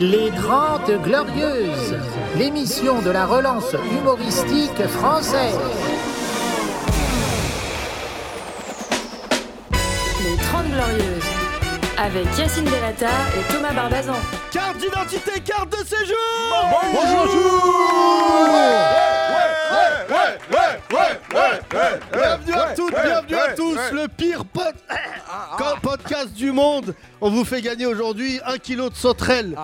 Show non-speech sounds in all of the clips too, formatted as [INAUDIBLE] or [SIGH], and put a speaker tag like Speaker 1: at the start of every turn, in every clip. Speaker 1: Les Grandes Glorieuses, l'émission de la relance humoristique française.
Speaker 2: Les 30 Glorieuses, avec Yacine Delata et Thomas Barbazan.
Speaker 3: Carte d'identité, carte de séjour
Speaker 4: Bonjour
Speaker 3: Bienvenue à toutes, bienvenue à tous Le pire pod-
Speaker 5: Ah,
Speaker 3: [COUGHS] podcast du monde On vous fait gagner aujourd'hui un kilo de sauterelles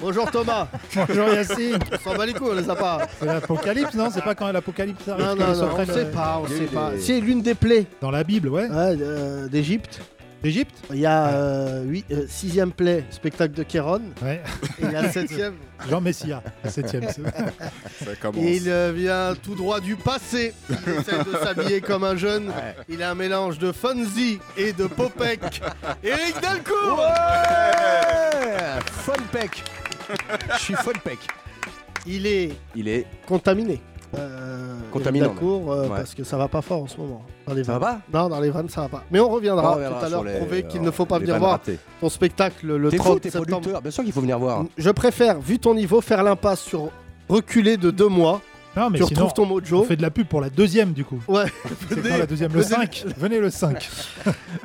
Speaker 3: Bonjour Thomas
Speaker 5: Ah. [LAUGHS] Bonjour Yassine.
Speaker 3: On s'en bat les couilles, on les a pas
Speaker 5: C'est l'apocalypse, non C'est pas quand l'apocalypse arrive
Speaker 3: Non,
Speaker 5: que les
Speaker 3: non, non, on
Speaker 5: sauterelles,
Speaker 3: sait
Speaker 5: euh,
Speaker 3: pas, on
Speaker 4: il y a
Speaker 3: sait
Speaker 4: eu
Speaker 3: pas
Speaker 4: des-
Speaker 3: C'est l'une des plaies
Speaker 5: Dans la Bible, ouais.
Speaker 3: ouais, euh, d'Égypte
Speaker 5: D'Égypte
Speaker 3: Il y a euh, huit- euh, sixième plaie, spectacle de Kéron
Speaker 5: Ouais.
Speaker 3: Et il y a
Speaker 5: [LAUGHS]
Speaker 3: septième
Speaker 5: Jean Messia, la septième.
Speaker 4: Ça commence.
Speaker 3: Il euh, vient tout droit du passé. Il essaie de s'habiller comme un jeune. Il a un mélange de Fonzie et de Popek. Eric Delcourt
Speaker 6: Folpec. Je suis Folpec.
Speaker 3: Il est
Speaker 6: Il est.
Speaker 3: contaminé. Euh,
Speaker 6: Contaminant,
Speaker 3: Eric Delcourt, euh,
Speaker 6: ouais.
Speaker 3: parce que ça va pas fort en ce moment. Dans les
Speaker 6: Ça
Speaker 3: vannes.
Speaker 6: va
Speaker 3: Non, dans les vannes, ça va pas. Mais on reviendra,
Speaker 6: On reviendra
Speaker 3: tout à
Speaker 6: sur
Speaker 3: l'heure
Speaker 6: les-
Speaker 3: prouver qu'il ne
Speaker 6: alors,
Speaker 3: faut pas
Speaker 6: les
Speaker 3: venir
Speaker 6: vannes
Speaker 3: voir
Speaker 6: ratées.
Speaker 3: ton spectacle le
Speaker 6: T'es
Speaker 3: 30
Speaker 6: faux, t'es
Speaker 3: septembre.
Speaker 6: producteur. Bien sûr qu'il faut venir voir. hein.
Speaker 3: Je préfère, vu ton niveau, faire l'impasse sur reculer de deux mois.
Speaker 5: Non, mais
Speaker 3: tu
Speaker 5: sinon,
Speaker 3: retrouves ton
Speaker 5: on
Speaker 3: mojo.
Speaker 5: fait de la pub pour la deuxième, du coup. [LAUGHS]
Speaker 3: Ouais.
Speaker 5: C'est quand la deuxième
Speaker 3: [LAUGHS]
Speaker 5: Le 5. Venez le 5.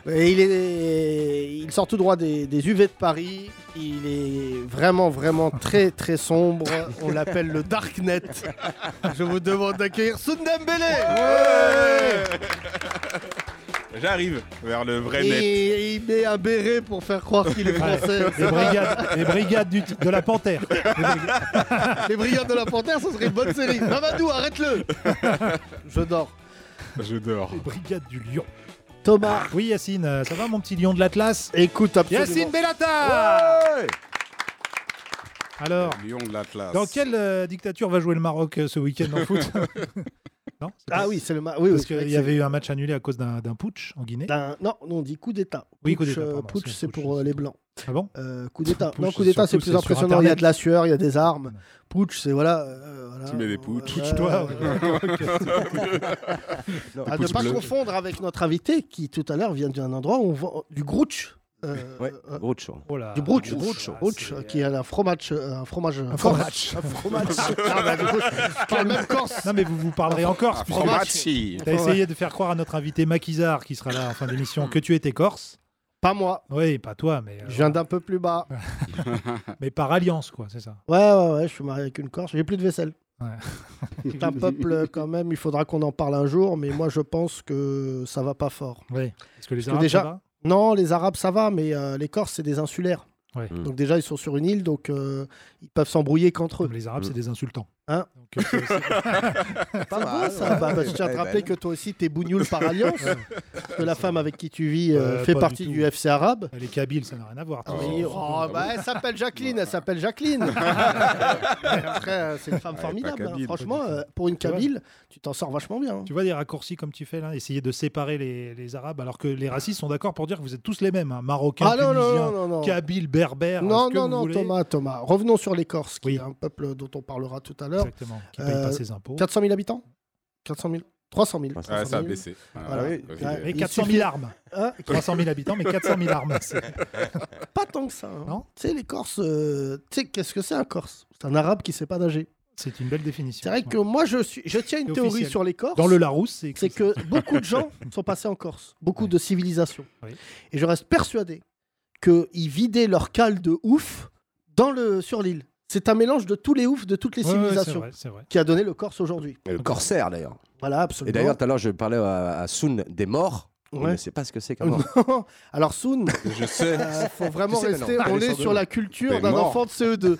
Speaker 3: Et il, est... il sort tout droit des, des UV de Paris. Il est vraiment, vraiment très, très sombre. On l'appelle le Darknet. Je vous demande d'accueillir Soundem
Speaker 4: J'arrive vers le vrai net.
Speaker 3: Et il met un béret pour faire croire qu'il est français.
Speaker 5: Ouais. Les brigades, les brigades du- de la panthère. Les brigades-
Speaker 3: Les Brigades de la Panthère, ça serait une bonne série. Mamadou, arrête-le Je dors.
Speaker 4: Je dors.
Speaker 5: Les brigades du lion.
Speaker 3: Thomas,
Speaker 5: Oui, Yacine, euh, ça va, mon petit lion de l'Atlas
Speaker 3: écoute absolument.
Speaker 5: Yacine Bellata
Speaker 3: Ah.
Speaker 5: Alors,
Speaker 4: Lyon de l'Atlas.
Speaker 5: dans quelle euh, dictature va jouer le Maroc euh, ce week-end en
Speaker 3: [LAUGHS]
Speaker 5: foot [LAUGHS] Non c'est pas-
Speaker 3: Ah oui, c'est le... ma- Oui,
Speaker 5: Parce
Speaker 3: oui, c'est vrai
Speaker 5: qu'il
Speaker 3: que
Speaker 5: y
Speaker 3: c'est-
Speaker 5: avait eu un match annulé à cause d'un d'un putsch en Guinée.
Speaker 3: d'un- Non, non, on dit coup d'État.
Speaker 5: Oui, coup
Speaker 3: Putsch,
Speaker 5: d'État,
Speaker 3: euh,
Speaker 5: pardon,
Speaker 3: Putsch,
Speaker 5: c'est-
Speaker 3: c'est
Speaker 5: putsch,
Speaker 3: pour euh,
Speaker 5: c'est-
Speaker 3: les Blancs.
Speaker 5: Ah bon
Speaker 3: Euh, coup d'État.
Speaker 5: Putsch,
Speaker 3: Non, coup
Speaker 5: c'est
Speaker 3: d'État,
Speaker 5: surtout,
Speaker 3: c'est plus
Speaker 5: c'est sur
Speaker 3: impressionnant. Il y a
Speaker 5: Internet.
Speaker 3: de la sueur, il y a des armes. Putsch, c'est voilà. euh, voilà.
Speaker 4: Tu mets des poutres.
Speaker 3: Ouais,
Speaker 5: Putsch-toi,
Speaker 3: ouais.
Speaker 5: [LAUGHS]
Speaker 6: Non,
Speaker 3: À ne
Speaker 4: pouce
Speaker 3: pas
Speaker 4: bleu.
Speaker 3: confondre avec notre invité qui tout à l'heure vient d'un endroit où on vend du grouch. euh,
Speaker 6: Ouais,
Speaker 3: euh,
Speaker 6: gros de chaud. hein.
Speaker 5: Oh là,
Speaker 3: du brouch,
Speaker 5: brouch,
Speaker 3: brouch,
Speaker 5: ah, c'est-
Speaker 3: qui est un fromage, euh, un fromage, un
Speaker 5: fromage.
Speaker 3: [LAUGHS] un
Speaker 5: [LAUGHS]
Speaker 3: fromage. Ah, bah, du coup, je parle même corse.
Speaker 5: Non mais vous vous parlerez en Corse.
Speaker 4: Ah,
Speaker 5: puisque
Speaker 4: Fromacci.
Speaker 5: T'as essayé de faire croire à notre invité Maquisard qui sera là en fin d'émission que tu étais corse.
Speaker 3: Pas moi.
Speaker 5: Oui, pas toi, mais, euh,
Speaker 3: Je viens d'un peu plus bas.
Speaker 5: mais par alliance, quoi, c'est ça.
Speaker 3: Ouais, ouais, ouais, je suis marié avec une Corse, j'ai plus de vaisselle.
Speaker 5: Ouais.
Speaker 3: C'est un peuple quand même, il faudra qu'on en parle un jour, mais moi je pense que ça va pas fort.
Speaker 5: Oui. Parce que les
Speaker 3: que
Speaker 5: Arabes,
Speaker 3: déjà-
Speaker 5: ça va
Speaker 3: Non, les Arabes ça va, mais euh, les Corses c'est des insulaires.
Speaker 5: Ouais.
Speaker 6: Mm.
Speaker 3: Donc déjà ils sont sur une île, donc euh, ils peuvent s'embrouiller qu'entre
Speaker 5: [LAUGHS]
Speaker 3: eux.
Speaker 5: Comme les Arabes, c'est des insultants.
Speaker 3: Hein
Speaker 5: Donc, euh, c'est- c'est-
Speaker 6: Pas
Speaker 3: Ah, ça va, bah, je tiens à te rappeler que toi aussi t'es bougnoule
Speaker 5: [LAUGHS]
Speaker 3: par alliance, que la femme avec qui tu vis euh,
Speaker 5: Euh,
Speaker 3: fait
Speaker 5: pas
Speaker 3: partie
Speaker 5: du
Speaker 3: du,
Speaker 5: tout.
Speaker 3: FC arabe.
Speaker 5: les Kabyles, ça n'a rien à voir.
Speaker 3: Ah
Speaker 5: toi.
Speaker 3: oui,
Speaker 5: Oh,
Speaker 3: oh,
Speaker 5: bah,
Speaker 3: bah, elle s'appelle Jacqueline, elle s'appelle
Speaker 5: [LAUGHS]
Speaker 3: Jacqueline. Après, euh, c'est une femme
Speaker 4: Ouais,
Speaker 3: formidable.
Speaker 4: pas
Speaker 3: hein.
Speaker 4: kabyle,
Speaker 3: Franchement,
Speaker 5: pas du tout.
Speaker 3: euh, pour une
Speaker 5: Tu vois
Speaker 3: Kabyle, tu t'en sors vachement bien. hein.
Speaker 5: Tu vois des raccourcis comme tu fais là, essayer de séparer les, les Arabes, alors que les racistes sont d'accord pour dire que vous êtes tous les mêmes, hein, marocains,
Speaker 3: Ah non, non,
Speaker 5: tunisiens,
Speaker 3: non, non, non.
Speaker 5: kabyles, berbères,
Speaker 3: Non,
Speaker 5: ce que
Speaker 3: non,
Speaker 5: vous
Speaker 3: non,
Speaker 5: voulez.
Speaker 3: Thomas, Thomas. Revenons sur les Corses, qui
Speaker 5: Oui.
Speaker 3: est un peuple dont on parlera tout à l'heure.
Speaker 5: Exactement. Qui payent
Speaker 3: Euh,
Speaker 5: pas ses impôts.
Speaker 3: 400 000 habitants 400 000 300 000.
Speaker 4: Ah, ça a
Speaker 3: 300 000.
Speaker 4: baissé.
Speaker 3: Voilà.
Speaker 4: Ah,
Speaker 6: Oui.
Speaker 4: ok.
Speaker 3: Ouais.
Speaker 5: Mais
Speaker 3: il
Speaker 5: 400
Speaker 3: suffit-
Speaker 5: 000 armes.
Speaker 3: Hein
Speaker 5: 300 000 habitants, mais 400 000 armes. c'est-
Speaker 3: Pas tant que ça. hein.
Speaker 5: Non
Speaker 3: Tu sais, les Corses, euh, tu sais, qu'est-ce que c'est un Corse C'est un arabe qui sait pas nager.
Speaker 5: C'est une belle définition.
Speaker 3: C'est vrai que moi, je, suis, je tiens une
Speaker 5: C'est
Speaker 3: théorie
Speaker 5: officiel.
Speaker 3: sur les Corses.
Speaker 5: Dans le Larousse, c'est
Speaker 3: [LAUGHS] C'est
Speaker 5: écrit ça.
Speaker 3: que beaucoup de
Speaker 5: [LAUGHS]
Speaker 3: gens sont passés en Corse, beaucoup
Speaker 5: Ouais.
Speaker 3: de civilisations.
Speaker 5: Oui.
Speaker 3: Et je reste persuadé qu'ils vidaient leur cale de ouf dans le, sur l'île. C'est un mélange de tous les oufs de toutes les
Speaker 5: Ouais, ouais,
Speaker 3: civilisations
Speaker 5: c'est vrai, c'est vrai.
Speaker 3: qui a donné le Corse aujourd'hui.
Speaker 6: Le corsaire d'ailleurs.
Speaker 3: Voilà,
Speaker 6: Et
Speaker 3: absolument.
Speaker 6: d'ailleurs, tout à l'heure, je parlais à, à Soun des morts. Il
Speaker 3: Ouais.
Speaker 6: ne sait pas ce que c'est qu'un mort.
Speaker 3: Non. Alors, Soun,
Speaker 4: Je
Speaker 3: [LAUGHS]
Speaker 4: sais.
Speaker 3: euh, faut vraiment
Speaker 6: Tu sais,
Speaker 3: rester.
Speaker 6: maintenant,
Speaker 3: On
Speaker 6: les
Speaker 3: est
Speaker 6: surdoués.
Speaker 3: sur la culture
Speaker 4: T'es
Speaker 3: d'un
Speaker 4: mort.
Speaker 3: enfant de E CE2.
Speaker 5: Non,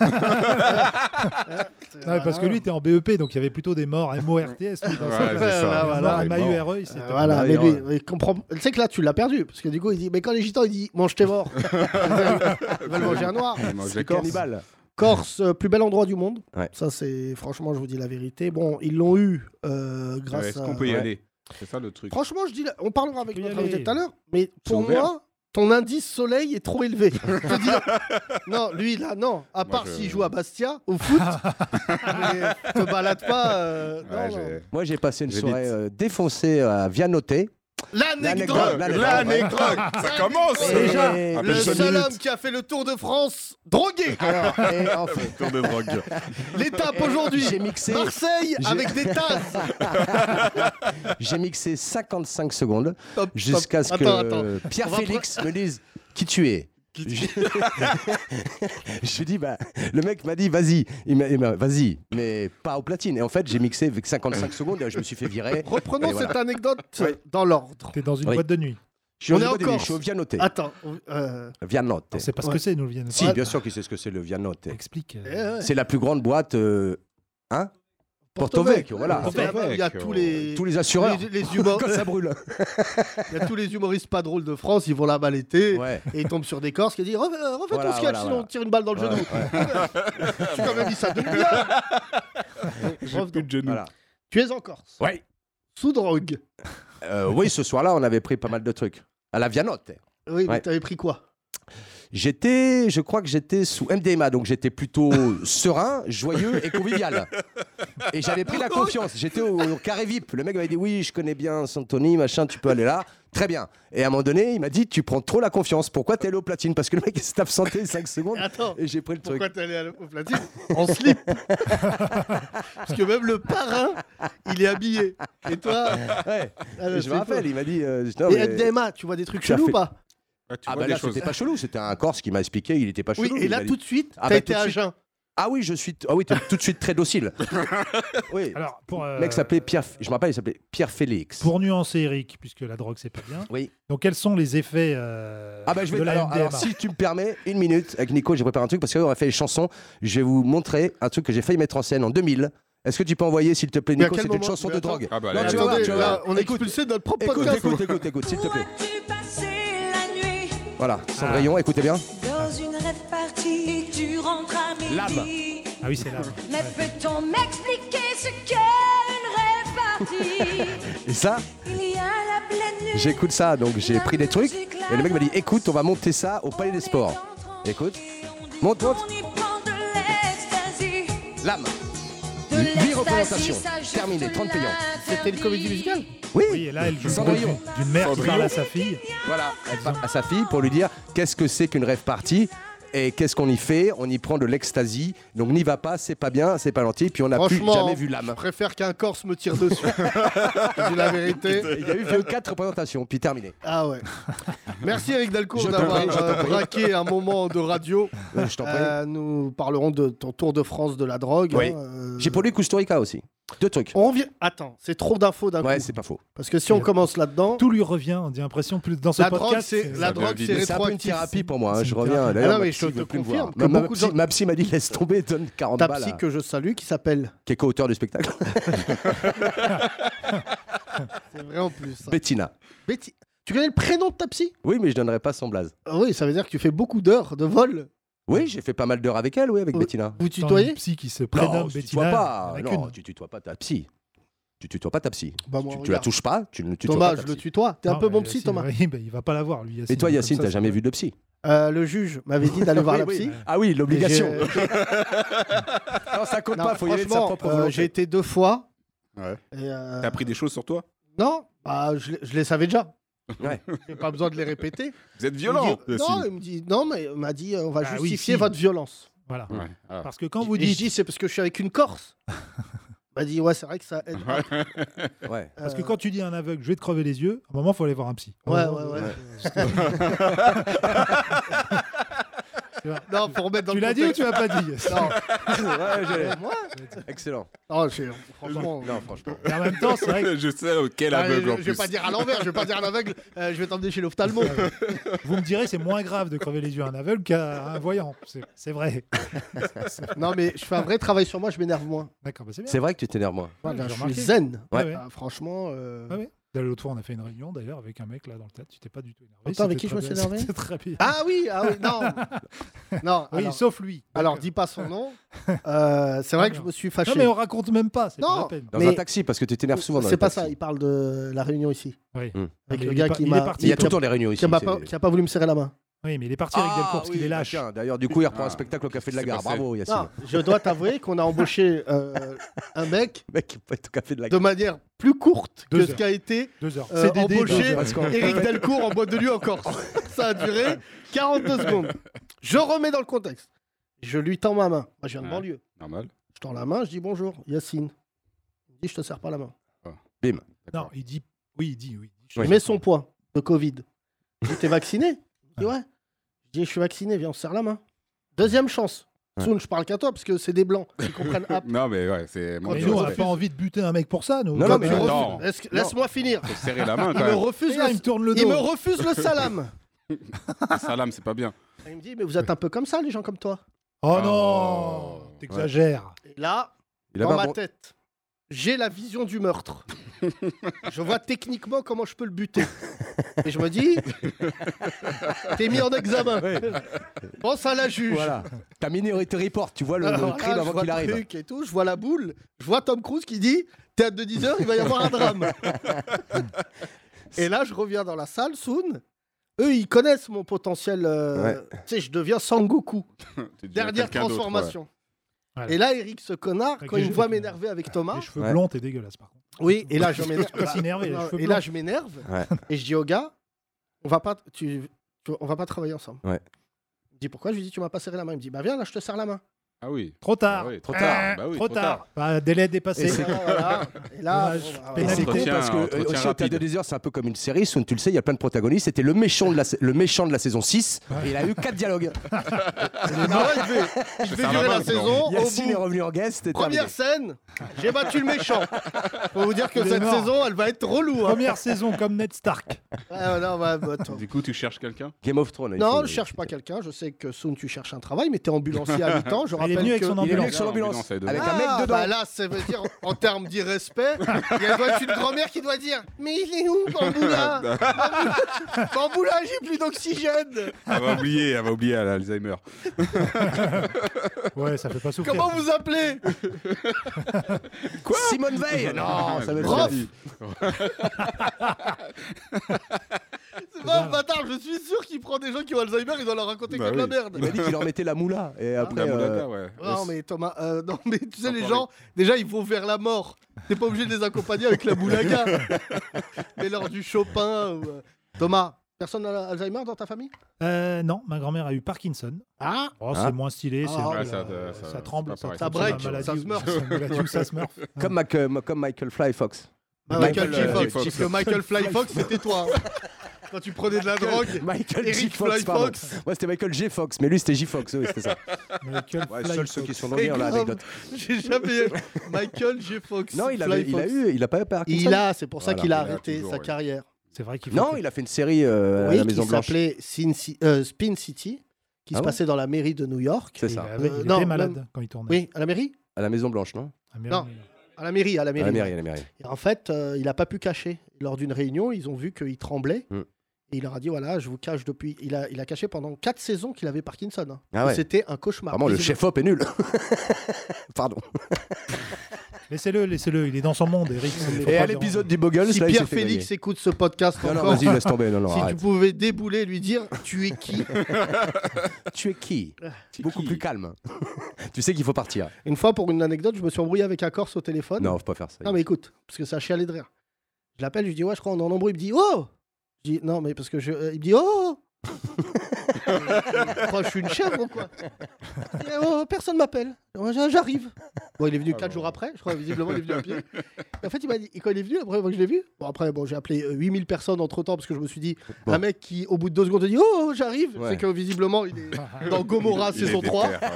Speaker 5: mais parce que lui était en BEP, donc il y avait plutôt des morts
Speaker 3: [LAUGHS]
Speaker 5: MORTS. lui, dans Ah, sa-
Speaker 4: Ouais, c'est ça.
Speaker 5: Des
Speaker 3: voilà,
Speaker 5: morts
Speaker 4: Les morts.
Speaker 5: MAURE, E, il s'était-
Speaker 3: Euh, voilà,
Speaker 6: Ah Ouais,
Speaker 3: mais lui,
Speaker 6: ouais.
Speaker 3: il comprend. Tu sais que là, tu l'as perdu. Parce que du coup, il dit Mais quand les gitans, il dit Mange
Speaker 4: [LAUGHS]
Speaker 3: tes morts. Ils veulent manger un noir.
Speaker 4: Il mange
Speaker 6: C'est
Speaker 4: les Corses.
Speaker 6: cannibale.
Speaker 3: Corse, euh, plus bel endroit du monde.
Speaker 6: Ouais.
Speaker 3: Ça, c'est franchement, je vous dis la vérité. Bon, ils l'ont eu euh,
Speaker 4: Ouais,
Speaker 3: grâce
Speaker 4: Est-ce
Speaker 3: à.
Speaker 4: qu'on peut y
Speaker 6: Ouais.
Speaker 4: aller C'est ça le truc.
Speaker 3: Franchement, je dis, la- on parlera avec
Speaker 5: peut y
Speaker 3: notre invité
Speaker 5: aller.
Speaker 3: tout à l'heure, mais pour
Speaker 4: ouvert.
Speaker 3: moi, ton indice soleil est trop élevé. [LAUGHS] Je veux dire, non, lui là, non. À
Speaker 4: Moi,
Speaker 3: part
Speaker 4: je-
Speaker 3: s'il joue à Bastia au foot, mais te balade pas. euh, non,
Speaker 4: Ouais,
Speaker 3: non.
Speaker 4: j'ai-
Speaker 6: Moi, j'ai passé une
Speaker 4: J'habite.
Speaker 6: soirée euh, défoncée à Vianoté.
Speaker 3: L'anecdote
Speaker 6: L'anecdote.
Speaker 7: L'anecdote, ça commence
Speaker 6: Mais-
Speaker 3: Déjà,
Speaker 6: Mais-
Speaker 3: Le
Speaker 7: Appelle
Speaker 6: Mais-
Speaker 7: cinq
Speaker 3: seul
Speaker 7: minutes.
Speaker 3: homme qui a fait le tour de France drogué
Speaker 6: Alors, et en fait,
Speaker 7: Tour de
Speaker 3: Ah,
Speaker 7: drogue.
Speaker 3: L'étape [LAUGHS] aujourd'hui
Speaker 6: J'ai mixé.
Speaker 3: Marseille
Speaker 6: J'ai-
Speaker 3: avec des
Speaker 6: [LAUGHS]
Speaker 3: tasses
Speaker 6: j'ai mixé 55 secondes
Speaker 3: Top,
Speaker 6: jusqu'à ce
Speaker 3: top.
Speaker 6: que
Speaker 3: Attends, attends. On va
Speaker 6: Pierre-Félix me dise qui tu
Speaker 3: [LAUGHS]
Speaker 6: es. Je... [LAUGHS] je lui dis, bah, le mec m'a dit, vas-y, il m'a- il m'a- vas-y, mais pas au platine. Et en fait, j'ai mixé avec 55 secondes, et je me suis fait virer.
Speaker 3: Reprenons
Speaker 6: Et voilà.
Speaker 3: cette anecdote dans l'ordre.
Speaker 5: T'es dans une
Speaker 6: Oui.
Speaker 5: boîte de nuit.
Speaker 6: Je suis,
Speaker 3: On
Speaker 6: au
Speaker 3: est
Speaker 6: niveau
Speaker 3: en
Speaker 6: des villes,
Speaker 3: Corse.
Speaker 6: je suis au Vianote.
Speaker 3: Attends, euh,
Speaker 6: Vianote.
Speaker 5: On sait pas ce
Speaker 3: Ouais.
Speaker 5: que c'est, nous, le Vienne.
Speaker 6: Si,
Speaker 5: Ah,
Speaker 6: bien sûr qu'il sait ce que c'est le Vianote.
Speaker 5: Explique. euh,
Speaker 3: eh ouais.
Speaker 6: C'est la plus grande boîte, euh, hein Porto Vecchio, voilà. oh.
Speaker 3: C'est là-bas où Il y a
Speaker 4: Porto
Speaker 3: tous
Speaker 4: Vecchio.
Speaker 3: les,
Speaker 6: Tous les assureurs. [LAUGHS]
Speaker 3: les- les humo-
Speaker 6: Quand ça
Speaker 3: [LAUGHS]
Speaker 6: brûle.
Speaker 3: il y a tous les humoristes pas drôles de France, ils vont là-bas l'été
Speaker 6: Ouais.
Speaker 3: et ils tombent sur des Corses qui disent Refais, euh, refais
Speaker 6: Voilà,
Speaker 3: ton sketch,
Speaker 6: voilà,
Speaker 3: sinon
Speaker 6: voilà.
Speaker 3: on te tire une balle dans le
Speaker 6: Ouais,
Speaker 3: genou. tu quand même dit ça
Speaker 6: [LAUGHS]
Speaker 3: de bien. Revenons.
Speaker 7: Plus de genoux.
Speaker 6: Voilà.
Speaker 3: Tu es en Corse.
Speaker 6: Ouais.
Speaker 3: Sous drogue.
Speaker 6: Euh, oui, ce soir-là, on avait pris pas mal de trucs. À la Vianote.
Speaker 3: Oui, mais
Speaker 6: Ouais.
Speaker 3: t'avais pris quoi
Speaker 6: J'étais, je crois que j'étais sous MDMA, donc j'étais
Speaker 3: [LAUGHS]
Speaker 6: plutôt serein, joyeux et convivial. Et j'avais pris
Speaker 3: Ah
Speaker 6: la confiance. J'étais au, au carré VIP. Le mec m'avait dit oui, je connais bien Santoni, machin, tu peux aller là. Très bien. Et à un moment donné, il m'a dit tu prends trop la confiance. Pourquoi t'es allé au platine Parce que le mec il s'est absenté
Speaker 3: [LAUGHS]
Speaker 6: 5 secondes.
Speaker 3: Attends.
Speaker 6: Et j'ai pris le truc.
Speaker 3: Pourquoi t'es allé à l- au platine [LAUGHS] En slip Parce que même le parrain, il est habillé. Et toi
Speaker 6: Ouais.
Speaker 3: ah,
Speaker 6: Et
Speaker 3: c'est
Speaker 6: je me rappelle,
Speaker 3: fou.
Speaker 6: il m'a dit euh, non,
Speaker 3: Et
Speaker 6: mais-
Speaker 3: MDMA, tu vois des trucs
Speaker 6: Tu as
Speaker 3: chelous ou
Speaker 6: fait-
Speaker 3: pas
Speaker 4: Ah, tu
Speaker 6: Ah
Speaker 4: vois
Speaker 6: bah
Speaker 4: des
Speaker 6: là,
Speaker 4: choses.
Speaker 6: c'était pas chelou. C'était un Corse qui m'a expliqué. Il était pas
Speaker 3: Oui,
Speaker 6: chelou.
Speaker 3: et
Speaker 6: il
Speaker 3: là
Speaker 6: m'a dit-
Speaker 3: tout de suite,
Speaker 6: Ah
Speaker 3: t'as
Speaker 6: bah, tout
Speaker 3: été
Speaker 6: de
Speaker 3: à
Speaker 6: suite.
Speaker 3: jeun.
Speaker 6: Ah oui, je suis. t- Ah oui, t'es tout de suite très
Speaker 3: [LAUGHS]
Speaker 6: docile. Oui.
Speaker 5: Alors, pour,
Speaker 6: Le
Speaker 5: euh,
Speaker 6: mec s'appelait Pierre. Je me rappelle, il s'appelait Pierre Félix.
Speaker 5: Pour nuancer, Eric, puisque la drogue, c'est pas bien.
Speaker 6: Oui.
Speaker 5: Donc, quels sont les effets euh,
Speaker 6: Ah bah je
Speaker 5: de
Speaker 6: vais
Speaker 5: la
Speaker 6: alors,
Speaker 5: MDMA
Speaker 6: alors, si tu me permets une minute avec Nico j'ai préparé un truc parce qu'on a fait les chansons je vais vous montrer un truc que j'ai failli mettre en scène en 2000 est-ce que tu peux envoyer s'il te plaît
Speaker 3: Mais à
Speaker 6: Nico
Speaker 3: quel
Speaker 6: c'était une
Speaker 3: moment
Speaker 6: chanson
Speaker 3: Mais
Speaker 6: de
Speaker 3: attends.
Speaker 6: drogue
Speaker 4: Ah bah
Speaker 6: Non,
Speaker 4: là,
Speaker 6: tu
Speaker 4: là,
Speaker 6: vas voir,
Speaker 3: Attendez,
Speaker 6: tu vas
Speaker 3: là,
Speaker 6: voir.
Speaker 3: on est
Speaker 6: Écoute,
Speaker 3: expulsé de notre propre
Speaker 6: écoute
Speaker 3: podcast.
Speaker 6: écoute écoute écoute s'il te plaît
Speaker 8: tu passer la nuit
Speaker 6: voilà Cendrillon écoutez bien
Speaker 8: dans une rêve partie et tu rentres à midi
Speaker 5: Ah oui, c'est là.
Speaker 8: Mais peut-on m'expliquer ce qu'est une rêve partie
Speaker 6: [LAUGHS] et ça
Speaker 8: Il y a la pleine nuit.
Speaker 6: j'écoute ça donc j'ai pris des trucs et le mec m'a dit écoute on va monter ça au Palais des Sports écoute Monte, monte.
Speaker 8: On y prend de l'ecstasy.
Speaker 6: lame
Speaker 8: De
Speaker 6: Huit
Speaker 8: l'ecstasy,
Speaker 6: représentations.
Speaker 8: ça, je
Speaker 6: Terminé,
Speaker 8: te
Speaker 6: 30 payants.
Speaker 8: l'interdis.
Speaker 3: C'était une comédie musicale
Speaker 6: oui,
Speaker 5: Oui, et là, elle joue le rôle
Speaker 6: Cendrillon.
Speaker 5: d'une- d'une mère qui parle à sa fille.
Speaker 6: Voilà, elle parle à sa fille pour lui dire qu'est-ce que c'est qu'une rêve partie et qu'est-ce qu'on y fait On y prend de l'ecstasy. Donc n'y va pas, c'est pas bien, c'est pas gentil. Puis on n'a plus
Speaker 3: Franchement,
Speaker 6: jamais vu l'âme.
Speaker 3: Je préfère qu'un Corse me tire
Speaker 6: [LAUGHS]
Speaker 3: dessus. Je dis la vérité.
Speaker 6: Il y a eu que quatre représentations, puis terminé.
Speaker 3: Ah ouais. Merci Eric Dalcourt
Speaker 6: Je t'en
Speaker 3: d'avoir
Speaker 6: prie, je t'en
Speaker 3: euh,
Speaker 6: prie.
Speaker 3: braqué un moment de radio.
Speaker 6: Euh, je t'en prie.
Speaker 3: Euh, nous parlerons de ton tour de France de la drogue.
Speaker 6: Oui.
Speaker 3: hein, euh,
Speaker 6: J'ai pollué Custurica aussi. Deux trucs.
Speaker 3: On revient. Attends, c'est trop d'infos d'un
Speaker 6: Ouais,
Speaker 3: coup.
Speaker 6: c'est pas faux.
Speaker 3: Parce que si on commence là-dedans,
Speaker 5: Tout lui revient, on dit l'impression, plus dans ce
Speaker 3: la drogue,
Speaker 5: podcast. euh,
Speaker 3: c'est la
Speaker 4: ça
Speaker 3: drogue,
Speaker 4: devient
Speaker 3: c'est
Speaker 4: vide.
Speaker 6: C'est un peu une
Speaker 3: rétroactif.
Speaker 6: thérapie pour moi, hein,
Speaker 5: C'est
Speaker 6: je
Speaker 5: une
Speaker 6: reviens.
Speaker 5: thérapie.
Speaker 6: D'ailleurs,
Speaker 3: Ah non, mais
Speaker 6: ma
Speaker 3: je
Speaker 6: psy
Speaker 3: te
Speaker 6: veut plus me
Speaker 3: confirme
Speaker 6: voir.
Speaker 3: que
Speaker 6: Ma, ma
Speaker 3: beaucoup de
Speaker 6: psy-
Speaker 3: gens-
Speaker 6: ma psy m'a dit laisse tomber, donne 40
Speaker 3: Ta
Speaker 6: balles.
Speaker 3: psy
Speaker 6: à-
Speaker 3: que je salue qui s'appelle.
Speaker 6: Qui est co-auteur du spectacle
Speaker 3: C'est vrai en plus. ça.
Speaker 6: Bettina.
Speaker 3: Betty- Tu connais le prénom de ta psy
Speaker 6: Oui, mais je donnerai pas son blase.
Speaker 3: Ah Oui, ça veut dire que tu fais beaucoup d'heures de vol.
Speaker 6: Oui, j'ai fait pas mal d'heures avec elle, oui, avec
Speaker 3: Oui.
Speaker 6: Bettina.
Speaker 3: Vous
Speaker 5: Dans une
Speaker 3: tutoyez
Speaker 5: psy qui se
Speaker 6: Non,
Speaker 5: prénomme
Speaker 6: tu
Speaker 5: Bettina.
Speaker 6: tutoies pas.
Speaker 5: il y en a
Speaker 6: Non,
Speaker 5: qu'une.
Speaker 6: tu tutoies pas ta psy. Tu tutoies pas ta psy.
Speaker 3: Bah,
Speaker 6: tu,
Speaker 3: moi,
Speaker 6: tu la
Speaker 3: regarde.
Speaker 6: touches pas, tu ne tutoies
Speaker 3: Thomas,
Speaker 6: pas
Speaker 3: je
Speaker 6: ta
Speaker 3: le
Speaker 6: psy.
Speaker 3: tutoie. T'es un
Speaker 5: Non,
Speaker 3: peu
Speaker 5: mais
Speaker 3: mon psy,
Speaker 5: Yacine,
Speaker 3: Thomas.
Speaker 5: oui, bah, il va pas l'avoir, lui. Yacine,
Speaker 6: Et toi,
Speaker 5: comme
Speaker 6: Yacine,
Speaker 5: ça,
Speaker 6: t'as
Speaker 5: c'est-
Speaker 6: jamais vu de psy
Speaker 3: Euh, le juge m'avait dit
Speaker 6: [LAUGHS]
Speaker 3: d'aller voir la psy.
Speaker 6: Ah oui, l'obligation.
Speaker 3: Et j'ai-
Speaker 6: [LAUGHS] Non, ça compte
Speaker 3: Non,
Speaker 6: pas, faut y aller de sa
Speaker 3: franchement,
Speaker 6: propre
Speaker 3: euh,
Speaker 6: volonté.
Speaker 3: J'ai été deux fois.
Speaker 7: Ouais.
Speaker 3: Et, euh,
Speaker 4: T'as pris des choses sur toi
Speaker 3: Non, bah, je, les- je les savais déjà.
Speaker 6: Ouais.
Speaker 3: J'ai pas besoin de les répéter.
Speaker 4: Vous êtes
Speaker 3: Il me
Speaker 4: violent.
Speaker 3: dit- non, il me dit non, mais il m'a dit euh, on va
Speaker 5: Ah oui,
Speaker 3: justifier
Speaker 5: si.
Speaker 3: votre violence.
Speaker 5: Voilà.
Speaker 4: Ouais. Ah.
Speaker 5: Parce que quand vous
Speaker 3: Et je
Speaker 5: dites.
Speaker 3: dis c'est parce que je suis avec une
Speaker 5: [LAUGHS]
Speaker 3: Corse. Il m'a dit ouais c'est vrai que ça aide. Euh, pas. [LAUGHS]
Speaker 6: Ouais.
Speaker 5: Parce que
Speaker 3: Euh,
Speaker 5: quand tu dis à un aveugle, je vais te crever les yeux, à un moment, il faut aller voir un psy.
Speaker 3: Ouais, ouais, ouais.
Speaker 5: [LAUGHS]
Speaker 3: non, faut remettre dans
Speaker 5: Tu
Speaker 3: le
Speaker 5: l'as dit ou tu
Speaker 3: contexte.
Speaker 5: l'as pas dit
Speaker 3: [LAUGHS]
Speaker 5: [LAUGHS]
Speaker 3: Non,
Speaker 6: Ouais, j'ai-
Speaker 3: moi
Speaker 6: Excellent.
Speaker 3: Non, je- franchement.
Speaker 6: Non, franchement.
Speaker 5: Et en même temps, c'est vrai que
Speaker 4: [LAUGHS] je sais quel
Speaker 3: Ah,
Speaker 4: aveugle
Speaker 3: je,
Speaker 4: en
Speaker 3: je
Speaker 4: plus.
Speaker 3: vais pas dire à l'envers, je vais pas dire à l'aveugle, euh, je vais t'emmener chez
Speaker 6: [LAUGHS]
Speaker 3: l'ophtalmo.
Speaker 5: vous me direz, c'est moins grave de crever les yeux à un aveugle qu'à un voyant. C'est- C'est vrai.
Speaker 3: non, mais je fais un vrai travail sur moi, je m'énerve moins.
Speaker 5: D'accord, bah c'est bien.
Speaker 6: C'est vrai que tu t'énerves moins.
Speaker 5: Ouais, j'ai
Speaker 3: je suis
Speaker 5: remarqué.
Speaker 3: zen.
Speaker 5: Ouais, ouais.
Speaker 3: Ah, franchement, euh,
Speaker 5: Ah ouais. L'autre fois, on a fait une réunion d'ailleurs avec un mec là dans le théâtre. Tu t'es pas du tout énervé.
Speaker 3: Attends, avec
Speaker 5: C'était
Speaker 3: qui je me
Speaker 5: très
Speaker 3: suis
Speaker 5: bien. [LAUGHS]
Speaker 3: énervé
Speaker 5: C'était très bien.
Speaker 3: Ah oui, ah oui, non.
Speaker 5: [LAUGHS]
Speaker 3: non,
Speaker 5: oui,
Speaker 3: alors,
Speaker 5: sauf lui.
Speaker 3: alors, dis pas son
Speaker 5: [LAUGHS]
Speaker 3: nom. Euh, c'est vrai que je me suis fâché.
Speaker 5: Non, mais on raconte même pas. C'est
Speaker 3: Non.
Speaker 5: pas la peine.
Speaker 6: Dans
Speaker 3: Mais-
Speaker 6: un taxi, parce que tu t'énerves souvent dans
Speaker 3: C'est
Speaker 6: les
Speaker 3: pas
Speaker 6: taxis.
Speaker 3: ça, il parle de la réunion ici.
Speaker 5: Oui.
Speaker 6: Hmm.
Speaker 5: Mais
Speaker 3: Avec le
Speaker 5: il
Speaker 3: gars
Speaker 5: est par-
Speaker 3: qui
Speaker 5: il est
Speaker 3: m'a.
Speaker 5: parti.
Speaker 6: Il y a tout
Speaker 3: qui
Speaker 6: le temps les réunions ici.
Speaker 3: qui m'a
Speaker 6: c'est-
Speaker 3: pas, qui a pas voulu me serrer la main.
Speaker 5: Oui, mais il est parti
Speaker 3: Ah,
Speaker 5: avec Delcourt parce
Speaker 6: oui,
Speaker 5: qu'il est
Speaker 6: bah
Speaker 5: lâche.
Speaker 6: tiens, D'ailleurs, du coup, il reprend un spectacle au Café de la
Speaker 4: C'est
Speaker 6: Gare.
Speaker 4: passé.
Speaker 6: Bravo, Yacine.
Speaker 3: Non, je dois t'avouer qu'on a embauché euh, un mec
Speaker 6: Le mec, il peut être au Café de la
Speaker 3: de
Speaker 6: Gare.
Speaker 3: manière plus courte que
Speaker 5: Deux
Speaker 3: ce
Speaker 5: heures.
Speaker 3: qu'a été
Speaker 5: Deux heures.
Speaker 3: euh,
Speaker 5: CDD,
Speaker 3: embauché
Speaker 5: deux heures.
Speaker 6: parce qu'en
Speaker 5: [LAUGHS]
Speaker 3: Eric Delcourt en boîte de nuit en Corse. Ça a duré 42 secondes. Je remets dans le contexte. Je lui tends ma main. Moi, je viens de
Speaker 4: Ouais.
Speaker 3: banlieue.
Speaker 4: Normal.
Speaker 3: Je tends la main, je dis bonjour, Yacine. Il me dit, je te sers pas la main.
Speaker 5: Non, il dit. Oui, il dit. Oui.
Speaker 3: Je lui mets son poids de Covid. Je dis, t'es vacciné Il dit, ouais. Je dis, je suis vacciné, viens, on se serre la main. Deuxième chance.
Speaker 6: Ouais.
Speaker 3: Soon, je parle qu'à toi, parce que c'est des blancs. Ils comprennent à
Speaker 4: Non, mais ouais, c'est.
Speaker 3: Quand
Speaker 5: Mais
Speaker 3: tu
Speaker 5: nous, on n'a
Speaker 3: refuses-
Speaker 5: pas envie de buter un mec pour ça, nous.
Speaker 6: Non, non,
Speaker 3: Quand
Speaker 6: mais
Speaker 3: tu refuses-
Speaker 4: attends.
Speaker 3: Laisse- Laisse-moi finir.
Speaker 4: Faut serrer la main
Speaker 3: Il
Speaker 4: quand
Speaker 3: me
Speaker 4: même.
Speaker 3: refuse
Speaker 5: Et là, il me
Speaker 3: le,
Speaker 5: tourne le
Speaker 3: il
Speaker 5: dos.
Speaker 3: me refuse le salam.
Speaker 4: Le Salam, c'est pas bien.
Speaker 3: [LAUGHS] Il me dit, mais vous êtes un peu comme ça, les gens comme toi.
Speaker 4: Ah.
Speaker 5: Oh
Speaker 4: Oh.
Speaker 5: non T'exagères.
Speaker 3: Et là,
Speaker 6: Il
Speaker 3: dans
Speaker 6: avait un
Speaker 3: ma
Speaker 6: bon-
Speaker 3: tête, j'ai la vision du meurtre.
Speaker 6: [LAUGHS]
Speaker 3: je vois techniquement comment je peux le buter. Et je
Speaker 6: [LAUGHS]
Speaker 3: me dis, t'es mis en examen. Pense à la juge.
Speaker 6: Voilà. Ta minorité report, tu vois le, le
Speaker 3: Alors là,
Speaker 6: crime
Speaker 3: je
Speaker 6: avant
Speaker 3: vois
Speaker 6: qu'il
Speaker 3: le
Speaker 6: arrive.
Speaker 3: truc et tout, je vois la boule, je vois Tom Cruise qui dit Théâtre de 10 heures, il va y avoir un drame.
Speaker 6: [LAUGHS]
Speaker 3: et là, je reviens dans la salle, Soon. Eux, ils connaissent mon potentiel. euh, Tu sais, je deviens Sangoku.
Speaker 4: Tu dis à
Speaker 3: Dernière
Speaker 4: quelqu'un d'autre, ouais.
Speaker 3: transformation.
Speaker 5: Voilà.
Speaker 3: Et là, Eric, ce connard,
Speaker 5: Avec
Speaker 3: quand
Speaker 5: les
Speaker 3: il me
Speaker 5: cheveux
Speaker 3: voit
Speaker 5: qui-
Speaker 3: m'énerver avec Thomas,
Speaker 5: Les cheveux
Speaker 6: Ouais.
Speaker 5: blonds, t'es dégueulasse par contre.
Speaker 3: oui, et
Speaker 5: [LAUGHS]
Speaker 3: là, je m'énerve.
Speaker 5: Quand il est énervé, les
Speaker 3: Non,
Speaker 5: cheveux
Speaker 3: et là,
Speaker 5: blancs.
Speaker 3: je m'énerve
Speaker 6: Ouais.
Speaker 3: et je dis au gars, on va pas, tu, tu- on va pas travailler ensemble.
Speaker 6: Ouais.
Speaker 3: Il me dit pourquoi Je lui dis tu m'as pas serré la main. Il me dit bah viens là, je te serre la main.
Speaker 4: Ah oui.
Speaker 5: Trop
Speaker 4: Ah
Speaker 5: tard.
Speaker 4: oui,
Speaker 6: Trop tard.
Speaker 5: Euh,
Speaker 4: Bah oui,
Speaker 5: trop
Speaker 4: trop
Speaker 5: tard. Bah, délai dépassé.
Speaker 6: Et c'est-
Speaker 3: Voilà, voilà. Et là,
Speaker 5: Dommage.
Speaker 3: bon, bah,
Speaker 5: Et
Speaker 6: Et
Speaker 3: voilà.
Speaker 6: c'est con
Speaker 4: Entretien-
Speaker 6: parce que euh,
Speaker 4: entretien
Speaker 6: aussi, au Théâtre de
Speaker 4: rapide.
Speaker 6: Désir, c'est un peu comme une série. Soon, tu le sais, il y a plein de protagonistes. C'était le méchant de la, le méchant de la saison 6 et il a eu 4
Speaker 3: [LAUGHS]
Speaker 6: dialogues.
Speaker 3: Ah ouais, je vais, je vais
Speaker 4: Ça
Speaker 3: durer
Speaker 4: va
Speaker 3: la
Speaker 4: pas,
Speaker 3: saison. Au
Speaker 6: Yacine est
Speaker 3: bout,
Speaker 6: revenu en guest. c'était
Speaker 3: Oh, première
Speaker 6: terminé.
Speaker 3: scène, j'ai battu le méchant. Faut vous dire que
Speaker 5: Il est
Speaker 3: cette
Speaker 5: mort.
Speaker 3: saison, elle va être relou. Hein.
Speaker 5: [LAUGHS] Première saison comme Ned Stark.
Speaker 3: Ah, non, bah, bah, attends.
Speaker 4: Du coup, tu cherches quelqu'un
Speaker 6: Game of Thrones. hein,
Speaker 3: Non,
Speaker 6: Yacine.
Speaker 3: je cherche pas quelqu'un. Je sais que Soon, tu cherches un travail, mais t'es ambulancier à 8 ans. Je rappelle
Speaker 5: est venu
Speaker 3: que...
Speaker 5: avec son
Speaker 6: Il est venu avec
Speaker 5: ambulance.
Speaker 6: son
Speaker 4: Ambulance,
Speaker 6: ambulance
Speaker 4: elle est
Speaker 6: avec
Speaker 4: dedans.
Speaker 6: un
Speaker 3: Ah,
Speaker 6: mec
Speaker 3: bah
Speaker 6: dedans.
Speaker 3: là, ça veut dire, en termes d'irrespect, il y a doit être une grand-mère qui doit dire Mais il est où, Bamboula Bamboula- Bamboula, j'ai plus d'oxygène
Speaker 4: Elle va oublier, elle va oublier à l'Alzheimer.
Speaker 5: Ouais, ça fait pas souffrir.
Speaker 3: Comment vous appelez
Speaker 6: Simone Veil. Non, ça veut
Speaker 3: Prof.
Speaker 6: être
Speaker 3: C'est pas un bâtard, je suis sûr qu'il prend des gens qui ont Alzheimer, il doit leur raconter
Speaker 4: Bah
Speaker 3: que de la
Speaker 4: oui.
Speaker 3: merde
Speaker 6: [LAUGHS] Il m'a dit qu'il leur mettait la moula. Et après,
Speaker 4: La
Speaker 6: euh,
Speaker 4: moulada, ouais.
Speaker 3: Non mais Thomas, euh, [LAUGHS] non mais tu sais les
Speaker 4: Encore
Speaker 3: gens, déjà ils vont vers la mort. T'es pas obligé de les accompagner
Speaker 6: [LAUGHS]
Speaker 3: avec la boulaga. [LAUGHS] mais lors du Chopin ou, euh, Thomas, personne n'a Alzheimer dans ta famille
Speaker 5: Euh, non, ma grand-mère a eu Parkinson.
Speaker 3: Ah
Speaker 5: Oh,
Speaker 6: Ah.
Speaker 5: c'est moins stylé. c'est-
Speaker 3: Ah, ouais,
Speaker 4: ça,
Speaker 5: euh,
Speaker 4: ça-
Speaker 5: ça tremble.
Speaker 4: c'est pas pareil.
Speaker 3: Ça
Speaker 5: tremble,
Speaker 3: break,
Speaker 5: c'est une
Speaker 3: ça se meurt.
Speaker 5: maladie ou- c'est une maladie ou [LAUGHS] ça
Speaker 3: [LAUGHS]
Speaker 5: se meurt.
Speaker 6: comme, Mac- euh, comme Michael Fly Fox.
Speaker 3: Ah, Michael,
Speaker 6: Michael,
Speaker 3: G.
Speaker 6: euh,
Speaker 3: Fox.
Speaker 4: Fox.
Speaker 3: Parce que Michael Fly Fox c'était toi. hein. Quand tu prenais de la
Speaker 6: [LAUGHS]
Speaker 3: drogue.
Speaker 6: Michael G.
Speaker 3: Eric
Speaker 6: Fox,
Speaker 3: Fly
Speaker 6: pardon.
Speaker 3: Fox. [LAUGHS]
Speaker 6: Ouais, c'était Michael G. Fox, mais lui c'était J. Fox, oui, c'était ça.
Speaker 5: Michael
Speaker 6: Ouais,
Speaker 5: Fly
Speaker 6: seuls ceux qui sont dans le
Speaker 3: Et
Speaker 6: lien, là,
Speaker 3: grave.
Speaker 6: l'anecdote.
Speaker 3: J'ai jamais Michael G. Fox.
Speaker 6: Non, il,
Speaker 3: Fly
Speaker 6: avait, il a
Speaker 3: Fox.
Speaker 6: eu, il a pas eu Parkinson.
Speaker 3: Il a, c'est pour ça
Speaker 6: Voilà,
Speaker 3: qu'il a
Speaker 4: il a
Speaker 3: arrêté
Speaker 4: toujours,
Speaker 3: sa
Speaker 4: oui.
Speaker 3: carrière.
Speaker 5: C'est vrai qu'il faut.
Speaker 6: Non, il a fait une série euh, à
Speaker 3: oui,
Speaker 6: la Maison
Speaker 3: qui
Speaker 6: Blanche.
Speaker 3: s'appelait Sin Ci- euh, Spin City, qui
Speaker 6: Ah
Speaker 3: se
Speaker 6: bon
Speaker 3: passait dans la mairie de New York.
Speaker 6: C'est ça.
Speaker 5: Il, avait-
Speaker 3: Euh,
Speaker 5: il
Speaker 3: non,
Speaker 5: était malade
Speaker 3: même-
Speaker 5: quand il tournait.
Speaker 3: Oui, à la mairie
Speaker 6: À la Maison Blanche, non
Speaker 5: Ah, mais-
Speaker 3: Non. À la mairie, à la
Speaker 6: À
Speaker 3: mairie.
Speaker 6: la mairie, à la mairie.
Speaker 3: Et en fait, euh, il n'a pas pu cacher. Lors d'une réunion, ils ont vu qu'il tremblait.
Speaker 6: Mm.
Speaker 3: Et il leur a dit voilà, je vous cache depuis. Il a, il a caché pendant 4 saisons qu'il avait Parkinson. hein.
Speaker 6: Ah ouais.
Speaker 3: C'était un cauchemar.
Speaker 6: Vraiment, le
Speaker 3: Ils-
Speaker 6: chef-op est nul. [LAUGHS] Pardon.
Speaker 5: Laissez-le, laissez-le. Il est dans son monde, Eric. c'est les
Speaker 6: Et à
Speaker 5: propres-
Speaker 6: l'épisode du Boggles,
Speaker 3: Si
Speaker 6: là, il s'est
Speaker 3: Pierre
Speaker 6: fait
Speaker 3: Félix écoute ce podcast
Speaker 6: griller. Non, non,
Speaker 3: encore,
Speaker 6: vas-y, laisse tomber. Non, non,
Speaker 3: si tu
Speaker 6: arrête.
Speaker 3: pouvais débouler et lui dire tu
Speaker 6: [LAUGHS]
Speaker 3: es qui
Speaker 6: Ah, Tu es qui
Speaker 4: Tiki.
Speaker 6: Beaucoup plus calme. [LAUGHS] tu sais qu'il faut partir.
Speaker 3: Une fois, pour une anecdote, je me suis embrouillé avec un Corse au téléphone.
Speaker 6: Ah, Non, faut pas faire ça.
Speaker 3: Non, mais écoute, parce que ça chialait de rire. Je l'appelle, je lui dis ouais, je crois on est en embrouille. Il me dit oh Je dis non, mais parce que je. euh, Il me dit oh Je crois que je suis une chèvre ou quoi Il dit, Oh, Personne m'appelle. Moi, j'a- J'arrive. Bon, il est venu
Speaker 4: Ah
Speaker 3: quatre
Speaker 4: bon.
Speaker 3: jours après, je crois, visiblement, il est venu à pied. Et en fait, il m'a dit, et quand il est venu, la première fois que je l'ai vu, bon, après, bon, j'ai appelé euh, 8000 personnes entre temps parce que je me suis dit,
Speaker 6: Bon.
Speaker 3: un mec qui, au bout de deux secondes, te dit Oh, j'arrive
Speaker 6: Ouais.
Speaker 3: C'est que visiblement, il est dans Gomorrah
Speaker 4: Il est
Speaker 3: saison 3.
Speaker 4: déter, ouais.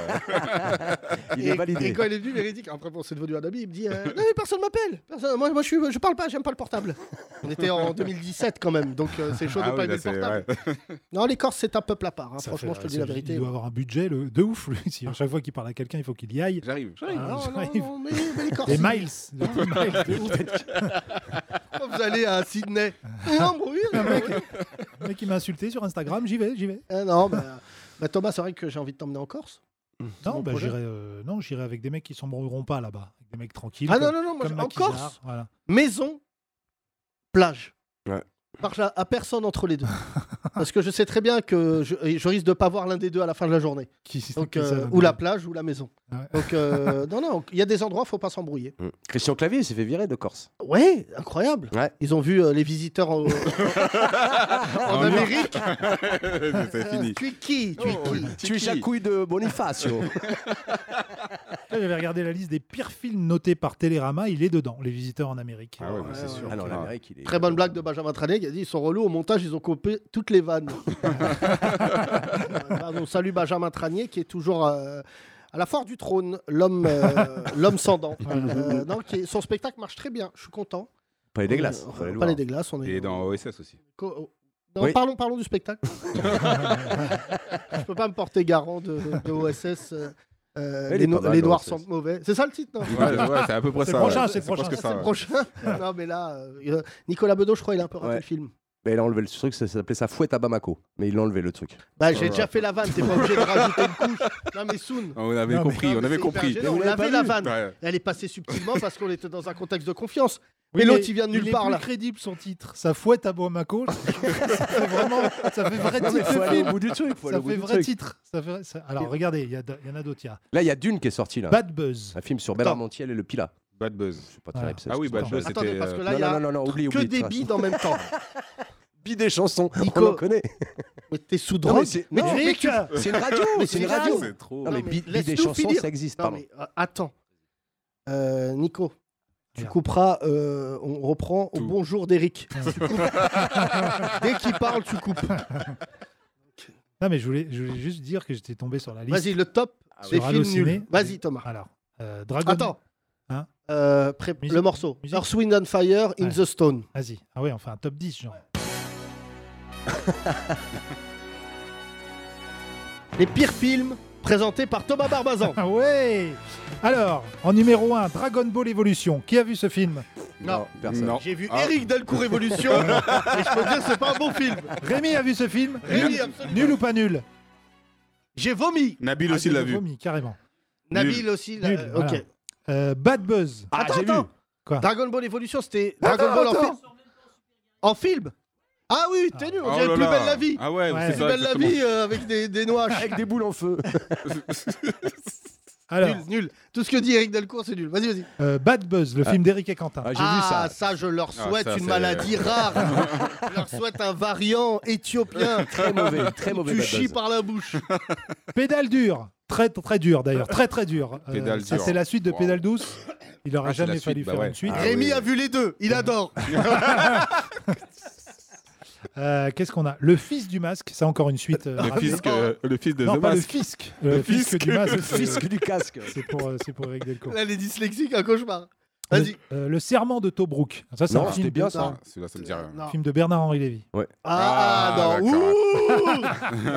Speaker 6: Il est
Speaker 3: Et- Et
Speaker 6: validé.
Speaker 3: quand il est venu, véridique, après bon, c'est devenu un ami, il me dit euh, Non, mais personne m'appelle personne, Moi, moi je, suis, je parle pas, j'aime pas le portable. On était en 2017 quand même, donc euh, c'est chaud
Speaker 4: Ah
Speaker 3: de pas
Speaker 4: oui, là,
Speaker 3: aimer le
Speaker 4: c'est
Speaker 3: portable.
Speaker 4: ouais.
Speaker 3: Non, les Corses, c'est un peuple à part, hein,
Speaker 5: Ça
Speaker 3: franchement,
Speaker 5: fait-
Speaker 3: je te dis la
Speaker 5: c'est-
Speaker 3: vérité.
Speaker 5: Il doit avoir un budget le- de ouf, lui. [LAUGHS] Si à chaque fois qu'il parle à quelqu'un, il faut qu'il y aille.
Speaker 4: J'arrive.
Speaker 3: Ah,
Speaker 5: [LAUGHS]
Speaker 3: non, non,
Speaker 5: j'arrive.
Speaker 3: non, mais, mais les Corses.
Speaker 5: Et
Speaker 3: ils-
Speaker 5: [LAUGHS] Miles. le petit Miles, de ouf.
Speaker 3: Quand vous allez à
Speaker 5: [LAUGHS]
Speaker 3: Sydney, Et non, bruit, non, bruit.
Speaker 5: Le mec, il m'a insulté sur Instagram. J'y vais, j'y vais.
Speaker 3: Ah, non, bah, bah, Thomas, c'est vrai que j'ai envie de t'emmener en Corse.
Speaker 5: Non,
Speaker 3: mon
Speaker 5: bah,
Speaker 3: projet.
Speaker 5: j'irai, euh, non, j'irai avec des mecs qui s'embrouilleront pas là-bas. Avec Des mecs tranquilles.
Speaker 3: Ah non,
Speaker 5: comme-
Speaker 3: non, non, moi,
Speaker 5: comme
Speaker 3: j'ai- en
Speaker 5: Maquisard,
Speaker 3: Corse,
Speaker 5: voilà.
Speaker 3: maison, plage.
Speaker 6: Ouais.
Speaker 3: Parle à, à personne entre les deux. Parce que je sais très bien que je, je risque de pas voir l'un des deux à la fin de la journée.
Speaker 5: Qui-
Speaker 3: Donc,
Speaker 5: qui
Speaker 3: euh,
Speaker 5: ça, là,
Speaker 3: ou la plage ou la maison.
Speaker 5: Ah ouais.
Speaker 3: Donc,
Speaker 5: [LAUGHS]
Speaker 3: euh, non, non, il y a des endroits, faut pas s'embrouiller.
Speaker 6: Mm. Christian Clavier il s'est fait virer de Corse.
Speaker 3: Ouais, incroyable.
Speaker 6: Ouais.
Speaker 3: Ils ont vu euh, les visiteurs
Speaker 5: [LAUGHS]
Speaker 3: en,
Speaker 5: Ah,
Speaker 3: en Amérique.
Speaker 4: C'est fini.
Speaker 3: Tu es qui Tu es
Speaker 5: Oh.
Speaker 3: qui
Speaker 6: Tu es Jacouille de [LAUGHS] Bonifacio.
Speaker 5: Là, J'avais regardé la liste des pires films notés par Télérama, il est dedans, Les Visiteurs en Amérique.
Speaker 4: Ah ouais, bah, c'est
Speaker 3: Ouais,
Speaker 4: sûr.
Speaker 6: ah non,
Speaker 4: Ah.
Speaker 6: l'Amérique, il est.
Speaker 3: Très bonne blague de Benjamin Tranier qui a dit ils sont relous au montage, ils ont coupé toutes les
Speaker 5: [LAUGHS]
Speaker 3: vannes. On salue Benjamin Tranier qui est toujours euh, à la foire du trône, l'homme
Speaker 5: [LAUGHS]
Speaker 3: euh, l'homme sans dents. Euh, non, qui est- son spectacle marche très bien, je suis content.
Speaker 6: Oh, Palais des glaces.
Speaker 3: On-
Speaker 6: fallait le
Speaker 3: Palais
Speaker 6: voir.
Speaker 3: des glaces, on est.
Speaker 4: Et dans OSS aussi.
Speaker 3: co- oh. Non,
Speaker 6: Oui.
Speaker 3: parlons, parlons du spectacle. je peux pas me porter garant de, de OSS. euh, euh,
Speaker 6: Il est
Speaker 3: les, no-
Speaker 6: pas mal,
Speaker 3: les
Speaker 6: le
Speaker 3: noirs
Speaker 6: OSS.
Speaker 3: sont mauvais. C'est ça le titre, non Ah,
Speaker 4: Ouais, ouais, c'est à peu près
Speaker 5: C'est
Speaker 4: ça.
Speaker 5: le prochain,
Speaker 4: ouais.
Speaker 5: c'est le prochain.
Speaker 4: presque
Speaker 3: C'est
Speaker 4: ça.
Speaker 3: le
Speaker 4: ouais.
Speaker 3: prochain. non, mais là, euh, Nicolas Bedos, je crois, il a un peu raté
Speaker 6: Ouais.
Speaker 3: le film.
Speaker 6: Mais il a enlevé le truc, ça s'appelait ça fouette à Bamako. Mais il l'a enlevé le truc.
Speaker 3: Bah, j'ai déjà fait la vanne, t'es pas obligé de rajouter une couche. Non, mais Soun,
Speaker 4: On avait
Speaker 5: Non, mais-
Speaker 4: compris, on
Speaker 3: mais
Speaker 4: avait
Speaker 3: c'est
Speaker 4: compris.
Speaker 3: hyper gênant, on l'avait, la vanne.
Speaker 4: Ouais.
Speaker 3: elle est passée subtilement parce qu'on était dans un contexte de confiance.
Speaker 5: Oui,
Speaker 3: mais l'autre, il vient de nulle
Speaker 5: est
Speaker 3: part,
Speaker 5: plus
Speaker 3: là.
Speaker 5: crédible son titre. Ça fouette à Boamako. ça fait vraiment. Ça fait vrai titre de film.
Speaker 6: bout du truc.
Speaker 5: Ça fait vrai titre. Ça fait- ça- Alors regardez, il y, a de- il y en a d'autres. Il y a
Speaker 6: Là, il y a Dune qui est sorti là.
Speaker 5: Bad Buzz.
Speaker 6: Un film sur Bernard Montiel et le Pilat.
Speaker 4: Bad Buzz.
Speaker 6: C'est pas
Speaker 5: Voilà.
Speaker 6: terrible. ça,
Speaker 4: Ah oui, Bad
Speaker 5: Attends,
Speaker 4: Buzz,
Speaker 3: Attendez,
Speaker 4: c'était.
Speaker 3: parce que
Speaker 4: euh,
Speaker 3: là, il y
Speaker 6: Non, non,
Speaker 3: a
Speaker 6: non, non, oublie,
Speaker 3: que
Speaker 6: oublie.
Speaker 3: des
Speaker 6: trash.
Speaker 3: bides en même temps.
Speaker 6: Bide des chansons.
Speaker 3: Nico.
Speaker 6: On en connaît.
Speaker 3: Mais t'es sous
Speaker 6: Non, mais
Speaker 3: drogue.
Speaker 6: c'est-
Speaker 3: Mais
Speaker 6: non,
Speaker 3: tu-
Speaker 6: mais
Speaker 3: mais tu- non,
Speaker 6: C'est une radio,
Speaker 3: Mais
Speaker 6: c'est une
Speaker 3: c'est
Speaker 6: radio.
Speaker 3: grave.
Speaker 4: C'est trop.
Speaker 6: Non, mais
Speaker 3: Non, mais
Speaker 6: bide bide des
Speaker 3: laisse-nous
Speaker 6: chansons,
Speaker 3: finir.
Speaker 6: ça existe. pardon.
Speaker 3: mais euh, attends. Euh, Nico, tu
Speaker 5: Rien.
Speaker 3: couperas, euh, on reprend au
Speaker 4: Tout.
Speaker 3: bonjour d'Eric. Tu coupes.
Speaker 5: Ah,
Speaker 3: [LAUGHS] Dès qu'il parle, tu coupes.
Speaker 5: [LAUGHS] Non mais je voulais, je voulais juste dire que j'étais tombé sur la liste. Ah,
Speaker 3: Vas-y, le top des
Speaker 5: Sur
Speaker 3: films
Speaker 5: Allociné.
Speaker 3: nuls. Vas-y, Thomas.
Speaker 5: Alors euh, Dragon.
Speaker 3: Bah. Attends.
Speaker 5: Hein
Speaker 3: Euh, pré-
Speaker 5: Musique.
Speaker 3: le morceau.
Speaker 5: Musique.
Speaker 3: Earth, Wind and Fire, In
Speaker 5: Ouais.
Speaker 3: the Stone.
Speaker 5: Vas-y. Ah ouais, on fait un top 10 genre.
Speaker 3: Les pires films présentés par Thomas Barbazan.
Speaker 5: Ah ouais. Alors en numéro 1, Dragon Ball Evolution. Qui a vu
Speaker 3: [LAUGHS]
Speaker 5: ce film
Speaker 3: Non,
Speaker 6: personne.
Speaker 4: Non.
Speaker 3: J'ai vu
Speaker 4: Ah.
Speaker 3: Eric Delcourt Évolution
Speaker 4: [LAUGHS]
Speaker 3: et je peux te dire que c'est pas un bon film.
Speaker 5: Rémi a vu ce film
Speaker 3: Rémi, absolument.
Speaker 5: Nul ou pas nul
Speaker 3: J'ai vomi.
Speaker 4: Nabil aussi
Speaker 5: Ah,
Speaker 4: l'a
Speaker 5: j'ai
Speaker 4: vu.
Speaker 5: vomi, carrément.
Speaker 4: Nul.
Speaker 3: Nabil aussi. là,
Speaker 5: Nul,
Speaker 3: euh,
Speaker 5: voilà.
Speaker 3: Ok.
Speaker 5: Euh, Bad Buzz.
Speaker 6: Ah,
Speaker 3: attends,
Speaker 6: j'ai vu.
Speaker 3: attends.
Speaker 5: Quoi
Speaker 3: Dragon Ball Evolution, c'était Dragon Ball en film. En film. Ah oui, t'es
Speaker 5: Ah.
Speaker 3: nul. On
Speaker 4: Oh
Speaker 3: dirait
Speaker 4: là
Speaker 3: plus
Speaker 4: là.
Speaker 3: belle la vie.
Speaker 4: Ah ouais,
Speaker 5: Ouais.
Speaker 4: c'est
Speaker 3: Plus
Speaker 4: ça,
Speaker 3: belle la
Speaker 4: exactement.
Speaker 3: vie euh, avec des,
Speaker 4: [LAUGHS]
Speaker 3: des noix.
Speaker 6: Avec des boules en feu.
Speaker 5: Alors,
Speaker 3: nul, nul. Tout ce que dit Eric Delcourt, c'est nul. Vas-y, vas-y.
Speaker 5: euh, Bad Buzz, le film d'Eric et Quentin.
Speaker 6: Ah, j'ai vu
Speaker 3: Ah,
Speaker 6: ça.
Speaker 3: ça, je leur
Speaker 4: Ah,
Speaker 3: souhaite
Speaker 4: ça,
Speaker 3: une
Speaker 4: c'est- [LAUGHS]
Speaker 3: maladie rare. je leur souhaite un variant éthiopien.
Speaker 6: [LAUGHS] Très mauvais, très mauvais.
Speaker 3: Tu
Speaker 6: Bad
Speaker 3: chies
Speaker 6: Buzz.
Speaker 3: par la bouche.
Speaker 4: Ah.
Speaker 5: Pédale dure, très très dur d'ailleurs, très très dur. Euh,
Speaker 4: Pédale
Speaker 5: ça,
Speaker 4: dure.
Speaker 5: c'est la suite de
Speaker 4: Wow.
Speaker 5: Pédale douce. Il aurait
Speaker 4: Ah, c'est la
Speaker 5: jamais
Speaker 4: suite,
Speaker 5: fallu
Speaker 4: bah
Speaker 5: faire
Speaker 4: ouais.
Speaker 5: une suite.
Speaker 4: Ah,
Speaker 3: Rémi
Speaker 4: oui.
Speaker 3: a vu les deux. Il adore.
Speaker 5: Euh, Qu'est-ce qu'on a Le fils du masque, ça encore une suite. euh,
Speaker 4: Le
Speaker 5: ratée.
Speaker 4: fils, que- le fils de
Speaker 5: non,
Speaker 4: The
Speaker 5: pas le
Speaker 4: Mask.
Speaker 5: fisc. Le,
Speaker 4: Le
Speaker 5: fisc,
Speaker 4: fisc.
Speaker 5: du
Speaker 4: [LAUGHS]
Speaker 5: masque.
Speaker 6: Le fisc du casque.
Speaker 5: C'est pour, euh, c'est pour Eric Delcourt.
Speaker 3: Là, les dyslexiques, un cauchemar. Vas-y.
Speaker 5: Le, euh, le serment de Tobruk. Ça, c'est
Speaker 6: Non,
Speaker 5: un film
Speaker 6: c'était bien
Speaker 5: de-
Speaker 6: ça.
Speaker 4: Ah, Celui-là, ça me dit rien.
Speaker 3: Non.
Speaker 5: un film de Bernard-Henri Lévy.
Speaker 3: Ah,
Speaker 4: Ah,
Speaker 3: non.
Speaker 4: d'accord.
Speaker 3: Ouh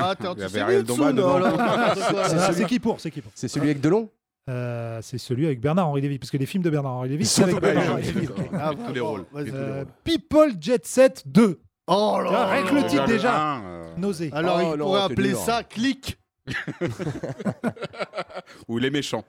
Speaker 4: [LAUGHS] Il
Speaker 3: Attends,
Speaker 4: y
Speaker 3: tu
Speaker 4: avait
Speaker 3: sais
Speaker 4: Ariel
Speaker 3: mieux dessous,
Speaker 4: Dombal
Speaker 3: non,
Speaker 4: dedans.
Speaker 3: là,
Speaker 4: [LAUGHS]
Speaker 3: n'importe quoi,
Speaker 5: Ah,
Speaker 3: là.
Speaker 5: C'est qui pour C'est qui pour
Speaker 6: C'est celui avec Delon
Speaker 5: Euh, C'est celui avec Bernard-Henri Lévy, parce que les films de Bernard-Henri Lévy,
Speaker 6: Ils
Speaker 5: c'est
Speaker 6: sont
Speaker 5: avec
Speaker 6: pas
Speaker 5: Bernard-Henri
Speaker 6: bien.
Speaker 5: Lévy.
Speaker 3: Ah,
Speaker 4: Tous les
Speaker 3: bon,
Speaker 4: rôles.
Speaker 3: vas-y.
Speaker 5: Euh, People Jet Set 2.
Speaker 3: Oh là
Speaker 5: Rien
Speaker 3: là
Speaker 5: que le
Speaker 3: là
Speaker 5: titre,
Speaker 3: là.
Speaker 5: déjà.
Speaker 4: Un, euh,
Speaker 5: Nausée.
Speaker 3: Alors,
Speaker 6: Oh
Speaker 3: il
Speaker 6: non,
Speaker 3: pourrait
Speaker 6: t'es
Speaker 3: appeler
Speaker 6: dur.
Speaker 3: ça clic.
Speaker 4: Ou les méchants.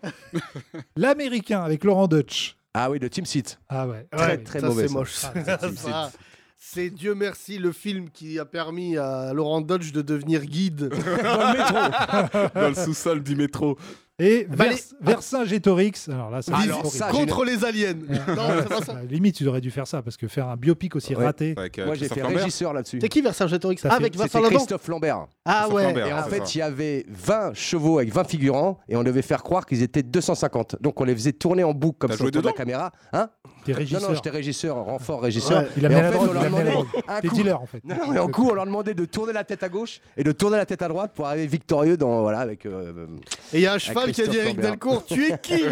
Speaker 5: L'Américain avec Laurent Dutch.
Speaker 6: Ah oui, de Team Seat.
Speaker 5: Ah ouais.
Speaker 6: Très,
Speaker 5: Ouais.
Speaker 6: très
Speaker 3: ça,
Speaker 6: mauvais.
Speaker 3: c'est
Speaker 6: ça.
Speaker 3: moche.
Speaker 5: Ah,
Speaker 3: Ça, [LAUGHS] ça, C'est Dieu merci le film qui a permis à Laurent Dodge de devenir guide.
Speaker 6: Dans le métro.
Speaker 4: Dans le sous-sol du métro.
Speaker 5: Et
Speaker 3: Bah,
Speaker 5: vers, Vercingétorix, alors là, c'est
Speaker 6: Alors
Speaker 5: horrible.
Speaker 6: ça,
Speaker 3: contre les aliens. non, c'est pas ça.
Speaker 5: [LAUGHS] Euh, Limite, tu aurais dû faire ça parce que faire un biopic aussi
Speaker 6: Ouais.
Speaker 5: raté.
Speaker 4: Avec, euh,
Speaker 6: Moi, j'ai
Speaker 4: Christophe
Speaker 6: fait
Speaker 4: Lambert.
Speaker 6: régisseur là-dessus.
Speaker 3: C'est qui Vercingétorix
Speaker 5: Ça fait-
Speaker 3: Avec Vincent
Speaker 6: C'était
Speaker 3: Lambert
Speaker 6: Christophe Lambert.
Speaker 3: Ah
Speaker 4: Christophe
Speaker 3: ouais.
Speaker 4: Lambert,
Speaker 6: Et en
Speaker 4: c'est
Speaker 6: fait,
Speaker 4: ça.
Speaker 6: il y avait 20 chevaux avec 20 figurants et on devait faire croire qu'ils étaient 250. Donc on les faisait tourner en boucle comme
Speaker 4: T'as
Speaker 6: ça
Speaker 4: joué
Speaker 6: autour de la
Speaker 4: dedans
Speaker 6: caméra. Hein
Speaker 5: T'es
Speaker 6: Non,
Speaker 5: régisseur.
Speaker 6: non, j'étais régisseur, renfort, régisseur.
Speaker 3: Ouais.
Speaker 5: il
Speaker 6: Et
Speaker 5: amenait
Speaker 6: en
Speaker 5: la
Speaker 6: fait,
Speaker 5: drogue,
Speaker 6: on
Speaker 5: il
Speaker 6: leur
Speaker 5: amenait la
Speaker 6: demandait
Speaker 5: drogue.
Speaker 6: un
Speaker 5: T'es
Speaker 6: coup.
Speaker 5: dealer en
Speaker 6: [LAUGHS]
Speaker 5: fait.
Speaker 6: Non, non, mais en coup, on leur demandait de tourner la tête à gauche et de tourner la tête à droite pour arriver victorieux dans. Voilà, avec. euh,
Speaker 3: [LAUGHS] Et il y a un cheval qui a dit
Speaker 6: Christophe
Speaker 3: Eric
Speaker 6: Lambert.
Speaker 3: Delcourt, tu es qui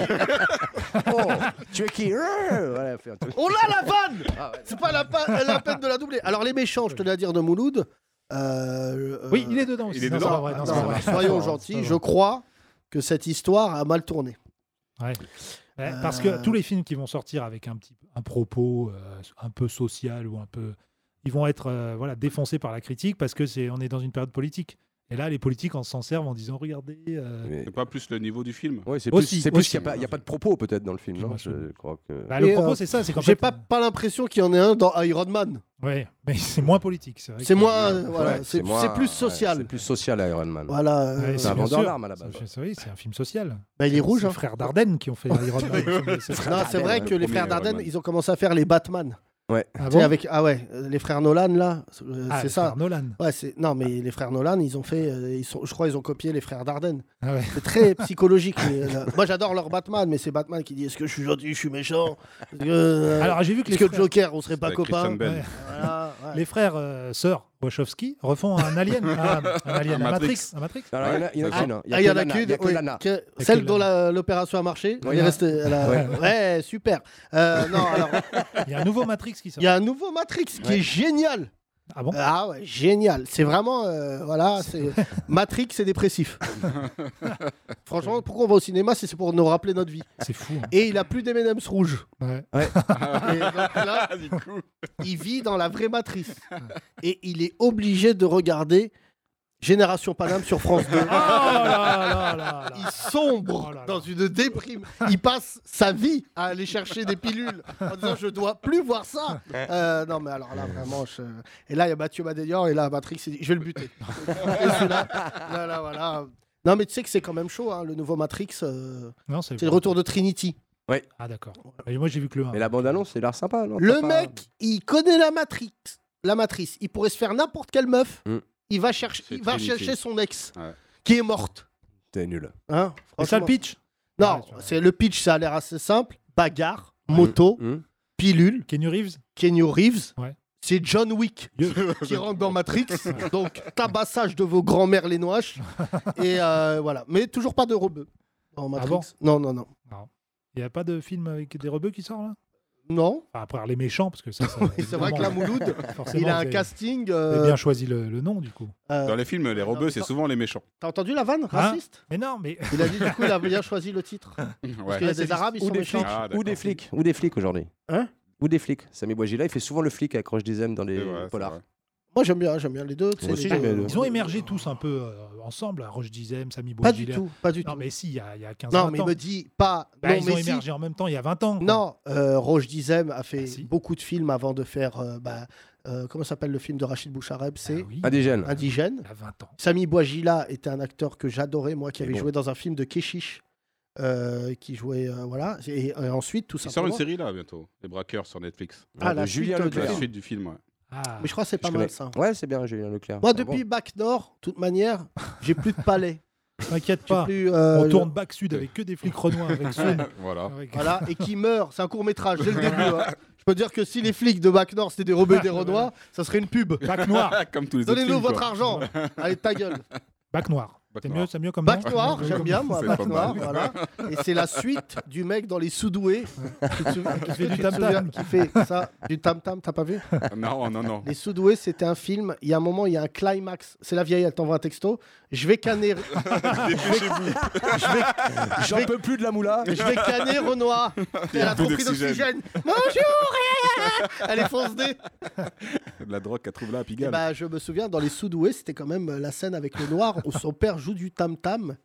Speaker 6: oh, tu es qui Voilà, fait un truc.
Speaker 3: On l'a la vanne
Speaker 6: Ah ouais.
Speaker 3: C'est pas la, pa- la peine de la doubler. Alors les méchants, je tenais à dire de Mouloud. euh, euh,
Speaker 5: Oui, il est dedans aussi.
Speaker 4: Il est
Speaker 5: Non,
Speaker 4: dedans.
Speaker 5: c'est pas vrai, non, c'est
Speaker 3: non,
Speaker 5: pas vrai.
Speaker 3: soyons
Speaker 5: C'est
Speaker 3: gentils,
Speaker 5: pas
Speaker 3: je crois que cette histoire a mal tourné.
Speaker 5: vrai. Ouais. Ouais, Parce que
Speaker 3: Euh,
Speaker 5: tous les films qui vont sortir avec un petit un propos euh, un peu social ou un peu, ils vont être euh, voilà défoncés par la critique parce que c'est on est dans une période politique. Et là, les politiques en s'en servent en disant regardez. euh,
Speaker 6: Mais-
Speaker 4: C'est pas plus le niveau du film.
Speaker 6: Ouais, c'est
Speaker 5: Aussi,
Speaker 6: plus, c'est plus
Speaker 5: aussi.
Speaker 6: qu'il n'y a, pas- il y a pas de propos peut-être dans le film.
Speaker 5: Je
Speaker 6: Non
Speaker 5: m'en
Speaker 6: je crois que.
Speaker 5: bah, le
Speaker 3: Et,
Speaker 5: propos,
Speaker 3: euh,
Speaker 5: c'est ça, c'est qu'en
Speaker 3: J'ai
Speaker 5: fait,
Speaker 3: pas,
Speaker 5: euh,
Speaker 3: pas l'impression qu'il y en ait un dans Iron Man.
Speaker 5: Ouais, mais [LAUGHS] c'est moins politique. vrai
Speaker 3: C'est
Speaker 5: que-
Speaker 3: moins, euh, voilà,
Speaker 6: Ouais,
Speaker 3: c'est
Speaker 6: moins-
Speaker 3: c'est plus
Speaker 6: ouais,
Speaker 3: social.
Speaker 6: c'est plus social Iron Man.
Speaker 3: Voilà. euh,
Speaker 5: Ouais,
Speaker 6: c'est un
Speaker 5: bien
Speaker 6: vendeur
Speaker 5: sûr.
Speaker 6: d'armes, à la base.
Speaker 5: C'est- c'est- Oui, c'est un film social.
Speaker 3: bah, il est rouge.
Speaker 5: C'est
Speaker 3: hein.
Speaker 5: les frères Dardenne qui
Speaker 3: [LAUGHS]
Speaker 5: ont fait Iron Man. C'est- c'est-
Speaker 3: Non, c'est vrai
Speaker 4: le
Speaker 3: que
Speaker 4: premier
Speaker 3: les frères
Speaker 4: Iron
Speaker 3: Dardenne,
Speaker 4: Man.
Speaker 3: ils ont commencé à faire les Batman.
Speaker 5: Ah
Speaker 3: Tu
Speaker 5: bon
Speaker 3: sais, avec ah ouais, euh, les frères Nolan là, euh,
Speaker 5: Ah,
Speaker 3: c'est
Speaker 5: les
Speaker 3: ça.
Speaker 5: frères Nolan.
Speaker 3: Ouais, c'est non mais les frères Nolan, ils ont fait euh, ils sont je crois ils ont copié les frères Dardenne.
Speaker 5: Ah ouais.
Speaker 3: C'est très
Speaker 5: [LAUGHS]
Speaker 3: psychologique. mais, euh, là- Moi j'adore leur Batman, mais c'est Batman qui dit est-ce que je suis gentil, je suis méchant Est-ce que,
Speaker 5: Alors, j'ai vu que
Speaker 3: est
Speaker 5: les
Speaker 3: Euh, que
Speaker 5: frères,
Speaker 3: Joker, on serait pas
Speaker 4: Avec Christian
Speaker 3: copains
Speaker 4: Bale.
Speaker 5: Ouais.
Speaker 3: Voilà, ouais.
Speaker 5: les frères euh, sœurs Wachowski refont un alien.
Speaker 3: [LAUGHS]
Speaker 5: un, un alien.
Speaker 4: Un
Speaker 5: Un Matrix.
Speaker 4: Matrix.
Speaker 5: Un Matrix.
Speaker 6: Alors, il y en a- il y en a
Speaker 4: Ah,
Speaker 6: qu'une. hein.
Speaker 3: Ah, il y en a
Speaker 6: Lana,
Speaker 3: qu'une,
Speaker 6: il y a que
Speaker 3: oui,
Speaker 6: Lana.
Speaker 3: que-
Speaker 5: que
Speaker 3: celle
Speaker 5: Lana.
Speaker 3: dont la- l'opération a marché.
Speaker 6: Oui.
Speaker 3: elle est restée- elle a- [LAUGHS] ouais. super. Euh,
Speaker 6: [LAUGHS]
Speaker 3: non, alors,
Speaker 5: Il y a un nouveau Matrix qui sort.
Speaker 3: il y a un nouveau Matrix qui
Speaker 6: Ouais.
Speaker 3: est génial.
Speaker 5: Ah bon
Speaker 3: Ah ouais, génial. C'est vraiment, euh, voilà,
Speaker 6: [LAUGHS]
Speaker 3: c'est Matrix, c'est dépressif. Franchement, pourquoi on va au cinéma C'est c'est pour nous rappeler notre vie.
Speaker 5: C'est fou. hein.
Speaker 3: Et il a plus des M&M's rouges.
Speaker 5: Ouais.
Speaker 3: Et donc là,
Speaker 4: Ah, du coup.
Speaker 3: il vit dans la vraie matrice. Et il est obligé de regarder Génération Paname sur France 2.
Speaker 5: [LAUGHS] Oh là là là là.
Speaker 3: Il sombre
Speaker 5: Oh là là.
Speaker 3: dans une déprime. Il passe sa vie à aller chercher des pilules en disant je dois plus voir ça. Euh, non mais alors là vraiment. je- Et là il y a Mathieu Madélian et là Matrix il dit je vais le buter. Et celui-là, là, là, voilà. Non mais tu sais que c'est quand même chaud hein, le nouveau Matrix. euh,
Speaker 5: Non, c'est
Speaker 3: C'est le retour de Trinity.
Speaker 5: Ah d'accord. Et moi j'ai vu que le 1.
Speaker 6: Mais la bande annonce, c'est l'air sympa. Non
Speaker 3: Le
Speaker 6: T'as pas-
Speaker 3: mec il connaît la Matrix, la matrice. Il pourrait se faire n'importe quelle meuf.
Speaker 6: Mm.
Speaker 3: Il va chercher,
Speaker 4: C'est
Speaker 3: il va
Speaker 4: Trinity.
Speaker 3: chercher son ex
Speaker 4: Ouais.
Speaker 3: qui est morte.
Speaker 6: T'es nul.
Speaker 3: Hein,
Speaker 5: C'est ça
Speaker 3: franchement.
Speaker 5: le pitch
Speaker 3: Non,
Speaker 5: Ouais, tu vois.
Speaker 3: c'est le pitch, ça a l'air assez simple. Bagarre, moto,
Speaker 6: Hum.
Speaker 3: pilule,
Speaker 5: Kenny Reeves
Speaker 3: Kenny Reeves.
Speaker 5: Ouais.
Speaker 3: C'est John Wick [LAUGHS] qui rentre dans [LAUGHS] Matrix. Donc, tabassage de vos grands-mères les
Speaker 5: [LAUGHS]
Speaker 3: noaches. Et euh, voilà. Mais toujours pas de rebeu dans Matrix.
Speaker 5: Ah bon
Speaker 3: non, non, non.
Speaker 5: Il n'y a pas de film avec des rebeux qui sort là
Speaker 3: Non,
Speaker 5: Enfin, après les méchants, parce que
Speaker 3: [LAUGHS]
Speaker 5: ça. ça
Speaker 3: c'est vrai que la
Speaker 5: évidemment, euh, [LAUGHS]
Speaker 3: Mouloud,
Speaker 5: forcément,
Speaker 3: il a un
Speaker 5: vous avez-
Speaker 3: casting.
Speaker 5: vous
Speaker 3: euh,
Speaker 5: avez bien choisi le, le nom du coup.
Speaker 3: euh,
Speaker 4: Dans les films, les robots, c'est souvent les méchants.
Speaker 3: T'as entendu la
Speaker 5: Hein
Speaker 3: vanne raciste
Speaker 5: Mais non, mais
Speaker 3: Il a dit du coup, il a bien choisi le titre. Parce qu'il y
Speaker 4: Ouais.
Speaker 3: a des Arabes, ils
Speaker 6: Ou
Speaker 3: sont
Speaker 6: des
Speaker 3: méchants.
Speaker 6: flics.
Speaker 4: Ah,
Speaker 6: Ou des
Speaker 4: d'accord.
Speaker 6: flics. Ou des flics aujourd'hui.
Speaker 3: Hein
Speaker 6: Ou des flics. Samy Bouajila, il fait souvent le flic avec Roche Dizem dans les
Speaker 4: C'est vrai, c'est
Speaker 6: polars.
Speaker 4: vrai.
Speaker 3: Moi, j'aime bien, j'aime bien les deux. tu sais,
Speaker 6: Moi aussi,
Speaker 3: les
Speaker 6: j'aime
Speaker 3: deux.
Speaker 6: bien les deux.
Speaker 5: ils ont émergé tous un peu euh, ensemble. hein, Roche Dizem, Sami
Speaker 3: Pas du
Speaker 5: Bouajila.
Speaker 3: tout, pas du
Speaker 5: Non,
Speaker 3: tout.
Speaker 5: mais si, il y a, il y a 15
Speaker 3: Non,
Speaker 5: vingt
Speaker 3: mais il
Speaker 5: ans.
Speaker 3: me dit pas.
Speaker 5: Bah,
Speaker 3: non,
Speaker 5: ils
Speaker 3: mais
Speaker 5: ont
Speaker 3: si.
Speaker 5: émergé en même temps il y a 20 ans. quoi.
Speaker 3: Non, euh, Roche Dizem a fait
Speaker 5: Ah, si.
Speaker 3: beaucoup de films avant de faire. euh, bah, euh, comment s'appelle le film de Rachid Bouchareb
Speaker 5: Ah
Speaker 3: C'est
Speaker 5: oui,
Speaker 6: Indigène.
Speaker 3: Indigène.
Speaker 5: il y a 20 ans.
Speaker 3: Sami Bouajila était un acteur que j'adorais, moi, qui avait
Speaker 6: bon.
Speaker 3: joué dans un film de Keshish. euh, qui jouait. euh, voilà. Et, euh, ensuite, tout
Speaker 4: Il sort
Speaker 3: simplement.
Speaker 4: une série là bientôt, Les Braqueurs sur Netflix.
Speaker 3: Ah, la
Speaker 6: De Julien
Speaker 3: suite,
Speaker 4: La
Speaker 6: Leclerc.
Speaker 3: Claire.
Speaker 4: suite du film, ouais.
Speaker 5: Ah,
Speaker 3: Mais je crois que c'est pas
Speaker 6: Je
Speaker 3: mal
Speaker 6: connais.
Speaker 3: ça.
Speaker 6: Ouais, c'est bien, Julien Leclerc.
Speaker 3: Moi,
Speaker 6: c'est un
Speaker 3: depuis
Speaker 6: ah bon.
Speaker 3: Bac Nord, de toute manière, j'ai plus de palais.
Speaker 5: t'inquiète
Speaker 3: J'ai
Speaker 5: pas.
Speaker 3: plus, euh,
Speaker 5: Ah,
Speaker 3: Ah,
Speaker 5: On
Speaker 3: le-
Speaker 5: tourne back sud avec que des
Speaker 3: [LAUGHS]
Speaker 5: flics renois avec Sun.
Speaker 4: Voilà.
Speaker 5: Avec-
Speaker 3: Voilà, et qui meurt. C'est un court métrage dès le début. hein. Je peux dire que si les flics de Bac Nord c'était des rebeux et des Renois, ça serait une pub.
Speaker 4: [LAUGHS]
Speaker 5: Bac noir.
Speaker 4: Comme tous les autres.
Speaker 3: Donnez-nous
Speaker 4: films,
Speaker 3: votre
Speaker 4: quoi.
Speaker 3: argent. Allez, ta gueule.
Speaker 5: Bac noir.
Speaker 4: Bac
Speaker 5: C'est
Speaker 4: noir.
Speaker 5: mieux, c'est mieux comme
Speaker 3: Bac
Speaker 5: nom
Speaker 3: noir, j'aime bien moi,
Speaker 4: C'est
Speaker 3: Bac
Speaker 4: pas
Speaker 3: noir,
Speaker 4: mal.
Speaker 3: voilà. Et c'est la suite du mec dans
Speaker 4: [LAUGHS]
Speaker 3: les sous-doués qui, te souvi-
Speaker 5: Qui fait du
Speaker 3: tu te
Speaker 5: tam-tam.
Speaker 3: souviens- qui fait ça, du tam-tam, t'as pas vu
Speaker 4: Ah, Non, non,
Speaker 3: [LAUGHS]
Speaker 4: non.
Speaker 3: Les sous-doués, c'était un film, il y a un moment, il y a un climax. C'est la vieille, elle t'envoie un texto. Je vais canner,
Speaker 6: Ah, J'en peux plus de la moula.
Speaker 3: je vais canner
Speaker 4: [LAUGHS]
Speaker 3: Renoir. Et elle a
Speaker 4: plus
Speaker 3: trop pris d'oxygène.
Speaker 4: d'oxygène.
Speaker 3: Bonjour Elle est foncée.
Speaker 4: La drogue qu'elle trouve là à
Speaker 3: Et
Speaker 4: Pigalle.
Speaker 3: bah, je me souviens, dans les sous-doués, c'était quand même euh, la scène avec le noir où son père joue du tam-tam.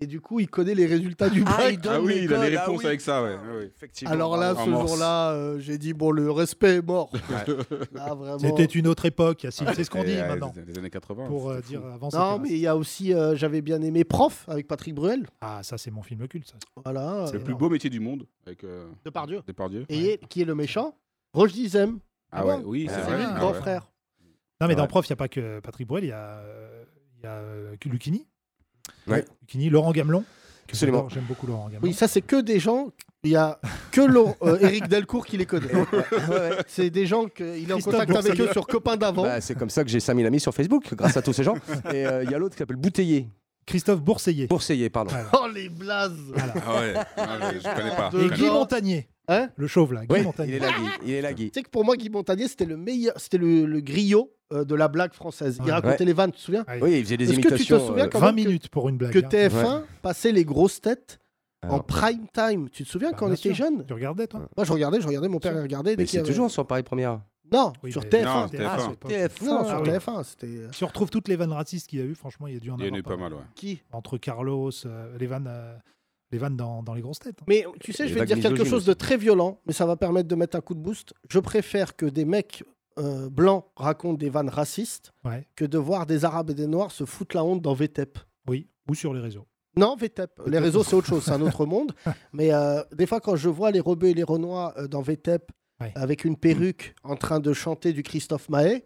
Speaker 3: Et du coup, il connaît les résultats du bac.
Speaker 4: ah oui, il a les réponses avec ça, ouais. Ah oui.
Speaker 6: Effectivement.
Speaker 3: Alors là, ce
Speaker 4: En morse.
Speaker 3: jour-là, euh, j'ai dit bon, le respect est mort. [LAUGHS] Là, vraiment.
Speaker 5: C'était une autre époque, Yacine. C'est ce qu'on
Speaker 4: Et,
Speaker 5: dit
Speaker 4: euh,
Speaker 5: maintenant.
Speaker 4: des- des années 80.
Speaker 5: Pour euh,
Speaker 4: c'était
Speaker 5: dire
Speaker 4: fou.
Speaker 5: avant
Speaker 3: Non,
Speaker 5: c'était-
Speaker 3: mais il y a aussi, euh, j'avais bien aimé Prof avec Patrick Bruel.
Speaker 5: Ah, ça, c'est mon film culte. Ça.
Speaker 3: Voilà.
Speaker 4: Le
Speaker 3: euh,
Speaker 4: plus beau métier du monde avec euh,
Speaker 3: Depardieu.
Speaker 4: Depardieu.
Speaker 3: Et qui est le méchant Roche Dizem.
Speaker 4: Ah ouais,
Speaker 3: bon
Speaker 4: oui,
Speaker 3: C'est
Speaker 4: c'est
Speaker 3: lui
Speaker 4: vrai.
Speaker 3: le
Speaker 4: Ah
Speaker 3: grand
Speaker 4: ouais.
Speaker 3: frère.
Speaker 5: Non, mais dans
Speaker 6: Ouais.
Speaker 5: Prof, il n'y a pas que Patrick Bruel, il y a, euh, il y a euh, Lucchini.
Speaker 6: Ouais.
Speaker 5: Lucchini, Laurent Gamelon. que
Speaker 6: Absolument.
Speaker 5: j'adore, J'aime beaucoup Laurent Gamelon.
Speaker 3: Oui, ça, c'est que des gens. Il y a
Speaker 4: [LAUGHS]
Speaker 3: que l'on- euh, Eric Delcourt qui les connaît.
Speaker 6: [LAUGHS]
Speaker 3: C'est des gens qu'il est en
Speaker 5: Christophe
Speaker 3: contact avec
Speaker 5: Boursier.
Speaker 3: eux sur copains d'avant.
Speaker 6: Bah, c'est comme ça que j'ai 5000 amis sur Facebook, grâce à tous ces gens. Et euh, il y a l'autre qui s'appelle Bouteiller.
Speaker 3: [LAUGHS]
Speaker 5: Christophe Bourseillet.
Speaker 6: Bourseiller, pardon.
Speaker 5: Ouais.
Speaker 3: [LAUGHS] oh les blazes
Speaker 4: Ah ouais, Ah ouais, je connais pas.
Speaker 3: De
Speaker 5: Et
Speaker 4: je
Speaker 5: Guy
Speaker 4: connais
Speaker 3: Jean-
Speaker 5: Montagnier.
Speaker 3: Hein
Speaker 5: le chauve, là. Guy
Speaker 6: Oui, il
Speaker 5: Montagnier.
Speaker 6: est là, Guy. Il est là, Guy.
Speaker 3: Tu sais que pour moi, Guy Montagnier, c'était le meilleur, c'était le, le griot euh, de la blague française. Il
Speaker 5: Ouais.
Speaker 3: racontait les vannes, tu te souviens
Speaker 6: Oui, il faisait des
Speaker 3: Est-ce que tu te
Speaker 6: imitations. euh,
Speaker 3: souviens quand
Speaker 5: 20
Speaker 3: même que-
Speaker 5: minutes pour une blague.
Speaker 3: Que
Speaker 5: hein.
Speaker 3: TF1 passait les grosses têtes en
Speaker 6: Alors,
Speaker 3: prime time. Tu te souviens
Speaker 5: Bah,
Speaker 3: quand on
Speaker 5: bien
Speaker 3: était
Speaker 5: sûr.
Speaker 3: jeune
Speaker 5: Tu regardais, toi
Speaker 3: Moi, je regardais, je regardais, mon père il regardait. dès
Speaker 6: Mais c'est
Speaker 3: qu'il y avait-
Speaker 6: toujours sur Paris Première.
Speaker 3: Non,
Speaker 5: Oui,
Speaker 3: sur
Speaker 5: mais-
Speaker 3: TF1.
Speaker 4: Non, TF1.
Speaker 5: à cette époque.
Speaker 6: TF1.
Speaker 3: Non,
Speaker 5: Ah
Speaker 3: hein. sur
Speaker 5: oui.
Speaker 3: TF1, c'était. euh,
Speaker 5: Si on retrouve toutes les vannes racistes qu'il y a eu, franchement, il y a dû en
Speaker 4: Il y en a
Speaker 5: avoir.
Speaker 4: eu pas mal, ouais.
Speaker 3: Qui
Speaker 5: Entre Carlos, euh, les vannes, euh, les vannes dans, dans les grosses têtes. hein.
Speaker 3: Mais tu sais,
Speaker 6: Les
Speaker 3: je vais te
Speaker 6: vagues
Speaker 3: dire quelque
Speaker 6: misogynes
Speaker 3: chose de très violent, mais ça va permettre de mettre un coup de boost. Je préfère que des mecs euh, blancs racontent des vannes racistes
Speaker 5: hein. Ouais.
Speaker 3: que de voir des Arabes et des Noirs se foutre la honte dans VTEP.
Speaker 5: Oui, ou sur les réseaux.
Speaker 3: Non, VTEP. Les réseaux, c'est autre chose, c'est un autre monde.
Speaker 5: [LAUGHS]
Speaker 3: Mais euh, des fois, quand je vois les Rebeux et les Renois euh, dans VTEP
Speaker 5: Ouais.
Speaker 3: avec une perruque en train de chanter du Christophe Mahé,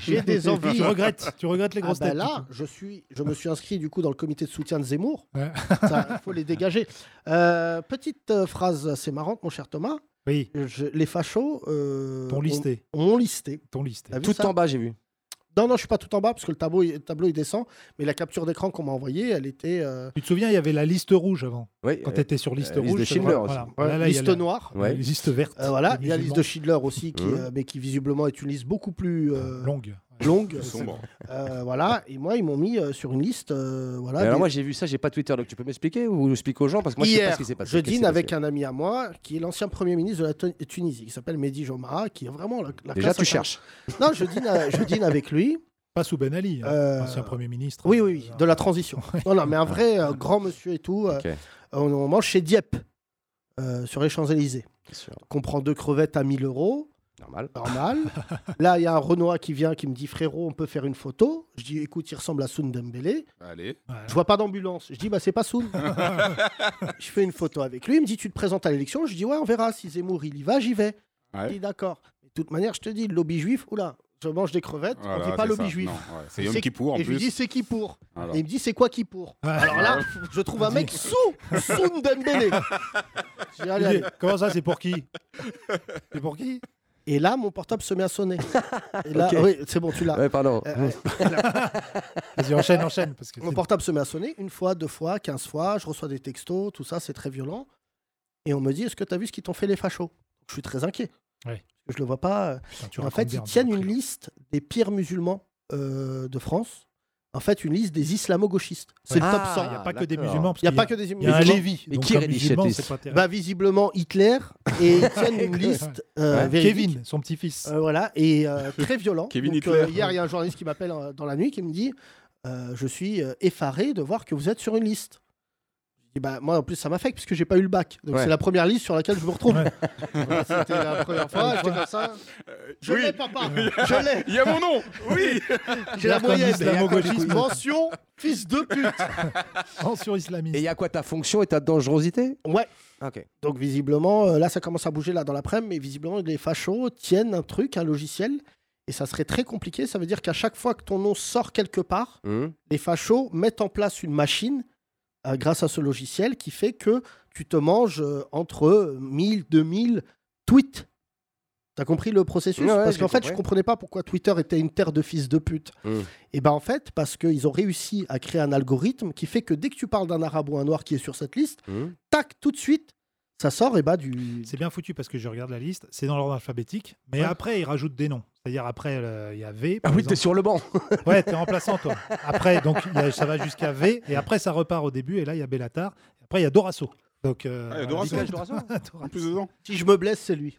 Speaker 3: j'ai
Speaker 5: [LAUGHS]
Speaker 3: des envies.
Speaker 5: Tu regrettes, tu regrettes les
Speaker 3: Ah
Speaker 5: grosses
Speaker 3: bah
Speaker 5: têtes. du
Speaker 3: là,
Speaker 5: coup.
Speaker 3: je, suis, je me suis inscrit du coup dans le comité de soutien de Zemmour.
Speaker 5: Ouais.
Speaker 3: Il faut les
Speaker 5: [LAUGHS]
Speaker 3: dégager. Euh, petite euh, phrase assez marrante, mon cher Thomas.
Speaker 5: Oui,
Speaker 3: Je- les fachos euh, Ah
Speaker 5: ton listé.
Speaker 3: ont- ont listé.
Speaker 5: Ton listé.
Speaker 3: T'as vu
Speaker 6: Tout
Speaker 3: ça
Speaker 6: en bas, j'ai vu.
Speaker 3: Non, non, je suis pas tout en bas parce que le tableau, il- le tableau il descend. Mais la capture d'écran qu'on m'a envoyée, elle était euh,
Speaker 5: Tu te souviens, il y avait la liste rouge avant.
Speaker 6: Oui.
Speaker 5: Quand tu étais sur liste
Speaker 6: euh, liste
Speaker 5: rouge.
Speaker 6: de
Speaker 5: c'est-
Speaker 6: Schindler
Speaker 5: voilà.
Speaker 6: aussi.
Speaker 5: Ah, Là, là, il y a
Speaker 3: liste
Speaker 5: la-
Speaker 3: noire.
Speaker 6: Ouais.
Speaker 5: la liste verte.
Speaker 3: Euh, voilà,
Speaker 5: des
Speaker 3: il y a la liste
Speaker 5: musulmans.
Speaker 3: de Schindler aussi, qui,
Speaker 6: Mhm.
Speaker 3: euh, mais qui visiblement est une liste beaucoup plus euh,
Speaker 5: longue.
Speaker 3: longue.
Speaker 4: Sombre.
Speaker 3: Euh, voilà, et moi, ils m'ont mis euh, sur une liste. euh, voilà,
Speaker 6: Mais alors
Speaker 3: des-
Speaker 6: moi j'ai vu ça, j'ai pas Twitter, donc tu peux m'expliquer ou expliquer aux gens parce que moi je sais pas
Speaker 3: Hier,
Speaker 6: ce qui s'est passé.
Speaker 3: je
Speaker 6: Qu'est-ce qui
Speaker 3: dîne
Speaker 6: s'est
Speaker 3: avec
Speaker 6: passé
Speaker 3: un ami à moi qui est l'ancien Premier ministre de la Tu- Tunisie, qui s'appelle Mehdi Jomara, qui est vraiment la, la
Speaker 6: Déjà
Speaker 3: classe
Speaker 6: tu cherches.
Speaker 3: inter- Non, je dîne, euh, je dîne avec lui.
Speaker 5: Pas sous Ben Ali, hein,
Speaker 3: Euh,
Speaker 5: ancien Premier ministre.
Speaker 3: Oui,
Speaker 5: hein,
Speaker 3: oui, oui,
Speaker 5: euh,
Speaker 3: de la transition. Non, non, mais un vrai euh, grand monsieur et tout. euh,
Speaker 6: Ok.
Speaker 3: on, on mange chez Dieppe, euh, sur les Champs-Élysées.
Speaker 6: Bien sûr,
Speaker 3: Qu'on prend deux crevettes à 1000 euros,
Speaker 6: normal.
Speaker 3: normal.
Speaker 4: [LAUGHS]
Speaker 3: Là, il y a un Renoir qui vient qui me dit Frérot, on peut faire une photo. Je dis Écoute, il ressemble à Soun Dembélé.
Speaker 4: Allez.
Speaker 5: voilà.
Speaker 3: Je vois pas d'ambulance. Je dis Bah, c'est
Speaker 4: [LAUGHS]
Speaker 3: pas Soun. je fais une photo avec lui. Il me dit Tu te présentes à l'élection Je dis Ouais, on verra. Si Zemmour, il y va, j'y vais.
Speaker 4: Ouais.
Speaker 3: Je dis D'accord. De toute manière, je te dis le lobby juif, oula, je mange des crevettes, on
Speaker 4: Voilà,
Speaker 3: dit pas
Speaker 4: c'est
Speaker 3: lobby
Speaker 4: ça.
Speaker 3: juif.
Speaker 4: Non, ouais. C'est
Speaker 3: Et
Speaker 4: Yom
Speaker 3: c'est-
Speaker 4: Kippour en
Speaker 3: Et je lui dis
Speaker 4: plus. Ah
Speaker 3: C'est qui pour
Speaker 4: Voilà.
Speaker 3: et il me dit c'est quoi qui pour
Speaker 5: Ouais. [LAUGHS]
Speaker 3: Alors là, je trouve
Speaker 4: [LAUGHS]
Speaker 3: un mec sous, sous Dembélé. Je dis, allez, allez.
Speaker 5: Comment ça, c'est pour qui C'est pour qui
Speaker 3: Et là, mon portable se met à sonner. Et là,
Speaker 6: Ok.
Speaker 3: oui, c'est bon, tu l'as.
Speaker 6: Ouais, pardon.
Speaker 3: Euh,
Speaker 5: Vas-y, enchaîne, enchaîne. Parce que
Speaker 3: Mon
Speaker 5: c'est-
Speaker 3: portable se met à sonner une fois, deux fois, quinze fois. Je reçois des textos, tout ça, c'est très violent. Et on me dit est-ce que tu as vu ce qu'ils t'ont fait les fachos Je suis très inquiet.
Speaker 5: Ouais.
Speaker 3: Je le vois pas.
Speaker 5: Putain, tu
Speaker 3: En
Speaker 5: racontes
Speaker 3: fait,
Speaker 5: bien, euh,
Speaker 3: ils tiennent
Speaker 5: bien
Speaker 3: une
Speaker 5: pris. hein.
Speaker 3: liste des pires musulmans euh, de France. En fait, une liste des islamo-gauchistes. C'est le
Speaker 6: Ah,
Speaker 3: top 100.
Speaker 5: Il n'y a pas que
Speaker 6: d'accord.
Speaker 5: des musulmans. parce
Speaker 3: Il n'y a
Speaker 5: qu'il
Speaker 3: pas que des
Speaker 5: Il y a un
Speaker 3: musulmans.
Speaker 5: Lévi.
Speaker 6: Mais
Speaker 5: donc
Speaker 6: qui
Speaker 5: un
Speaker 6: rédige
Speaker 5: musulman,
Speaker 6: cette
Speaker 5: c'est
Speaker 6: liste
Speaker 5: pas terrible.
Speaker 3: Bah, visiblement Hitler et ils
Speaker 5: [LAUGHS]
Speaker 3: tiennent une liste euh,
Speaker 5: Ouais.
Speaker 3: véridique.
Speaker 5: Kevin, son petit-fils.
Speaker 3: Euh, voilà, et euh,
Speaker 4: [LAUGHS]
Speaker 3: très violent.
Speaker 4: Kevin
Speaker 3: Donc,
Speaker 4: Hitler.
Speaker 3: euh, hier, il y a un journaliste qui m'appelle euh, dans la nuit qui me dit euh, Je suis euh, effaré de voir que vous êtes sur une liste. Je dis, bah, moi, en plus, ça m'affecte puisque j'ai pas eu le bac. Donc,
Speaker 6: Ouais.
Speaker 3: c'est la première liste sur laquelle je me retrouve.
Speaker 5: Ouais.
Speaker 3: [LAUGHS] Voilà, C'était la première fois. J'étais comme ça. Je
Speaker 4: Euh, oui.
Speaker 3: l'ai, papa.
Speaker 4: [LAUGHS]
Speaker 3: Je l'ai.
Speaker 4: Il y a mon
Speaker 3: [LAUGHS]
Speaker 4: nom Oui
Speaker 3: J'ai la
Speaker 5: Comme
Speaker 3: moyenne.
Speaker 5: l'islamo-gauchisme.
Speaker 3: Mention fils de pute.
Speaker 5: Censure
Speaker 6: Et il
Speaker 5: islamiste.
Speaker 6: y a quoi ta fonction et ta dangerosité
Speaker 3: Ouais.
Speaker 6: Ok.
Speaker 3: Donc visiblement, euh, là ça commence à bouger là dans l'après-midi, mais visiblement les fachos tiennent un truc, un logiciel, et ça serait très compliqué. Ça veut dire qu'à chaque fois que ton nom sort quelque part,
Speaker 6: Hum.
Speaker 3: les fachos mettent en place une machine euh, grâce à ce logiciel qui fait que tu te manges euh, entre 1000, 2000 tweets. T'as compris le processus
Speaker 6: Ouais, ouais,
Speaker 3: Parce
Speaker 6: j'ai
Speaker 3: qu'en fait,
Speaker 6: compris.
Speaker 3: je comprenais pas pourquoi Twitter était une terre de fils de pute.
Speaker 6: Mm.
Speaker 4: Hmm.
Speaker 3: Et ben en fait, parce qu'ils ont réussi à créer un algorithme qui fait que dès que tu parles d'un arabe ou un noir qui est sur cette liste,
Speaker 6: Hum.
Speaker 3: tac, tout de suite, ça sort et bah du.
Speaker 5: C'est bien foutu parce que je regarde la liste. C'est dans l'ordre alphabétique. Mais
Speaker 3: Ouais.
Speaker 5: après, ils rajoutent des noms. C'est-à-dire, après, le- il y a V.
Speaker 6: Ah
Speaker 5: par
Speaker 6: oui,
Speaker 5: exemple.
Speaker 6: t'es sur le banc.
Speaker 5: Ouais, t'es remplaçant, toi. Après, donc, il y a- ça va jusqu'à V. Et après, ça repart au début. Et là, il y a Bellatar. Après, il y a Dorasso. Donc, euh,
Speaker 4: Ah, il y a Dorasso.
Speaker 5: voilà.
Speaker 4: En plus dedans.
Speaker 3: Si je me blesse, c'est lui.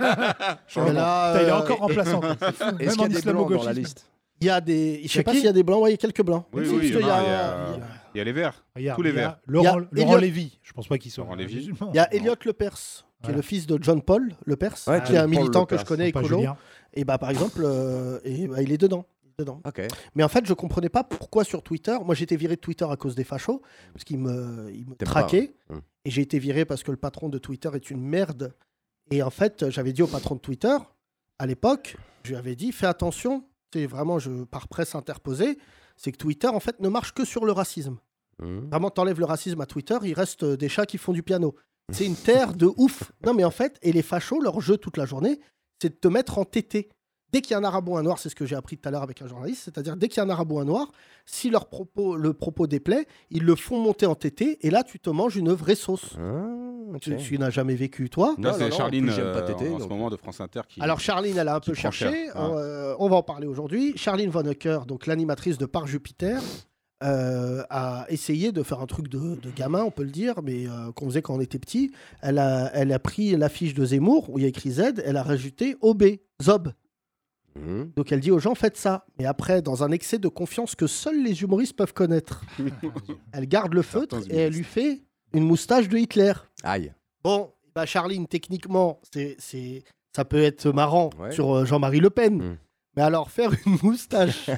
Speaker 3: Mais là,
Speaker 5: Putain, il est
Speaker 3: euh,
Speaker 5: encore remplaçant. quoi.
Speaker 3: [LAUGHS]
Speaker 6: Est-ce
Speaker 5: Même
Speaker 6: qu'il y a des blancs dans
Speaker 5: en
Speaker 6: la
Speaker 5: islamo-gauchisme.
Speaker 6: liste
Speaker 3: Il y a des. Je
Speaker 5: Y a
Speaker 3: sais pas
Speaker 5: qui
Speaker 3: s'il y a des blancs, ouais, il y a quelques blancs.
Speaker 4: Oui,
Speaker 3: Si,
Speaker 4: oui,
Speaker 3: parce
Speaker 4: il y
Speaker 3: que
Speaker 4: en a, il y a- Il y a les verts.
Speaker 5: Regarde,
Speaker 4: Tous les
Speaker 5: il y a
Speaker 4: verts.
Speaker 5: Laurent,
Speaker 3: Il y a
Speaker 5: Laurent
Speaker 3: Elliot-
Speaker 5: Lévy. Je pense pas qu'il soit.
Speaker 4: Laurent Lévy.
Speaker 5: musulman.
Speaker 3: Il y a Elliot Lepers, qui est
Speaker 5: Voilà.
Speaker 3: le fils de John Paul Lepers,
Speaker 6: Ouais,
Speaker 3: qui est un
Speaker 6: John Paul
Speaker 3: militant que
Speaker 6: Lepers.
Speaker 3: je connais
Speaker 5: Pas
Speaker 3: écolo.
Speaker 5: Julien.
Speaker 3: Et bah par exemple, euh, et bah, il est dedans. Il est dedans.
Speaker 6: Ok.
Speaker 3: Mais en fait, je comprenais pas pourquoi sur Twitter. Moi, j'étais viré de Twitter à cause des fachos, parce qu'ils me, ils me
Speaker 6: T'aimes
Speaker 3: traquaient.
Speaker 6: pas, hein.
Speaker 3: Et j'ai été viré parce que le patron de Twitter est une merde. Et en fait, j'avais dit au patron de Twitter, à l'époque, je lui avais dit fais attention, c'est vraiment je, par presse interposée, c'est que Twitter, en fait, ne marche que sur le racisme.
Speaker 6: Hum.
Speaker 3: Vraiment, t'enlèves le racisme à Twitter, il reste euh, des chats qui font du piano. C'est une terre de ouf. Non, mais en fait, et les fachos, leur jeu toute la journée, c'est de te mettre en tété. Dès qu'il y a un arabe ou un noir, c'est ce que j'ai appris tout à l'heure avec un journaliste, c'est-à-dire dès qu'il y a un arabe ou un noir, si leur propos, le propos déplaît, ils le font monter en tété, et là, tu te manges une vraie sauce.
Speaker 6: Ah, ok.
Speaker 3: Tu, tu n'as jamais vécu, toi
Speaker 6: Non,
Speaker 4: Là,
Speaker 6: non,
Speaker 4: c'est
Speaker 6: non,
Speaker 4: Charline
Speaker 6: en plus, j'aime pas
Speaker 4: euh,
Speaker 6: Tété,
Speaker 4: en ce
Speaker 6: donc.
Speaker 4: moment de France Inter qui.
Speaker 3: Alors Charline, elle a un peu
Speaker 4: prend
Speaker 3: cherché.
Speaker 4: cher, hein.
Speaker 3: Euh, on va en parler aujourd'hui. Charline Von Hocker, donc l'animatrice de Par Jupiter, euh, a essayé de faire un truc de, de gamin, on peut le dire, mais euh, qu'on faisait quand on était petit. Elle a, elle a pris l'affiche de Zemmour où il y a écrit Z, elle a rajouté OB, Zob.
Speaker 6: Mhm.
Speaker 3: Donc elle dit aux gens faites ça. Mais après, dans un excès de confiance que seuls les humoristes peuvent connaître, elle garde le feutre
Speaker 4: Certains
Speaker 3: et elle lui fait une moustache de Hitler.
Speaker 6: Aïe.
Speaker 3: Bon, bah Charline, techniquement, c'est, c'est, ça peut être marrant
Speaker 6: Ouais.
Speaker 3: sur euh, Jean-Marie Le Pen.
Speaker 6: Mm.
Speaker 3: Mais alors, faire une moustache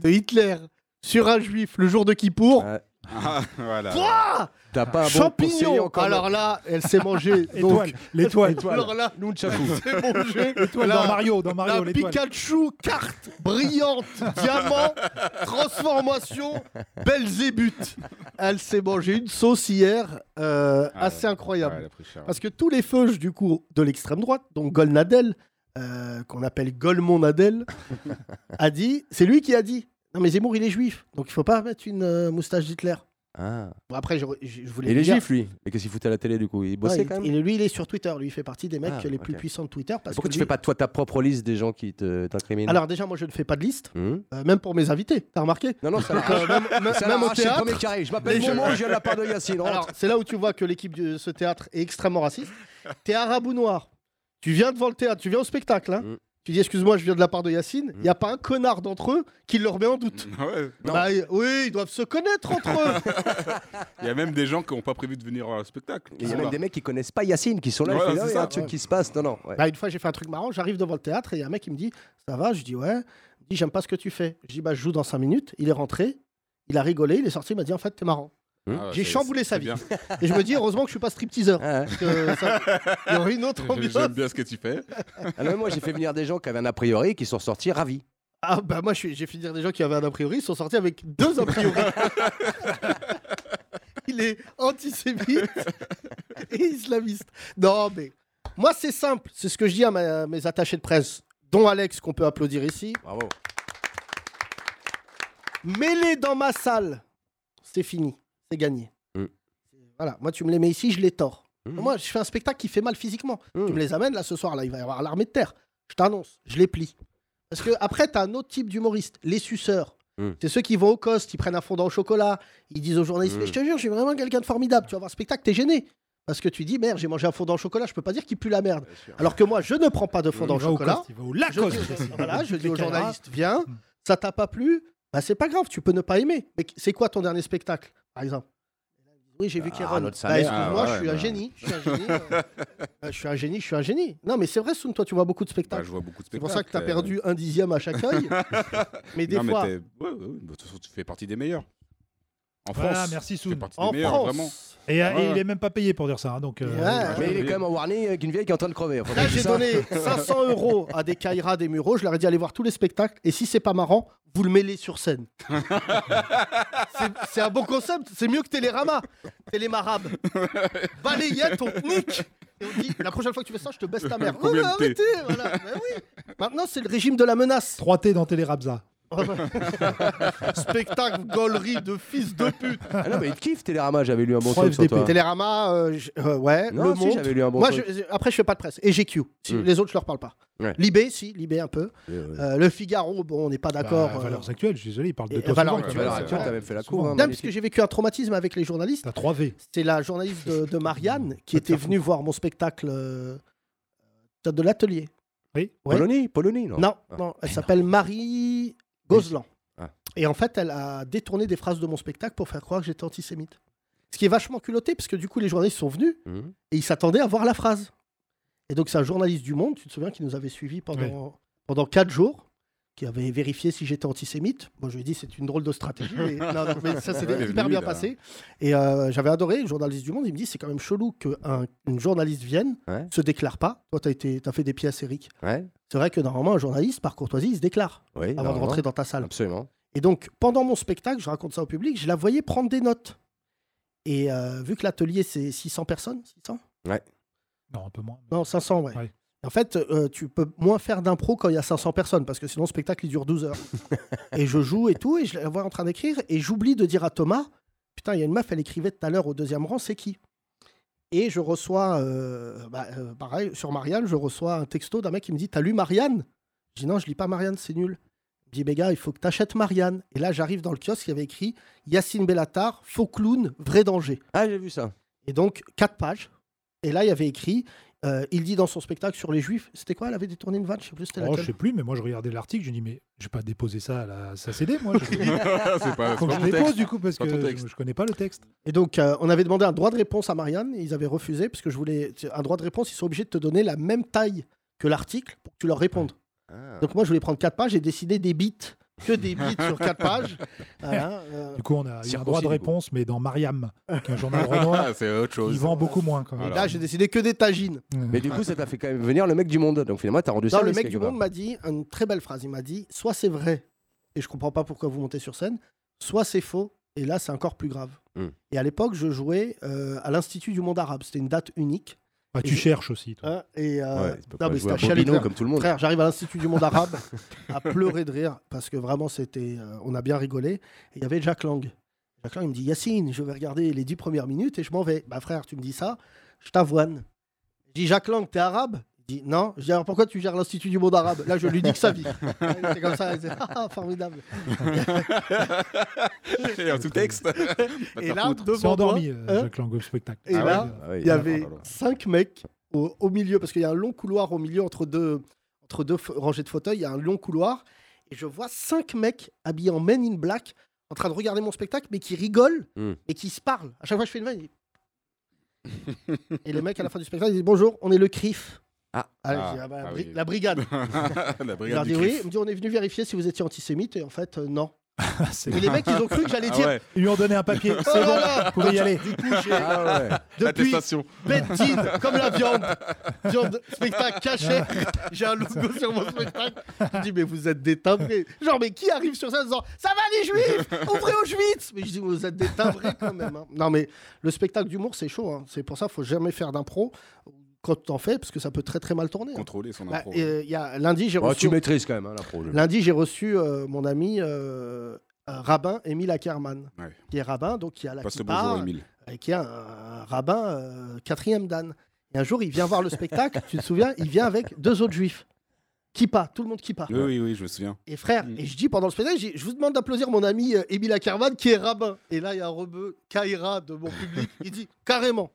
Speaker 3: de Hitler sur un juif le jour de Kippour,
Speaker 6: Ouais.
Speaker 4: Ah, [LAUGHS] voilà.
Speaker 3: Pouah
Speaker 6: T'as pas un bon conseiller
Speaker 3: champignon
Speaker 6: encore.
Speaker 3: Alors là, elle s'est mangée.
Speaker 5: Étoile,
Speaker 3: [LAUGHS] donc,
Speaker 5: l'étoile.
Speaker 3: alors là,
Speaker 6: Nunchaku.
Speaker 3: elle s'est mangée.
Speaker 5: [LAUGHS] Étoile
Speaker 3: là,
Speaker 5: dans Mario, dans
Speaker 3: la
Speaker 5: Mario, l'étoile.
Speaker 3: Pikachu, carte brillante, diamant, transformation, Belzébuth. Elle s'est mangée une sauce hier euh,
Speaker 4: Ah
Speaker 3: assez
Speaker 4: ouais.
Speaker 3: incroyable.
Speaker 4: Ouais, elle a pris cher.
Speaker 3: Parce que tous les feuges du coup de l'extrême droite, donc Gol Nadel, euh, qu'on appelle
Speaker 6: [LAUGHS]
Speaker 3: Golmon Nadel, a dit, c'est lui qui a dit, non mais Zemmour il est juif, donc il faut pas mettre une euh, moustache d'Hitler.
Speaker 6: Ah.
Speaker 3: Bon, après je, je- je voulais
Speaker 6: Il est
Speaker 3: dire-
Speaker 6: juif, lui. Et qu'est-ce qu'il foutait à la télé, du coup Il
Speaker 3: Ouais,
Speaker 6: bossait
Speaker 3: il-
Speaker 6: quand même
Speaker 3: il est- lui il est sur Twitter, lui il fait partie des mecs
Speaker 6: Ah,
Speaker 3: les plus
Speaker 6: ok.
Speaker 3: puissants de Twitter parce
Speaker 6: Pourquoi
Speaker 3: que
Speaker 6: tu
Speaker 3: lui-
Speaker 6: fais pas toi ta propre liste des gens qui te- t'incriminent
Speaker 3: Alors déjà moi je ne fais pas de liste,
Speaker 6: Hmm
Speaker 3: euh, même pour mes invités, t'as remarqué
Speaker 6: Non, non, ça l'a
Speaker 3: Euh, même, même-
Speaker 6: ça l'a
Speaker 3: même au
Speaker 6: arraché le
Speaker 3: théâtre.
Speaker 6: premier carré. Je m'appelle
Speaker 3: Déjà.
Speaker 6: Momo, je viens de la part de Yacine.
Speaker 3: Alors c'est là où tu vois que l'équipe de ce théâtre est extrêmement raciste. T'es arabe ou noir, tu viens devant le théâtre, tu viens au spectacle, hein.
Speaker 6: Mm.
Speaker 3: tu dis excuse-moi je viens de la part de Yacine, il
Speaker 6: Mm.
Speaker 3: n'y a pas un connard d'entre eux qui le remet en doute.
Speaker 4: [LAUGHS] Ouais.
Speaker 6: Non.
Speaker 3: Bah, euh, oui, ils doivent se connaître entre
Speaker 6: [LAUGHS]
Speaker 3: eux.
Speaker 4: Il y a même des gens qui n'ont pas prévu de venir au spectacle. Ils
Speaker 6: Il y a
Speaker 4: sont
Speaker 6: même
Speaker 4: là.
Speaker 6: des mecs qui connaissent pas Yacine, qui sont là.
Speaker 4: Ouais,
Speaker 6: il
Speaker 4: c'est
Speaker 6: y a
Speaker 4: ça.
Speaker 6: un truc qui se passe. Non, non. ouais.
Speaker 3: Bah, une fois, j'ai fait un truc marrant. J'arrive devant le théâtre et il y a un mec qui me dit Ça va Je dis Ouais. Il me dit J'aime pas ce que tu fais. Je dis Bah, je joue dans 5 minutes. Il est rentré. Il a rigolé. Il est sorti. Il m'a dit En fait, t'es marrant.
Speaker 4: Ah ouais,
Speaker 3: J'ai
Speaker 4: c'est-
Speaker 3: chamboulé sa
Speaker 4: c'est
Speaker 3: vie. [LAUGHS]
Speaker 4: bien.
Speaker 3: Et je me dis Heureusement que je suis pas stripteaser.
Speaker 6: Ah, ouais.
Speaker 3: parce que ça- Il y aurait
Speaker 6: [LAUGHS]
Speaker 3: une autre
Speaker 4: J'ai-
Speaker 3: ambiance.
Speaker 4: J'aime bien ce que tu fais.
Speaker 6: Ah non, mais moi, j'ai fait venir des gens qui avaient un a priori et qui sont sortis ravis.
Speaker 3: Ah, bah, moi, je suis- j'ai fini dire des gens qui avaient un a priori. Ils sont sortis avec deux a priori. il est antisémite et islamiste. Non, mais moi, c'est simple. C'est ce que je dis à ma- mes attachés de presse, dont Alex, qu'on peut applaudir ici.
Speaker 6: Bravo.
Speaker 3: mets-les dans ma salle. C'est fini, c'est gagné.
Speaker 6: Mm.
Speaker 3: Voilà, moi tu me les mets ici, je les tords.
Speaker 6: Mm.
Speaker 3: Moi je fais un spectacle qui fait mal physiquement.
Speaker 6: Mm.
Speaker 3: Tu me les amènes là ce soir, là il va y avoir l'armée de terre. Je t'annonce, je les plie. Parce que après t'as un autre type d'humoriste, les suceurs.
Speaker 6: Mm.
Speaker 3: C'est ceux qui vont au coste, ils prennent un fondant au chocolat, ils disent aux journalistes,
Speaker 6: Mm.
Speaker 3: mais je te jure, j'ai vraiment quelqu'un de formidable. Tu vas voir le spectacle, t'es gêné. Parce que tu dis, merde, j'ai mangé un fondant au chocolat, je peux pas dire qu'il pue la merde. Alors que moi, je ne prends pas de fondant au
Speaker 5: il va au
Speaker 3: chocolat.
Speaker 5: Coste, il va au Lacoste.
Speaker 3: Je dis, aux- voilà, je dis aux
Speaker 5: Décalera.
Speaker 3: journalistes, viens, ça t'a pas plu, bah c'est pas grave, tu peux ne pas aimer. Mais c'est quoi ton dernier spectacle, par exemple Oui, j'ai vu
Speaker 6: Ah,
Speaker 3: Kéron.
Speaker 6: notre
Speaker 3: Bah,
Speaker 6: salaire,
Speaker 3: excuse-moi,
Speaker 6: ah,
Speaker 3: je
Speaker 6: ouais,
Speaker 3: suis un
Speaker 6: bah.
Speaker 3: génie. Je suis un génie,
Speaker 4: [LAUGHS]
Speaker 3: euh, euh, je suis un génie, je suis un génie. Non, mais c'est vrai, Soun, toi, tu vois beaucoup de
Speaker 4: Bah,
Speaker 3: spectacles.
Speaker 4: je vois beaucoup de spectacles.
Speaker 3: c'est pour ça que t'as
Speaker 4: euh,
Speaker 3: perdu un dixième à
Speaker 4: [LAUGHS]
Speaker 3: chaque œil. mais des
Speaker 4: non, mais
Speaker 3: fois,
Speaker 4: t'es- ouais, ouais, ouais, bah, de toute façon, tu fais partie des meilleurs. En
Speaker 5: Voilà,
Speaker 4: France.
Speaker 5: merci,
Speaker 4: Tu fais
Speaker 5: Soun.
Speaker 4: partie des
Speaker 3: en
Speaker 4: meilleurs,
Speaker 3: France,
Speaker 4: vraiment.
Speaker 5: Et, euh,
Speaker 4: Ouais.
Speaker 5: et il est même pas payé pour dire ça. hein, donc, euh,
Speaker 3: Ah, Ouais.
Speaker 6: Mais il est quand même en warning avec une vieille qui est en train de crever. Enfin,
Speaker 3: Ah, Là,
Speaker 6: c'est
Speaker 3: j'ai
Speaker 6: ça.
Speaker 3: donné 500 euros à des Kaira, des Mureaux. Je leur ai dit, allez voir tous les spectacles. Et si c'est pas marrant, vous le mêlez
Speaker 6: [LAUGHS]
Speaker 3: sur scène. C'est- c'est un bon concept. C'est mieux que Télérama. Télémarabe. Balayette, on te nique. Et on dit, la prochaine fois que tu fais ça, je te baisse ta mère.
Speaker 4: Combien
Speaker 3: Ouais,
Speaker 4: de
Speaker 3: arrêtez, voilà. Ben oui. Maintenant, c'est le régime de la menace.
Speaker 5: 3T dans Télérabza.
Speaker 3: Spectacle, gaulerie de fils de pute.
Speaker 6: Ah non, mais il kiffe Télérama, j'avais lu un bon
Speaker 5: Trois
Speaker 6: truc sur
Speaker 5: FDP.
Speaker 6: toi.
Speaker 3: Télérama, euh, je- euh, ouais,
Speaker 6: Non,
Speaker 3: le
Speaker 6: si,
Speaker 3: monde.
Speaker 6: j'avais lu un bon
Speaker 3: Moi,
Speaker 6: truc.
Speaker 3: je- après, je fais pas de presse. Et GQ. Si,
Speaker 6: Mm.
Speaker 3: Les autres, je leur parle pas.
Speaker 6: Ouais.
Speaker 3: Libé, si, Libé un peu.
Speaker 4: [LAUGHS]
Speaker 3: Euh, le Figaro, bon, on n'est pas d'accord.
Speaker 5: Bah,
Speaker 3: euh,
Speaker 5: valeurs actuelles, je suis désolé, il parle de
Speaker 3: et-
Speaker 5: toi.
Speaker 3: valeurs
Speaker 5: souvent.
Speaker 3: actuelles,
Speaker 6: Valeur
Speaker 3: c'est
Speaker 6: actuelle,
Speaker 3: vrai.
Speaker 6: t'as même fait la
Speaker 5: Souvent.
Speaker 6: cour. hein,
Speaker 3: Dame, parce
Speaker 6: magnifique.
Speaker 3: que j'ai vécu un traumatisme avec les journalistes.
Speaker 5: T'as 3V.
Speaker 3: C'est la journaliste de, de Marianne qui était venue voir mon spectacle euh, de l'atelier. ouais.
Speaker 6: Polonie, Polonie, non
Speaker 3: Non,
Speaker 6: Ah.
Speaker 3: non, elle s'appelle Marie Gozlan.
Speaker 6: Ah.
Speaker 3: Et en fait, elle a détourné des phrases de mon spectacle pour faire croire que j'étais antisémite. Ce qui est vachement culotté, parce que du coup, les journalistes sont venus
Speaker 6: Mhm.
Speaker 3: et ils s'attendaient à voir la phrase. Et donc, c'est un journaliste du Monde, tu te souviens, qui nous avait suivis pendant, pendant quatre jours, qui avait vérifié si j'étais antisémite. Moi, je lui ai dit, c'est une drôle de stratégie.
Speaker 4: [LAUGHS]
Speaker 3: mais, non, non, mais ça s'est
Speaker 4: Ouais, il est
Speaker 3: hyper
Speaker 4: venu,
Speaker 3: bien
Speaker 4: là.
Speaker 3: passé. Et euh, j'avais adoré, le journaliste du Monde, il me dit, c'est quand même chelou qu'une journaliste vienne,
Speaker 6: Ouais.
Speaker 3: se déclare pas. Toi, t'as, été, t'as fait des pièces, Eric.
Speaker 6: Ouais,
Speaker 3: C'est vrai que normalement, un journaliste, par courtoisie, il se déclare
Speaker 6: oui.
Speaker 3: avant de
Speaker 6: normalement.
Speaker 3: rentrer dans ta salle.
Speaker 6: Absolument.
Speaker 3: Et donc, pendant mon spectacle, je raconte ça au public, je la voyais prendre des notes. Et euh, vu que l'atelier, c'est 600 personnes, 600
Speaker 5: Non, un peu moins.
Speaker 3: Non, 500, ouais.
Speaker 5: Ouais.
Speaker 3: En fait, euh, tu peux moins faire d'impro quand il y a 500 personnes, parce que sinon le spectacle il dure 12 heures. et je joue et tout, et je la vois en train d'écrire, et j'oublie de dire à Thomas Putain, il y a une meuf, elle écrivait tout à l'heure au deuxième rang, c'est qui Et je reçois, euh, bah, euh, pareil, sur Marianne, je reçois un texto d'un mec qui me dit T'as lu Marianne Je dis Non, je lis pas Marianne, c'est nul. Je dis, Béga, il faut que t'achètes Marianne. Et là, j'arrive dans le kiosque, il y avait écrit Yacine Bellatar, faux clown, vrai danger.
Speaker 6: Ah, j'ai vu ça.
Speaker 3: Et donc, quatre pages. Et là, il y avait écrit, euh, il dit dans son spectacle sur les juifs, c'était quoi Elle avait détourné une vanne, je sais plus, c'était
Speaker 5: Oh, je
Speaker 3: laquelle.
Speaker 5: sais plus, mais moi je regardais l'article, je me dis mais je vais pas déposer ça à la SACD moi.
Speaker 3: [LAUGHS]
Speaker 5: Je-
Speaker 4: Ah, c'est pas,
Speaker 5: Faut que je dépose du coup parce
Speaker 4: Pas
Speaker 5: que
Speaker 4: ton texte.
Speaker 5: je, je connais pas le texte.
Speaker 3: Et donc, euh, on avait demandé un droit de réponse à Marianne, et ils avaient refusé, parce que je voulais. Un droit de réponse, ils sont obligés de te donner la même taille que l'article pour que tu leur répondes. Donc, moi, je voulais prendre quatre pages, j'ai décidé des bits, que des bits sur quatre
Speaker 5: [LAUGHS]
Speaker 3: pages. Voilà, euh,
Speaker 5: Du coup, on a eu un
Speaker 6: Circoncis,
Speaker 5: droit de
Speaker 6: du coup.
Speaker 5: réponse, mais dans Mariam, qui est un journal
Speaker 3: Ah,
Speaker 5: renois,
Speaker 4: Ah, c'est autre
Speaker 5: il
Speaker 4: chose.
Speaker 5: vend beaucoup moins quand
Speaker 3: et
Speaker 5: même.
Speaker 4: Voilà.
Speaker 3: là, j'ai décidé que des tagines.
Speaker 6: Mais du coup, ça t'a fait quand même venir le mec du monde. Donc finalement, t'as rendu
Speaker 3: Non,
Speaker 6: ça.
Speaker 3: le mec du monde m'a dit une très belle phrase. Il m'a dit soit c'est vrai, et je comprends pas pourquoi vous montez sur scène, soit c'est faux, et là c'est encore plus grave.
Speaker 6: Hmm.
Speaker 3: Et à l'époque, je jouais euh, à l'Institut du monde arabe. C'était une date unique.
Speaker 5: Ah, tu cherches aussi. Toi.
Speaker 3: hein, et euh,
Speaker 6: Ouais, il peut
Speaker 3: non,
Speaker 6: pas
Speaker 3: mais
Speaker 6: jouer à
Speaker 3: c'était chialé de
Speaker 6: Bobino
Speaker 3: rire.
Speaker 6: comme tout le monde.
Speaker 3: Frère, j'arrive à l'Institut du monde arabe à pleurer de rire parce que vraiment, c'était, euh, on a bien rigolé. Et Il y avait Jacques Lang. Jacques Lang, il me dit Yacine, je vais regarder les dix premières minutes et je m'en vais. Bah, frère, tu me dis ça, je t'avoine. Je dis Jacques Lang, t'es arabe Il dit non. Je dis alors pourquoi tu gères l'Institut du monde arabe Là, je lui dis que ça vit. c'est [LAUGHS] comme ça, il dit, Ah, ah, formidable.
Speaker 4: [LAUGHS] Et en sous-texte. Bah,
Speaker 3: Et là,
Speaker 5: C'est
Speaker 3: devant moi,
Speaker 5: endormi, euh,
Speaker 3: hein
Speaker 5: Jacques Lang, au spectacle.
Speaker 3: Et
Speaker 5: Ah
Speaker 3: là,
Speaker 5: ouais,
Speaker 6: Ah oui,
Speaker 3: il y avait
Speaker 6: oh là là.
Speaker 3: cinq mecs au, au milieu, parce qu'il y a un long couloir au milieu entre deux, entre deux fa- rangées de fauteuils, il y a un long couloir, et je vois cinq mecs habillés en men in black en train de regarder mon spectacle, mais qui rigolent
Speaker 6: Mm.
Speaker 3: et qui se parlent. À chaque fois que je fais une vanne, ils- [LAUGHS] et les mecs à la fin du spectacle, ils disent bonjour, on est le CRIF.
Speaker 6: Ah.
Speaker 3: Ah, je
Speaker 4: Ah,
Speaker 3: dis, ah bah,
Speaker 4: ah
Speaker 3: bri-
Speaker 4: oui.
Speaker 3: la brigade.
Speaker 4: Ah, la
Speaker 3: Je leur
Speaker 4: brigade
Speaker 3: dis
Speaker 4: du
Speaker 3: oui,
Speaker 4: CRIF.
Speaker 3: ils me disent on est venu vérifier si vous étiez antisémite, et en fait, euh, non.
Speaker 5: [LAUGHS] c'est-
Speaker 3: Et les mecs, ils ont cru que j'allais
Speaker 4: Ah
Speaker 3: dire.
Speaker 4: ouais,
Speaker 5: Ils lui ont donné un papier.
Speaker 3: Oh
Speaker 5: C'est
Speaker 3: là
Speaker 5: bon,
Speaker 3: là
Speaker 5: vous pouvez y aller.
Speaker 3: Du coup, j'ai-
Speaker 6: Ah ouais.
Speaker 3: depuis,
Speaker 4: l'attestation.
Speaker 3: Bêtise, comme la viande. Viande, spectacle caché. J'ai un logo sur mon spectacle. Je me dis, mais vous êtes des timbrés. Genre, mais qui arrive sur ça en disant, ça va les juifs Ouvrez Auschwitz Mais je dis, vous êtes des timbrés quand même. hein. Non, mais le spectacle d'humour, c'est chaud. hein. C'est pour ça qu'il faut jamais faire d'impro quand t'en fais, parce que ça peut très très mal tourner. hein.
Speaker 4: Contrôler son
Speaker 3: Bah,
Speaker 4: impro.
Speaker 3: euh, il y a, lundi, j'ai
Speaker 6: Oh,
Speaker 3: reçu,
Speaker 6: tu maîtrises quand même hein, la pro. je-
Speaker 3: lundi, j'ai reçu euh, mon ami euh, rabbin Émile Ackerman,
Speaker 4: Ouais.
Speaker 3: qui est rabbin, donc qui a la
Speaker 4: Passe le
Speaker 3: kippa,
Speaker 4: bonjour, Émile.
Speaker 3: euh, qui est un, un rabbin euh, quatrième dan. Et un jour, il vient voir le spectacle, tu te souviens, il vient avec deux autres juifs. Kippa, tout le monde kippa.
Speaker 6: Euh.
Speaker 4: Oui, oui, oui, je me
Speaker 3: [LAUGHS]
Speaker 4: souviens.
Speaker 3: Et frère,
Speaker 4: Mm.
Speaker 3: et je dis pendant le spectacle, je dis, je vous demande d'applaudir mon ami euh, Émile Ackerman qui est rabbin. Et là, il y a un rebeu, Kaira, de mon public, il dit carrément.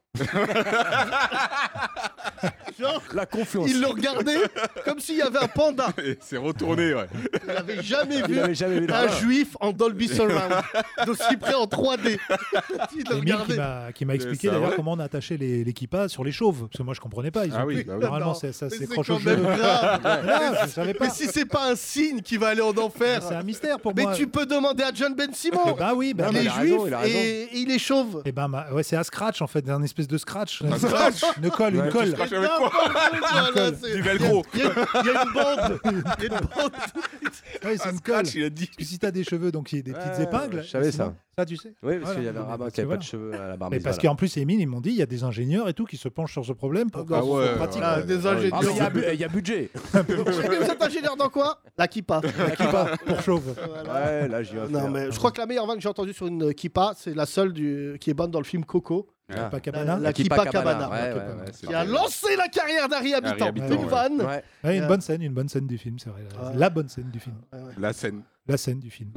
Speaker 3: Genre,
Speaker 6: La confiance.
Speaker 3: il le regardait comme s'il y avait un panda.
Speaker 4: Et C'est retourné, ouais.
Speaker 3: Il n'avait jamais
Speaker 6: [LAUGHS] Il
Speaker 3: vu
Speaker 6: l'avait jamais vu
Speaker 3: un
Speaker 6: là.
Speaker 3: juif en Dolby Surround, d'aussi près en 3D. Il le
Speaker 5: Émile qui
Speaker 3: regardait.
Speaker 5: m'a- qui m'a
Speaker 4: Mais
Speaker 5: expliqué
Speaker 4: ça,
Speaker 5: d'ailleurs
Speaker 4: ouais.
Speaker 5: comment on attachait les, les kippas sur les chauves. Parce que moi je comprenais pas. Ils
Speaker 4: Ah
Speaker 5: ont-
Speaker 4: oui, bah oui.
Speaker 5: Normalement
Speaker 3: Non,
Speaker 5: c'est- ça
Speaker 3: mais
Speaker 5: s'écroche au
Speaker 3: quand même
Speaker 5: jeu.
Speaker 3: grave.
Speaker 5: [LAUGHS] Ah, je savais pas.
Speaker 3: Mais si c'est pas un signe qui va aller en enfer,
Speaker 5: C'est un mystère pour
Speaker 3: mais
Speaker 5: moi.
Speaker 3: tu peux demander à John Ben
Speaker 5: Eh [LAUGHS]
Speaker 3: Simon.
Speaker 5: Bah oui, bah,
Speaker 6: Non,
Speaker 3: il
Speaker 6: mais
Speaker 3: est
Speaker 6: il
Speaker 5: bah,
Speaker 6: a
Speaker 3: juif
Speaker 6: raison, il a raison.
Speaker 3: et il
Speaker 4: [LAUGHS]
Speaker 3: est chauve.
Speaker 5: eh ben, ma- ouais, c'est un scratch en fait, un espèce de scratch. Une
Speaker 4: scratch
Speaker 5: colle, une colle.
Speaker 4: Crache avec Ah, quoi Du
Speaker 3: Du
Speaker 4: velcro.
Speaker 3: Il y, a- il y a une bande. Il y a une bande.
Speaker 5: [LAUGHS] Ouais, c'est
Speaker 4: Ah,
Speaker 5: une colle.
Speaker 4: scratch, il a dit.
Speaker 5: Parce que si t'as des cheveux, donc il y a des petites
Speaker 6: Ouais,
Speaker 5: épingles.
Speaker 6: je savais
Speaker 5: sinon-
Speaker 6: ça.
Speaker 5: Ça, tu sais.
Speaker 6: Oui, parce
Speaker 5: Voilà.
Speaker 6: qu'il y avait un
Speaker 5: Parce
Speaker 6: rabbin
Speaker 5: que
Speaker 6: qui n'avait
Speaker 5: voilà.
Speaker 6: pas de cheveux à la barbe.
Speaker 5: Mais parce
Speaker 6: voilà.
Speaker 5: qu'en plus, Émile, ils m'ont dit, il y a des ingénieurs et tout qui se penchent sur ce problème pour
Speaker 4: Ah
Speaker 5: qu'on
Speaker 4: ouais,
Speaker 5: qu'on pratique.
Speaker 3: Ah,
Speaker 4: ouais,
Speaker 3: des
Speaker 4: ouais.
Speaker 6: Ah, mais il y a
Speaker 3: ingénieurs.
Speaker 6: bu- eh, il y, a budget.
Speaker 3: Mais vous êtes ingénieur dans quoi La kippa.
Speaker 6: La kippa.
Speaker 5: pour chauve.
Speaker 3: Voilà.
Speaker 6: Ouais, là, j'y vais.
Speaker 3: Non, mais je crois que la meilleure vanne que j'ai entendue sur une kippa, c'est la seule du... qui est bonne dans le film Coco.
Speaker 6: Ah.
Speaker 5: Pas Cabana.
Speaker 3: La
Speaker 6: Kippa
Speaker 3: kippa cabana.
Speaker 6: Ouais,
Speaker 5: La
Speaker 6: ouais,
Speaker 5: kippa.
Speaker 6: ouais, c'est
Speaker 3: Qui a
Speaker 6: vrai.
Speaker 3: lancé la carrière d'Harry Habitant.
Speaker 4: Habitant,
Speaker 3: Une
Speaker 5: ouais.
Speaker 3: vanne.
Speaker 6: Ouais.
Speaker 5: Ouais, une
Speaker 3: Euh.
Speaker 5: bonne scène, une bonne scène du film, c'est vrai.
Speaker 3: Ouais.
Speaker 5: La bonne scène du film.
Speaker 4: La scène.
Speaker 5: La scène
Speaker 4: [LAUGHS]
Speaker 5: du film.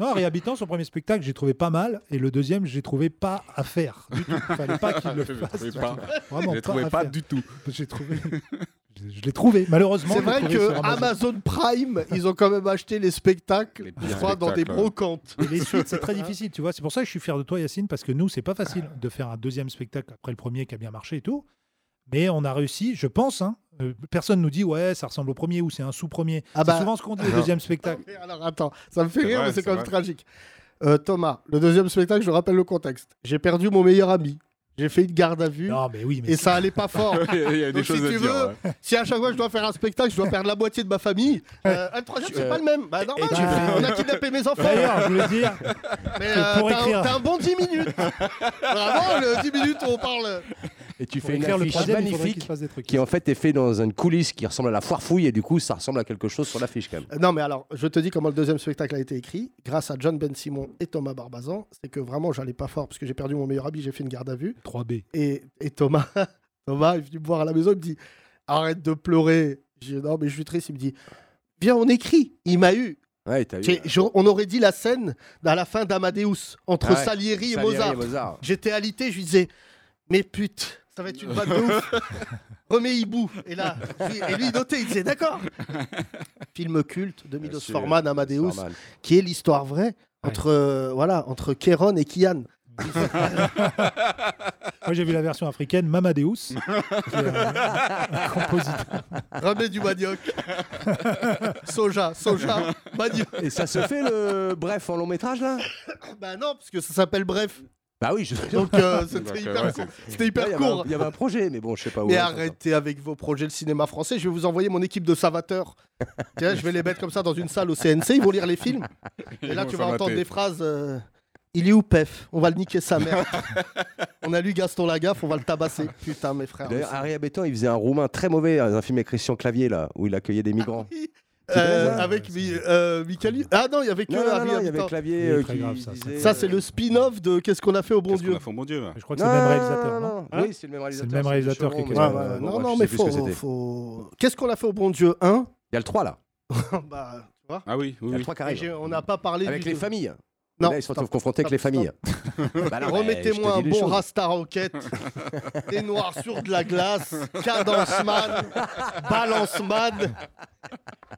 Speaker 5: non, Réhabitant, son premier spectacle, j'ai trouvé pas mal. Et le deuxième, j'ai trouvé pas à faire. Du tout. Fallait pas
Speaker 3: Ah,
Speaker 5: qu'il le
Speaker 4: [LAUGHS] Je l'ai
Speaker 5: fasse.
Speaker 4: trouvé pas.
Speaker 5: Vraiment
Speaker 4: Je l'ai trouvé
Speaker 5: à
Speaker 4: pas
Speaker 5: faire.
Speaker 4: du tout. [LAUGHS]
Speaker 5: J'ai trouvé. Je je l'ai trouvé, malheureusement.
Speaker 3: C'est
Speaker 5: je l'ai
Speaker 3: vrai
Speaker 5: trouvé
Speaker 3: que
Speaker 5: sur
Speaker 3: Amazon Prime, ils ont quand même acheté les spectacles,
Speaker 4: Les
Speaker 3: je
Speaker 4: petits
Speaker 3: crois, dans des
Speaker 4: spectacles, ouais.
Speaker 3: brocantes.
Speaker 5: Et les suites,
Speaker 3: [LAUGHS]
Speaker 5: c'est très difficile, tu vois. C'est pour ça que je suis fier de toi, Yacine, parce que nous, c'est pas facile de faire un deuxième spectacle après le premier qui a bien marché et tout. Mais on a réussi, je pense. Hein, Euh, personne nous dit, ouais, ça ressemble au premier ou c'est un sous-premier.
Speaker 3: Ah bah- Ah
Speaker 5: C'est souvent ce qu'on dit, le deuxième spectacle.
Speaker 3: Et Alors attends, ça me fait
Speaker 4: C'est
Speaker 3: rire,
Speaker 4: vrai,
Speaker 3: mais c'est
Speaker 4: c'est
Speaker 3: quand même
Speaker 4: vrai.
Speaker 3: tragique. Euh, Thomas, le deuxième spectacle, je rappelle le contexte. J'ai perdu mon meilleur ami. J'ai fait une garde à vue
Speaker 5: Non, mais oui, mais
Speaker 3: et ça allait pas fort.
Speaker 5: [LAUGHS]
Speaker 4: Il y a- il y a des
Speaker 3: Donc, si
Speaker 4: choses à
Speaker 3: tu
Speaker 4: dire.
Speaker 3: veux,
Speaker 4: ouais.
Speaker 3: si à chaque fois je dois faire un spectacle, je dois perdre la moitié de ma famille. Euh, ah, le troisième, c'est pas le même. Bah normal,
Speaker 5: tu
Speaker 3: j'ai-
Speaker 5: fais-
Speaker 3: on a kidnappé mes enfants.
Speaker 5: D'ailleurs, je voulais dire,
Speaker 3: Mais
Speaker 5: que
Speaker 3: euh,
Speaker 5: pour
Speaker 3: t'as un-
Speaker 5: écrire-
Speaker 3: t'as un bon 10 minutes. Vraiment, le 10 minutes où on parle.
Speaker 6: Et tu
Speaker 5: pour
Speaker 6: fais une
Speaker 5: écrire le
Speaker 6: affiche
Speaker 5: troisième, il faudrait qu'il se
Speaker 6: magnifique
Speaker 5: passe des trucs.
Speaker 6: qui en fait est fait dans une coulisse qui ressemble à la foire fouille et du coup ça ressemble à quelque chose sur l'affiche quand même.
Speaker 3: Euh, Non, mais alors, je te dis comment le deuxième spectacle a été écrit, grâce à John Ben Simon et Thomas Barbazan. C'est que vraiment, j'allais pas fort parce que j'ai perdu mon meilleur ami, j'ai fait une garde à vue.
Speaker 5: 3B.
Speaker 3: Et, et Thomas, [LAUGHS] Thomas est venu me voir à la maison, il me dit Arrête de pleurer. J'ai dit Non, mais je suis triste. Il me dit Viens, on écrit. Il m'a eu.
Speaker 6: Ouais, t'as eu,
Speaker 3: J'ai-
Speaker 6: euh,
Speaker 3: je- on aurait dit la scène à la fin d'Amadeus entre
Speaker 6: Ah ouais.
Speaker 3: Salieri et
Speaker 6: Salieri
Speaker 3: Mozart. J'étais alité, je lui disais, mais pute, ça va être une bague de
Speaker 6: [LAUGHS]
Speaker 3: ouf. Remets Hibou. Et là, lui- et lui noté, il
Speaker 6: [LAUGHS]
Speaker 3: disait d'accord. Film culte de Milos
Speaker 6: sûr,
Speaker 3: Forman, Amadeus,
Speaker 6: Forman.
Speaker 3: qui est l'histoire vraie entre euh, voilà entre Kéron et Kian.
Speaker 5: Moi, j'ai vu la version africaine, Mamadeus.
Speaker 6: [LAUGHS]
Speaker 5: euh, qui est un compositeur.
Speaker 3: Remets
Speaker 6: [LAUGHS]
Speaker 3: du manioc, soja, soja,
Speaker 6: [LAUGHS]
Speaker 3: manioc.
Speaker 6: Et ça se fait
Speaker 3: [LAUGHS]
Speaker 6: le bref en long métrage là
Speaker 3: Bah non, parce que ça
Speaker 6: [LAUGHS]
Speaker 3: s'appelle bref.
Speaker 6: Bah oui, je...
Speaker 3: Donc euh, c'était
Speaker 4: Donc, euh,
Speaker 3: hyper
Speaker 4: ouais,
Speaker 3: court.
Speaker 4: c'est-
Speaker 3: C'était
Speaker 6: Ouais, il y
Speaker 3: hyper
Speaker 6: avait un-
Speaker 3: court.
Speaker 6: Il y avait un projet, mais bon, je sais pas où.
Speaker 3: Mais
Speaker 6: hein, ça-
Speaker 3: arrêtez avec vos projets de cinéma français. Je vais vous envoyer mon équipe
Speaker 6: [LAUGHS]
Speaker 3: de savateurs. Tiens, je vais les mettre comme ça dans une salle au CNC. Ils vont lire
Speaker 6: [LAUGHS]
Speaker 3: les films.
Speaker 4: Ils
Speaker 3: Et là,
Speaker 4: vont
Speaker 3: tu vas
Speaker 4: s'en
Speaker 3: entendre
Speaker 4: mater.
Speaker 3: des phrases. euh, Il est où, Pef On va le niquer
Speaker 6: [LAUGHS]
Speaker 3: sa mère. on a lu Gaston Lagaffe, on va le tabasser. Putain, mes frères.
Speaker 6: D'ailleurs, Harry Abétan, il faisait un roumain très mauvais dans un film avec Christian Clavier là, où il accueillait des migrants.
Speaker 3: Euh,
Speaker 6: ah, C'est vrai,
Speaker 3: avec
Speaker 5: ouais,
Speaker 3: Mi- euh, Michael. Ah non, il y avait que
Speaker 6: Non, non, non,
Speaker 3: Harry
Speaker 6: non, il y
Speaker 3: Habitant.
Speaker 6: avait Clavier
Speaker 5: C'est
Speaker 6: euh,
Speaker 5: très
Speaker 6: qui
Speaker 5: grave, ça,
Speaker 6: disait, euh,
Speaker 3: Ça, c'est le spin-off de Qu'est-ce qu'on a fait au bon
Speaker 4: Qu'est-ce qu'on
Speaker 3: Dieu
Speaker 4: a fait au bon Dieu là
Speaker 5: Je crois que
Speaker 6: Non,
Speaker 5: c'est le même
Speaker 6: non,
Speaker 5: réalisateur. non Hein
Speaker 6: non, non. Oui, c'est le même réalisateur.
Speaker 5: C'est le même réalisateur
Speaker 6: de
Speaker 5: qui est-
Speaker 6: Chevron,
Speaker 3: Ouais,
Speaker 6: mais
Speaker 3: ouais,
Speaker 6: bon,
Speaker 3: Non,
Speaker 6: bref,
Speaker 3: non,
Speaker 6: je
Speaker 3: mais
Speaker 6: sais plus ce que
Speaker 3: faut.
Speaker 6: c'était.
Speaker 3: faut- Qu'est-ce qu'on a fait au bon Dieu 1
Speaker 6: Il y a le 3 là.
Speaker 3: [LAUGHS] Bah, tu vois.
Speaker 4: Ah oui,
Speaker 6: Il
Speaker 4: oui,
Speaker 6: y a le
Speaker 4: oui.
Speaker 6: 3 qui
Speaker 3: Et
Speaker 6: arrive.
Speaker 3: Ah j'ai- On n'a pas parlé
Speaker 6: Avec
Speaker 3: du
Speaker 6: les
Speaker 3: tout.
Speaker 6: familles.
Speaker 3: Non,
Speaker 6: Là, ils se retrouvent
Speaker 3: stop,
Speaker 6: confrontés avec les
Speaker 3: stop,
Speaker 6: familles.
Speaker 3: [LAUGHS]
Speaker 6: Bah non, mais
Speaker 3: Remettez-moi un
Speaker 6: je te dis les
Speaker 3: bon
Speaker 6: choses.
Speaker 3: Rasta Rocket, des noirs sur de la glace, cadence man, balance man.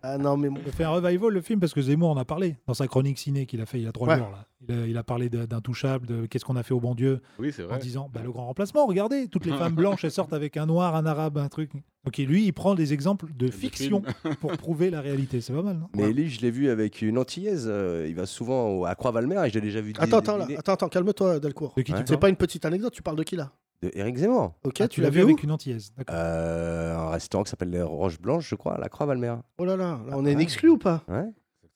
Speaker 3: Ah non, mais mon-
Speaker 5: Il fait un revival le film parce que Zemmour en a parlé dans sa chronique ciné qu'il a fait il y a trois
Speaker 3: Ouais.
Speaker 5: jours. Là. Il, a, il a parlé de- d'Intouchable, de Qu'est-ce qu'on a fait au bon Dieu
Speaker 4: Oui, c'est
Speaker 5: en
Speaker 4: vrai.
Speaker 5: disant bah, le grand remplacement, regardez, toutes
Speaker 6: [LAUGHS]
Speaker 5: les femmes blanches elles sortent avec un noir, un arabe, un truc. Donc et lui il prend des exemples de fiction pour prouver la réalité. C'est pas mal, non
Speaker 6: Mais Eli, je l'ai vu avec une Antillaise. euh, il va souvent au- à Croix-Valmer et je l'ai déjà vu.
Speaker 3: attends, attends, là, attends, attends, calme-toi, Delcourt.
Speaker 5: De qui tu
Speaker 6: Ouais.
Speaker 3: C'est
Speaker 5: parles
Speaker 3: pas une petite anecdote, tu parles de qui là
Speaker 6: De Eric Zemmour.
Speaker 3: Ok,
Speaker 5: Ah,
Speaker 3: tu l'as vu où
Speaker 5: avec une antillaise. D'accord.
Speaker 6: Euh, un restaurant qui s'appelle les Roches Blanches, je crois, à la Croix-Valmer.
Speaker 3: Oh là là, là, on
Speaker 6: Ah,
Speaker 3: est une
Speaker 6: ouais.
Speaker 3: exclu ou pas
Speaker 6: Ouais.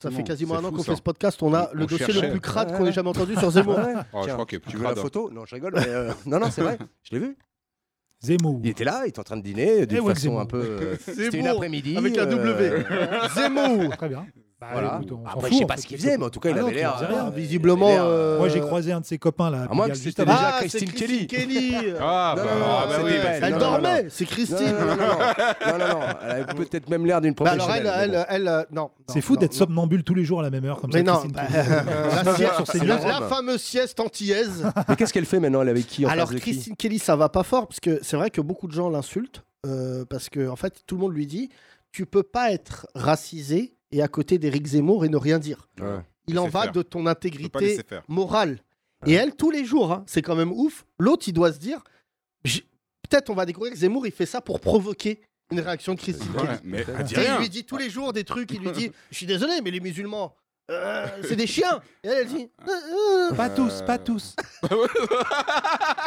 Speaker 3: Ça fait
Speaker 4: Exactement. C'est
Speaker 3: quasiment un an
Speaker 4: fou,
Speaker 3: qu'on
Speaker 4: ça.
Speaker 3: fait ce podcast, on a
Speaker 4: On-
Speaker 3: le
Speaker 4: on
Speaker 3: dossier le
Speaker 4: cherchait.
Speaker 3: plus crade
Speaker 6: Ouais,
Speaker 3: qu'on ait
Speaker 6: ouais.
Speaker 3: jamais entendu
Speaker 6: [LAUGHS]
Speaker 3: sur Zemmour.
Speaker 6: Ah, Ouais.
Speaker 4: Oh, je
Speaker 6: Tiens,
Speaker 4: crois qu'il est plus
Speaker 6: tu veux la
Speaker 4: crade, hein.
Speaker 6: photo Non, je rigole. mais, [LAUGHS] euh, non, non, c'est vrai. Je l'ai vu.
Speaker 5: Zemmour.
Speaker 6: Il était là, il était en train de dîner d'une
Speaker 5: Eh ouais,
Speaker 6: façon
Speaker 5: Zemmour.
Speaker 6: un peu.
Speaker 3: [LAUGHS]
Speaker 6: euh, C'était une
Speaker 3: Zemmour,
Speaker 6: après-midi.
Speaker 3: avec Ah, un
Speaker 6: euh,
Speaker 3: Zemmour
Speaker 5: Très bien. Bah,
Speaker 6: voilà. Ah,
Speaker 5: écoute, on s'en
Speaker 6: Après,
Speaker 5: fout,
Speaker 6: je sais
Speaker 5: en
Speaker 6: pas
Speaker 5: fait.
Speaker 6: ce qu'il faisait, mais en tout cas,
Speaker 5: Ah
Speaker 6: il
Speaker 5: non,
Speaker 6: avait
Speaker 5: tu
Speaker 6: l'air.
Speaker 5: faisais rien.
Speaker 6: euh,
Speaker 3: Visiblement,
Speaker 6: il avait l'air,
Speaker 3: [LAUGHS] euh,
Speaker 5: Moi j'ai croisé un de ses copains là.
Speaker 6: À moins
Speaker 5: il y
Speaker 6: que
Speaker 5: a juste
Speaker 6: c'était
Speaker 5: avant.
Speaker 6: déjà
Speaker 3: Ah,
Speaker 6: Christine
Speaker 3: c'est Christine Kelly
Speaker 4: Ah,
Speaker 6: Non,
Speaker 4: bah,
Speaker 6: non, non,
Speaker 4: ah, bah
Speaker 6: c'était
Speaker 4: oui,
Speaker 6: pas elle.
Speaker 4: bah,
Speaker 3: Elle
Speaker 6: non,
Speaker 3: dormait,
Speaker 6: non,
Speaker 3: c'est
Speaker 6: Non,
Speaker 3: Christine
Speaker 6: non, non, non, non, non, non, elle avait peut-être même l'air d'une
Speaker 3: Bah alors
Speaker 6: professionnelle.
Speaker 3: elle, elle,
Speaker 6: mais bon.
Speaker 3: elle, euh, non.
Speaker 5: C'est
Speaker 3: non,
Speaker 5: fou
Speaker 3: non,
Speaker 5: d'être
Speaker 3: non.
Speaker 5: somnambule tous les jours à la même heure comme
Speaker 3: Mais
Speaker 5: ça.
Speaker 3: non,
Speaker 5: Christine
Speaker 3: bah,
Speaker 5: Kelly.
Speaker 3: euh, [LAUGHS] la, sieste-
Speaker 6: sur ses
Speaker 3: la-
Speaker 6: deux
Speaker 3: la
Speaker 6: jambes.
Speaker 3: fameuse sieste
Speaker 5: [LAUGHS]
Speaker 3: antillaise.
Speaker 6: Mais qu'est-ce qu'elle fait maintenant Elle est avec qui en
Speaker 3: Alors
Speaker 6: face de qui
Speaker 3: Christine Kelly, ça va pas fort parce que c'est vrai que beaucoup de gens l'insultent euh, parce que en fait tout le monde lui dit tu peux pas être racisé et à côté d'Éric Zemmour et ne rien dire.
Speaker 4: Ouais.
Speaker 3: Il en
Speaker 4: Laissez
Speaker 3: va
Speaker 4: faire. Je
Speaker 3: de ton
Speaker 4: peux pas laisser
Speaker 3: intégrité
Speaker 4: faire.
Speaker 3: morale. Et elle tous les jours, hein, c'est quand même ouf. L'autre il doit se dire J- peut-être on va découvrir que Zemmour il fait ça pour provoquer une réaction de Christine Kelly.
Speaker 4: Ouais, mais elle dit
Speaker 3: Tu sais, Il
Speaker 4: rien.
Speaker 3: lui dit tous les jours des trucs, il lui dit Je suis désolé, mais les musulmans, euh, c'est des chiens Et elle, elle dit Euh, euh.
Speaker 5: Pas tous, pas tous.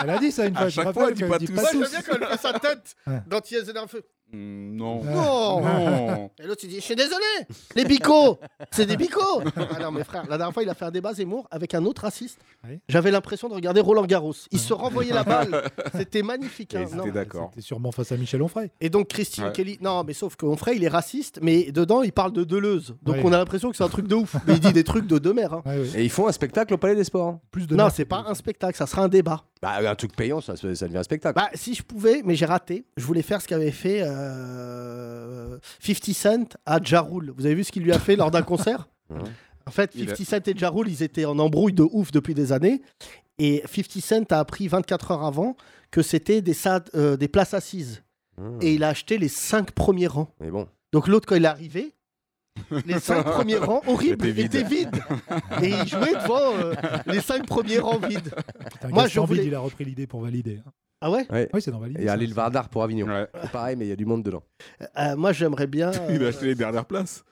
Speaker 5: Elle a dit ça une fois.
Speaker 4: À
Speaker 5: je
Speaker 4: chaque
Speaker 5: me
Speaker 4: fois, elle
Speaker 5: rappelle
Speaker 4: dit
Speaker 5: qu'elle
Speaker 4: pas
Speaker 5: dit
Speaker 4: tous.
Speaker 5: pas
Speaker 3: Moi,
Speaker 5: tous.
Speaker 3: j'aime bien quand elle fait sa
Speaker 4: [LAUGHS]
Speaker 3: tête
Speaker 5: Ouais.
Speaker 3: dans Thiers et feu.
Speaker 4: Mm, Non.
Speaker 3: Non
Speaker 4: Non.
Speaker 3: Et l'autre, il dit Je suis désolé, les bicots, c'est des bicots Ah non, mes frères, la dernière fois, il a fait un débat Zemmour avec un autre raciste.
Speaker 5: Oui.
Speaker 3: J'avais l'impression de regarder Roland Garros. Il
Speaker 5: Ouais.
Speaker 3: se renvoyait
Speaker 4: [LAUGHS]
Speaker 3: la balle. C'était magnifique. hein.
Speaker 4: Et ils
Speaker 3: Non.
Speaker 4: étaient d'accord.
Speaker 5: C'était sûrement face à Michel Onfray.
Speaker 3: Et donc, Christine
Speaker 4: Ouais.
Speaker 3: Kelly. Non, mais sauf qu'Onfray, il est raciste, mais dedans, il parle de Deleuze. Donc,
Speaker 5: Ouais.
Speaker 3: on a l'impression que c'est un truc de ouf. Mais il dit des trucs de deux mères. hein.
Speaker 5: Ouais, ouais.
Speaker 6: Et ils font un spectacle au Palais des Sports. hein.
Speaker 5: Plus de
Speaker 3: Non,
Speaker 5: merde
Speaker 3: c'est
Speaker 5: que
Speaker 3: pas
Speaker 5: de-
Speaker 3: un spectacle, ça sera un débat.
Speaker 6: Bah, un truc payant, ça, ça ça devient un spectacle.
Speaker 3: Bah, si je pouvais, mais j'ai raté. Je voulais faire ce qu'avait fait euh, 50 Cent à Jarul. Vous avez vu ce qu'il lui a fait lors
Speaker 4: [LAUGHS]
Speaker 3: d'un concert
Speaker 6: Ouais.
Speaker 3: En fait,
Speaker 4: Il
Speaker 3: 50 Cent et Jarul, ils étaient en embrouille de ouf depuis des années. Et 50 Cent a appris 24 heures avant que c'était des, sa- euh, des places assises.
Speaker 6: Mmh.
Speaker 3: Et il a acheté les 5 premiers rangs.
Speaker 6: Mais bon.
Speaker 3: Donc l'autre, quand il est arrivé,
Speaker 4: [LAUGHS]
Speaker 3: les 5 premiers rangs horribles
Speaker 4: C'était vide.
Speaker 3: étaient vides. Et il jouait devant euh, les 5 premiers rangs vides.
Speaker 5: Putain,
Speaker 3: Moi,
Speaker 5: Gaston
Speaker 3: je voulais-
Speaker 5: Vide, il a repris l'idée pour valider. hein.
Speaker 3: Ah ouais
Speaker 6: Ouais.
Speaker 5: Oui, c'est dans Valider.
Speaker 6: Et à
Speaker 5: ça.
Speaker 6: l'île Vardar pour Avignon.
Speaker 4: Ouais.
Speaker 6: C'est Pareil, mais il y a du monde dedans.
Speaker 3: Euh, Moi, j'aimerais bien.
Speaker 4: Il a
Speaker 3: euh,
Speaker 4: acheté les dernières places.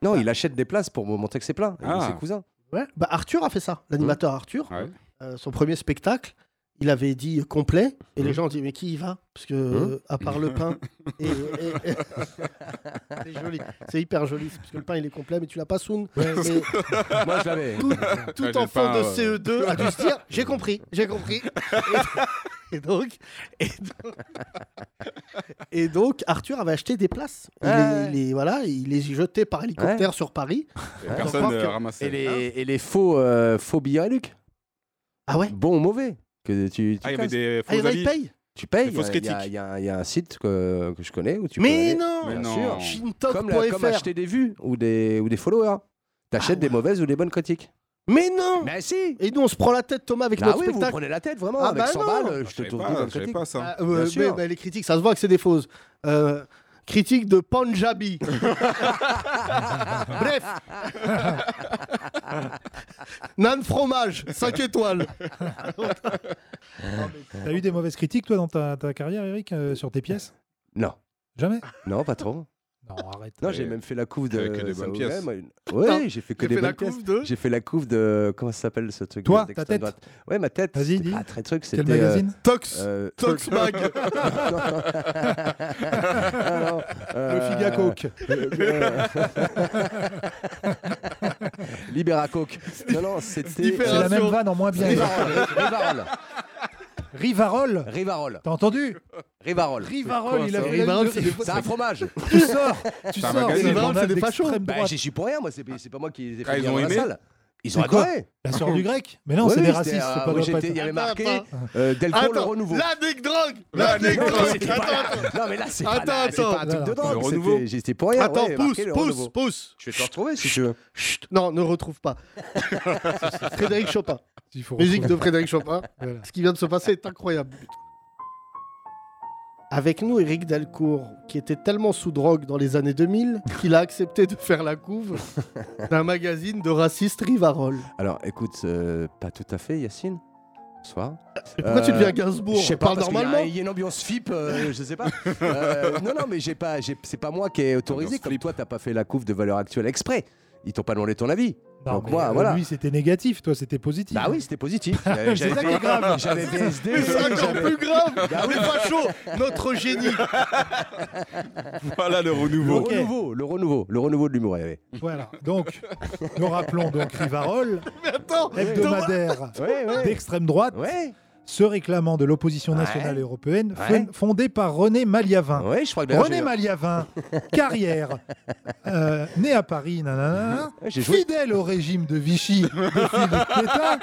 Speaker 6: Non, il achète des places pour montrer que c'est plein. avec
Speaker 4: Ah.
Speaker 6: ses cousins.
Speaker 3: Ouais, bah Arthur a fait ça, l'animateur Arthur.
Speaker 4: Mmh. Ouais.
Speaker 3: Euh, son premier spectacle, il avait dit complet, et les
Speaker 4: Mhm.
Speaker 3: gens ont dit Mais qui y va Parce que,
Speaker 6: Mhm.
Speaker 4: Mmh.
Speaker 3: euh, à part le pain.
Speaker 4: [LAUGHS]
Speaker 3: et- et- et- [LAUGHS] c'est joli, c'est hyper joli, parce que le pain il est complet, mais tu l'as pas soon.
Speaker 4: [LAUGHS]
Speaker 3: Et
Speaker 6: [LAUGHS] Moi, je l'avais.
Speaker 3: tout tout
Speaker 4: Ouais, j'ai
Speaker 3: enfant
Speaker 4: pas,
Speaker 3: de
Speaker 4: euh, [LAUGHS]
Speaker 3: CE2 a dû se dire J'ai compris, j'ai compris. Et, [LAUGHS] et donc, et donc, et donc, Arthur avait acheté des places. Il,
Speaker 6: Ouais.
Speaker 3: les, il les- voilà, il les y jetait par hélicoptère sur Paris.
Speaker 4: Et
Speaker 6: Ouais.
Speaker 4: Personne
Speaker 3: Sauf que-
Speaker 4: ne
Speaker 6: Et
Speaker 4: ramassait.
Speaker 6: les, et les faux, euh, faux billets, Luc
Speaker 3: Ah ouais
Speaker 6: Bon ou mauvais que tu, tu,
Speaker 4: Ah, il y avait
Speaker 6: casses.
Speaker 4: des
Speaker 3: Ah, il
Speaker 4: faux avis.
Speaker 3: paye
Speaker 6: tu payes. euh,
Speaker 4: des fausses
Speaker 6: Il y a-
Speaker 4: critiques.
Speaker 6: il y, a- il y a un site que, que je connais où tu peux
Speaker 3: Mais
Speaker 6: aller-
Speaker 3: non
Speaker 4: Mais
Speaker 6: Bien
Speaker 4: non.
Speaker 6: sûr. Comme, la- comme
Speaker 3: Shintok.fr
Speaker 6: acheter des vues ou des, ou des followers.
Speaker 3: Ah,
Speaker 6: T'achètes des mauvaises ou des bonnes critiques
Speaker 3: Mais non
Speaker 6: Mais si
Speaker 3: Et nous, on se prend la tête, Thomas, avec
Speaker 6: Ah
Speaker 3: notre
Speaker 6: oui, vous
Speaker 3: spectacle.
Speaker 6: prenez la tête vraiment
Speaker 3: Ah
Speaker 6: avec
Speaker 3: bah
Speaker 6: 100
Speaker 3: non.
Speaker 6: balles, je
Speaker 4: Je
Speaker 6: te
Speaker 4: savais
Speaker 6: tourne
Speaker 4: pas,
Speaker 6: une
Speaker 4: je savais
Speaker 6: critique.
Speaker 4: pas ça.
Speaker 3: Ah, ouais,
Speaker 6: Bien
Speaker 3: mais-
Speaker 6: sûr.
Speaker 3: mais les critiques, ça se voit que c'est des fausses. Euh, critique
Speaker 6: [LAUGHS]
Speaker 3: de Punjabi. Bref. Nan fromage, 5 étoiles.
Speaker 5: T'as eu des mauvaises critiques, toi, dans ta, ta carrière, Eric, euh, sur tes pièces
Speaker 6: Non,
Speaker 5: Jamais
Speaker 6: non, pas trop.
Speaker 5: Non, arrête.
Speaker 6: Non,
Speaker 4: Mais
Speaker 6: j'ai même fait la couve de.
Speaker 4: avec que des
Speaker 6: ça
Speaker 4: bonnes
Speaker 6: vous
Speaker 4: pièces.
Speaker 6: aime,
Speaker 3: [LAUGHS]
Speaker 6: une- Ouais, j'ai fait que
Speaker 3: J'ai
Speaker 6: des
Speaker 3: fait la
Speaker 6: bonnes pièces.
Speaker 3: couve de-
Speaker 6: J'ai fait la couve de. Comment ça s'appelle ce truc
Speaker 5: Toi,
Speaker 6: de-
Speaker 5: ta
Speaker 6: d'extrême
Speaker 5: tête.
Speaker 6: droite Ouais, ma tête.
Speaker 5: Vas-y,
Speaker 6: C'était
Speaker 5: dis.
Speaker 6: pas un Très truc, c'était.
Speaker 5: Quel magazine
Speaker 3: Tox.
Speaker 5: [LAUGHS]
Speaker 6: euh, euh,
Speaker 3: Tox
Speaker 6: [LAUGHS]
Speaker 3: Mag.
Speaker 6: Ah
Speaker 5: [LAUGHS]
Speaker 6: non,
Speaker 3: Le
Speaker 6: euh,
Speaker 3: Figa Coke.
Speaker 6: euh, Libéra
Speaker 5: [LAUGHS]
Speaker 6: Coke. Non, non, c'était.
Speaker 5: C'est la
Speaker 3: Libération.
Speaker 5: même vanne en moins bien. [LAUGHS]
Speaker 6: Rivarol. Rivarol.
Speaker 5: Rivarol
Speaker 6: Rivarol.
Speaker 5: T'as entendu
Speaker 6: Rivarol.
Speaker 5: Rivarol, il a
Speaker 3: ça
Speaker 5: fait
Speaker 3: Rivarol,
Speaker 5: une-
Speaker 3: c'est-
Speaker 5: tu
Speaker 6: C'est un
Speaker 5: [LAUGHS]
Speaker 6: fromage.
Speaker 5: sors, tu
Speaker 4: C'est un
Speaker 5: sors,
Speaker 4: magazine.
Speaker 5: le
Speaker 3: Rivarol,
Speaker 5: journal
Speaker 3: c'est des fachos.
Speaker 5: d'extrême
Speaker 6: Bah,
Speaker 5: droite.
Speaker 6: j'y suis pour rien, moi. C'est c'est pas moi qui les ai
Speaker 4: Ah,
Speaker 6: fait
Speaker 4: ils
Speaker 6: venir
Speaker 4: ont
Speaker 6: dans la
Speaker 4: aimé
Speaker 6: salle. Ils ont
Speaker 5: C'est quoi
Speaker 6: adoré.
Speaker 5: La sœur du grec Mais non,
Speaker 6: Ah, Oui,
Speaker 5: c'est
Speaker 6: oui,
Speaker 5: des
Speaker 6: c'était,
Speaker 5: racistes,
Speaker 6: euh,
Speaker 5: c'est pas
Speaker 6: où
Speaker 5: doit pas
Speaker 6: j'étais,
Speaker 5: être-
Speaker 6: Il y avait marqué
Speaker 3: Attends,
Speaker 6: euh, Delcourt le
Speaker 3: Attends,
Speaker 6: renouveau.
Speaker 3: la Nick Drog. La
Speaker 4: La
Speaker 3: Nick
Speaker 4: Nick
Speaker 6: Non,
Speaker 3: Drog.
Speaker 6: c'était pas là. Non, mais là, c'est pas,
Speaker 3: Attends,
Speaker 6: là, c'est
Speaker 3: attends.
Speaker 6: pas un truc de
Speaker 5: Le
Speaker 6: drogue.
Speaker 4: renouveau.
Speaker 6: c'était- J'étais pour rien.
Speaker 3: Attends,
Speaker 6: ouais,
Speaker 3: pousse,
Speaker 6: marqué le
Speaker 3: pousse,
Speaker 6: renouveau.
Speaker 3: pousse.
Speaker 6: Je vais te retrouver si tu veux.
Speaker 3: Chut, non, ne
Speaker 6: [LAUGHS]
Speaker 3: retrouve pas. Frédéric Chopin.
Speaker 5: Il faut
Speaker 3: Musique de
Speaker 5: retrouver-
Speaker 6: [LAUGHS]
Speaker 3: Frédéric Chopin.
Speaker 5: Voilà.
Speaker 3: Ce qui vient de se passer est incroyable. Avec nous, Eric Dalcourt, qui était tellement sous drogue dans les années 2000 qu'il a accepté de faire
Speaker 6: [LAUGHS]
Speaker 3: la couve d'un magazine de racistes Rivarol.
Speaker 6: Alors, écoute, euh, pas tout à fait, Yacine. Bonsoir.
Speaker 3: Et pourquoi tu
Speaker 6: Euh,
Speaker 3: deviens Gainsbourg
Speaker 6: Je sais pas,
Speaker 3: Parle
Speaker 6: parce qu'il y a-
Speaker 3: normalement.
Speaker 6: Il y, a une ambiance FIP, euh, je sais
Speaker 3: [LAUGHS]
Speaker 6: pas. Euh, non, non, mais j'ai pas, j'ai- c'est pas moi qui ai autorisé.
Speaker 4: Ambiance
Speaker 6: Comme
Speaker 4: flip.
Speaker 6: toi, t'as pas fait la couve de valeur actuelle exprès. Ils t'ont pas demandé ton avis.
Speaker 5: Non,
Speaker 6: Donc
Speaker 5: mais,
Speaker 6: moi,
Speaker 5: euh,
Speaker 6: voilà.
Speaker 5: Lui, c'était négatif, toi, c'était positif.
Speaker 6: Bah oui, c'était
Speaker 3: [LAUGHS]
Speaker 6: positif. Euh,
Speaker 5: C'est ça qui
Speaker 6: J'avais
Speaker 5: est grave.
Speaker 6: j'avais BSD.
Speaker 3: Mais c'est encore
Speaker 6: j'avais-
Speaker 3: plus grave Les fachos Notre
Speaker 6: [LAUGHS]
Speaker 3: génie
Speaker 4: Voilà le
Speaker 6: Le
Speaker 4: renouveau.
Speaker 5: Ok.
Speaker 6: renouveau, le renouveau, le renouveau de l'humour, il y avait.
Speaker 5: Voilà. Donc, nous rappelons donc
Speaker 6: [LAUGHS]
Speaker 5: Rivarol,
Speaker 3: Attends
Speaker 5: hebdomadaire
Speaker 6: Ouais,
Speaker 5: d'extrême droite,
Speaker 6: Ouais,
Speaker 5: se réclamant de l'opposition nationale
Speaker 6: Ouais.
Speaker 5: européenne,
Speaker 6: Ouais.
Speaker 5: fon- fondée par René Maliavin.
Speaker 6: ouais, je crois que d'ailleurs,
Speaker 5: René
Speaker 6: j'ai-
Speaker 5: Maliavin, carrière, euh, né à Paris, nanana,
Speaker 6: Ouais, j'ai joué.
Speaker 5: fidèle au régime de Vichy de Philippe Pétain,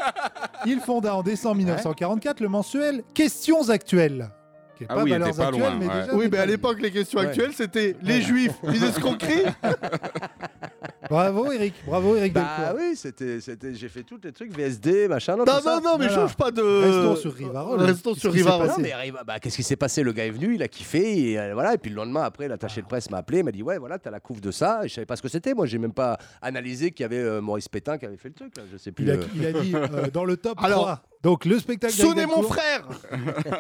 Speaker 5: il fonda en décembre 1944 le mensuel Questions actuelles. Qui est
Speaker 4: Ah
Speaker 5: pas
Speaker 4: oui, il
Speaker 5: Valeurs
Speaker 4: était pas
Speaker 5: Actuelles,
Speaker 4: loin,
Speaker 5: mais
Speaker 4: ouais.
Speaker 5: déjà-
Speaker 3: Oui, mais à l'époque, les questions
Speaker 6: Ouais.
Speaker 3: actuelles, c'était les juifs, les escroqueries
Speaker 6: [LAUGHS]
Speaker 5: Bravo Eric, bravo Eric
Speaker 6: Bah
Speaker 5: Delcourt.
Speaker 6: oui, c'était, c'était, j'ai fait tous les trucs VSD, machin. Non,
Speaker 5: Bah,
Speaker 3: Non,
Speaker 6: tout ça.
Speaker 3: non, non, mais
Speaker 5: Voilà.
Speaker 3: change pas de...
Speaker 5: Restons sur Rivarol.
Speaker 3: Restons sur
Speaker 5: Qu'est-ce qui s'est
Speaker 3: Rivarol.
Speaker 6: Non, mais arrive- bah, qu'est-ce qui s'est passé Le gars est venu, il a kiffé, et, euh, voilà. Et puis le lendemain, après, l'attaché de presse m'a appelé, m'a dit Ouais, voilà, t'as la couve de ça. Et je savais pas ce que c'était. Moi, j'ai même pas analysé qu'il y avait euh, Maurice Pétain qui avait fait le truc. Là. Je sais plus.
Speaker 5: Il a,
Speaker 6: euh.
Speaker 5: il a dit euh, dans le top
Speaker 3: Alors,
Speaker 5: 3. Donc le spectacle d'Eric
Speaker 3: Sonnez mon
Speaker 5: Delcourt.
Speaker 3: frère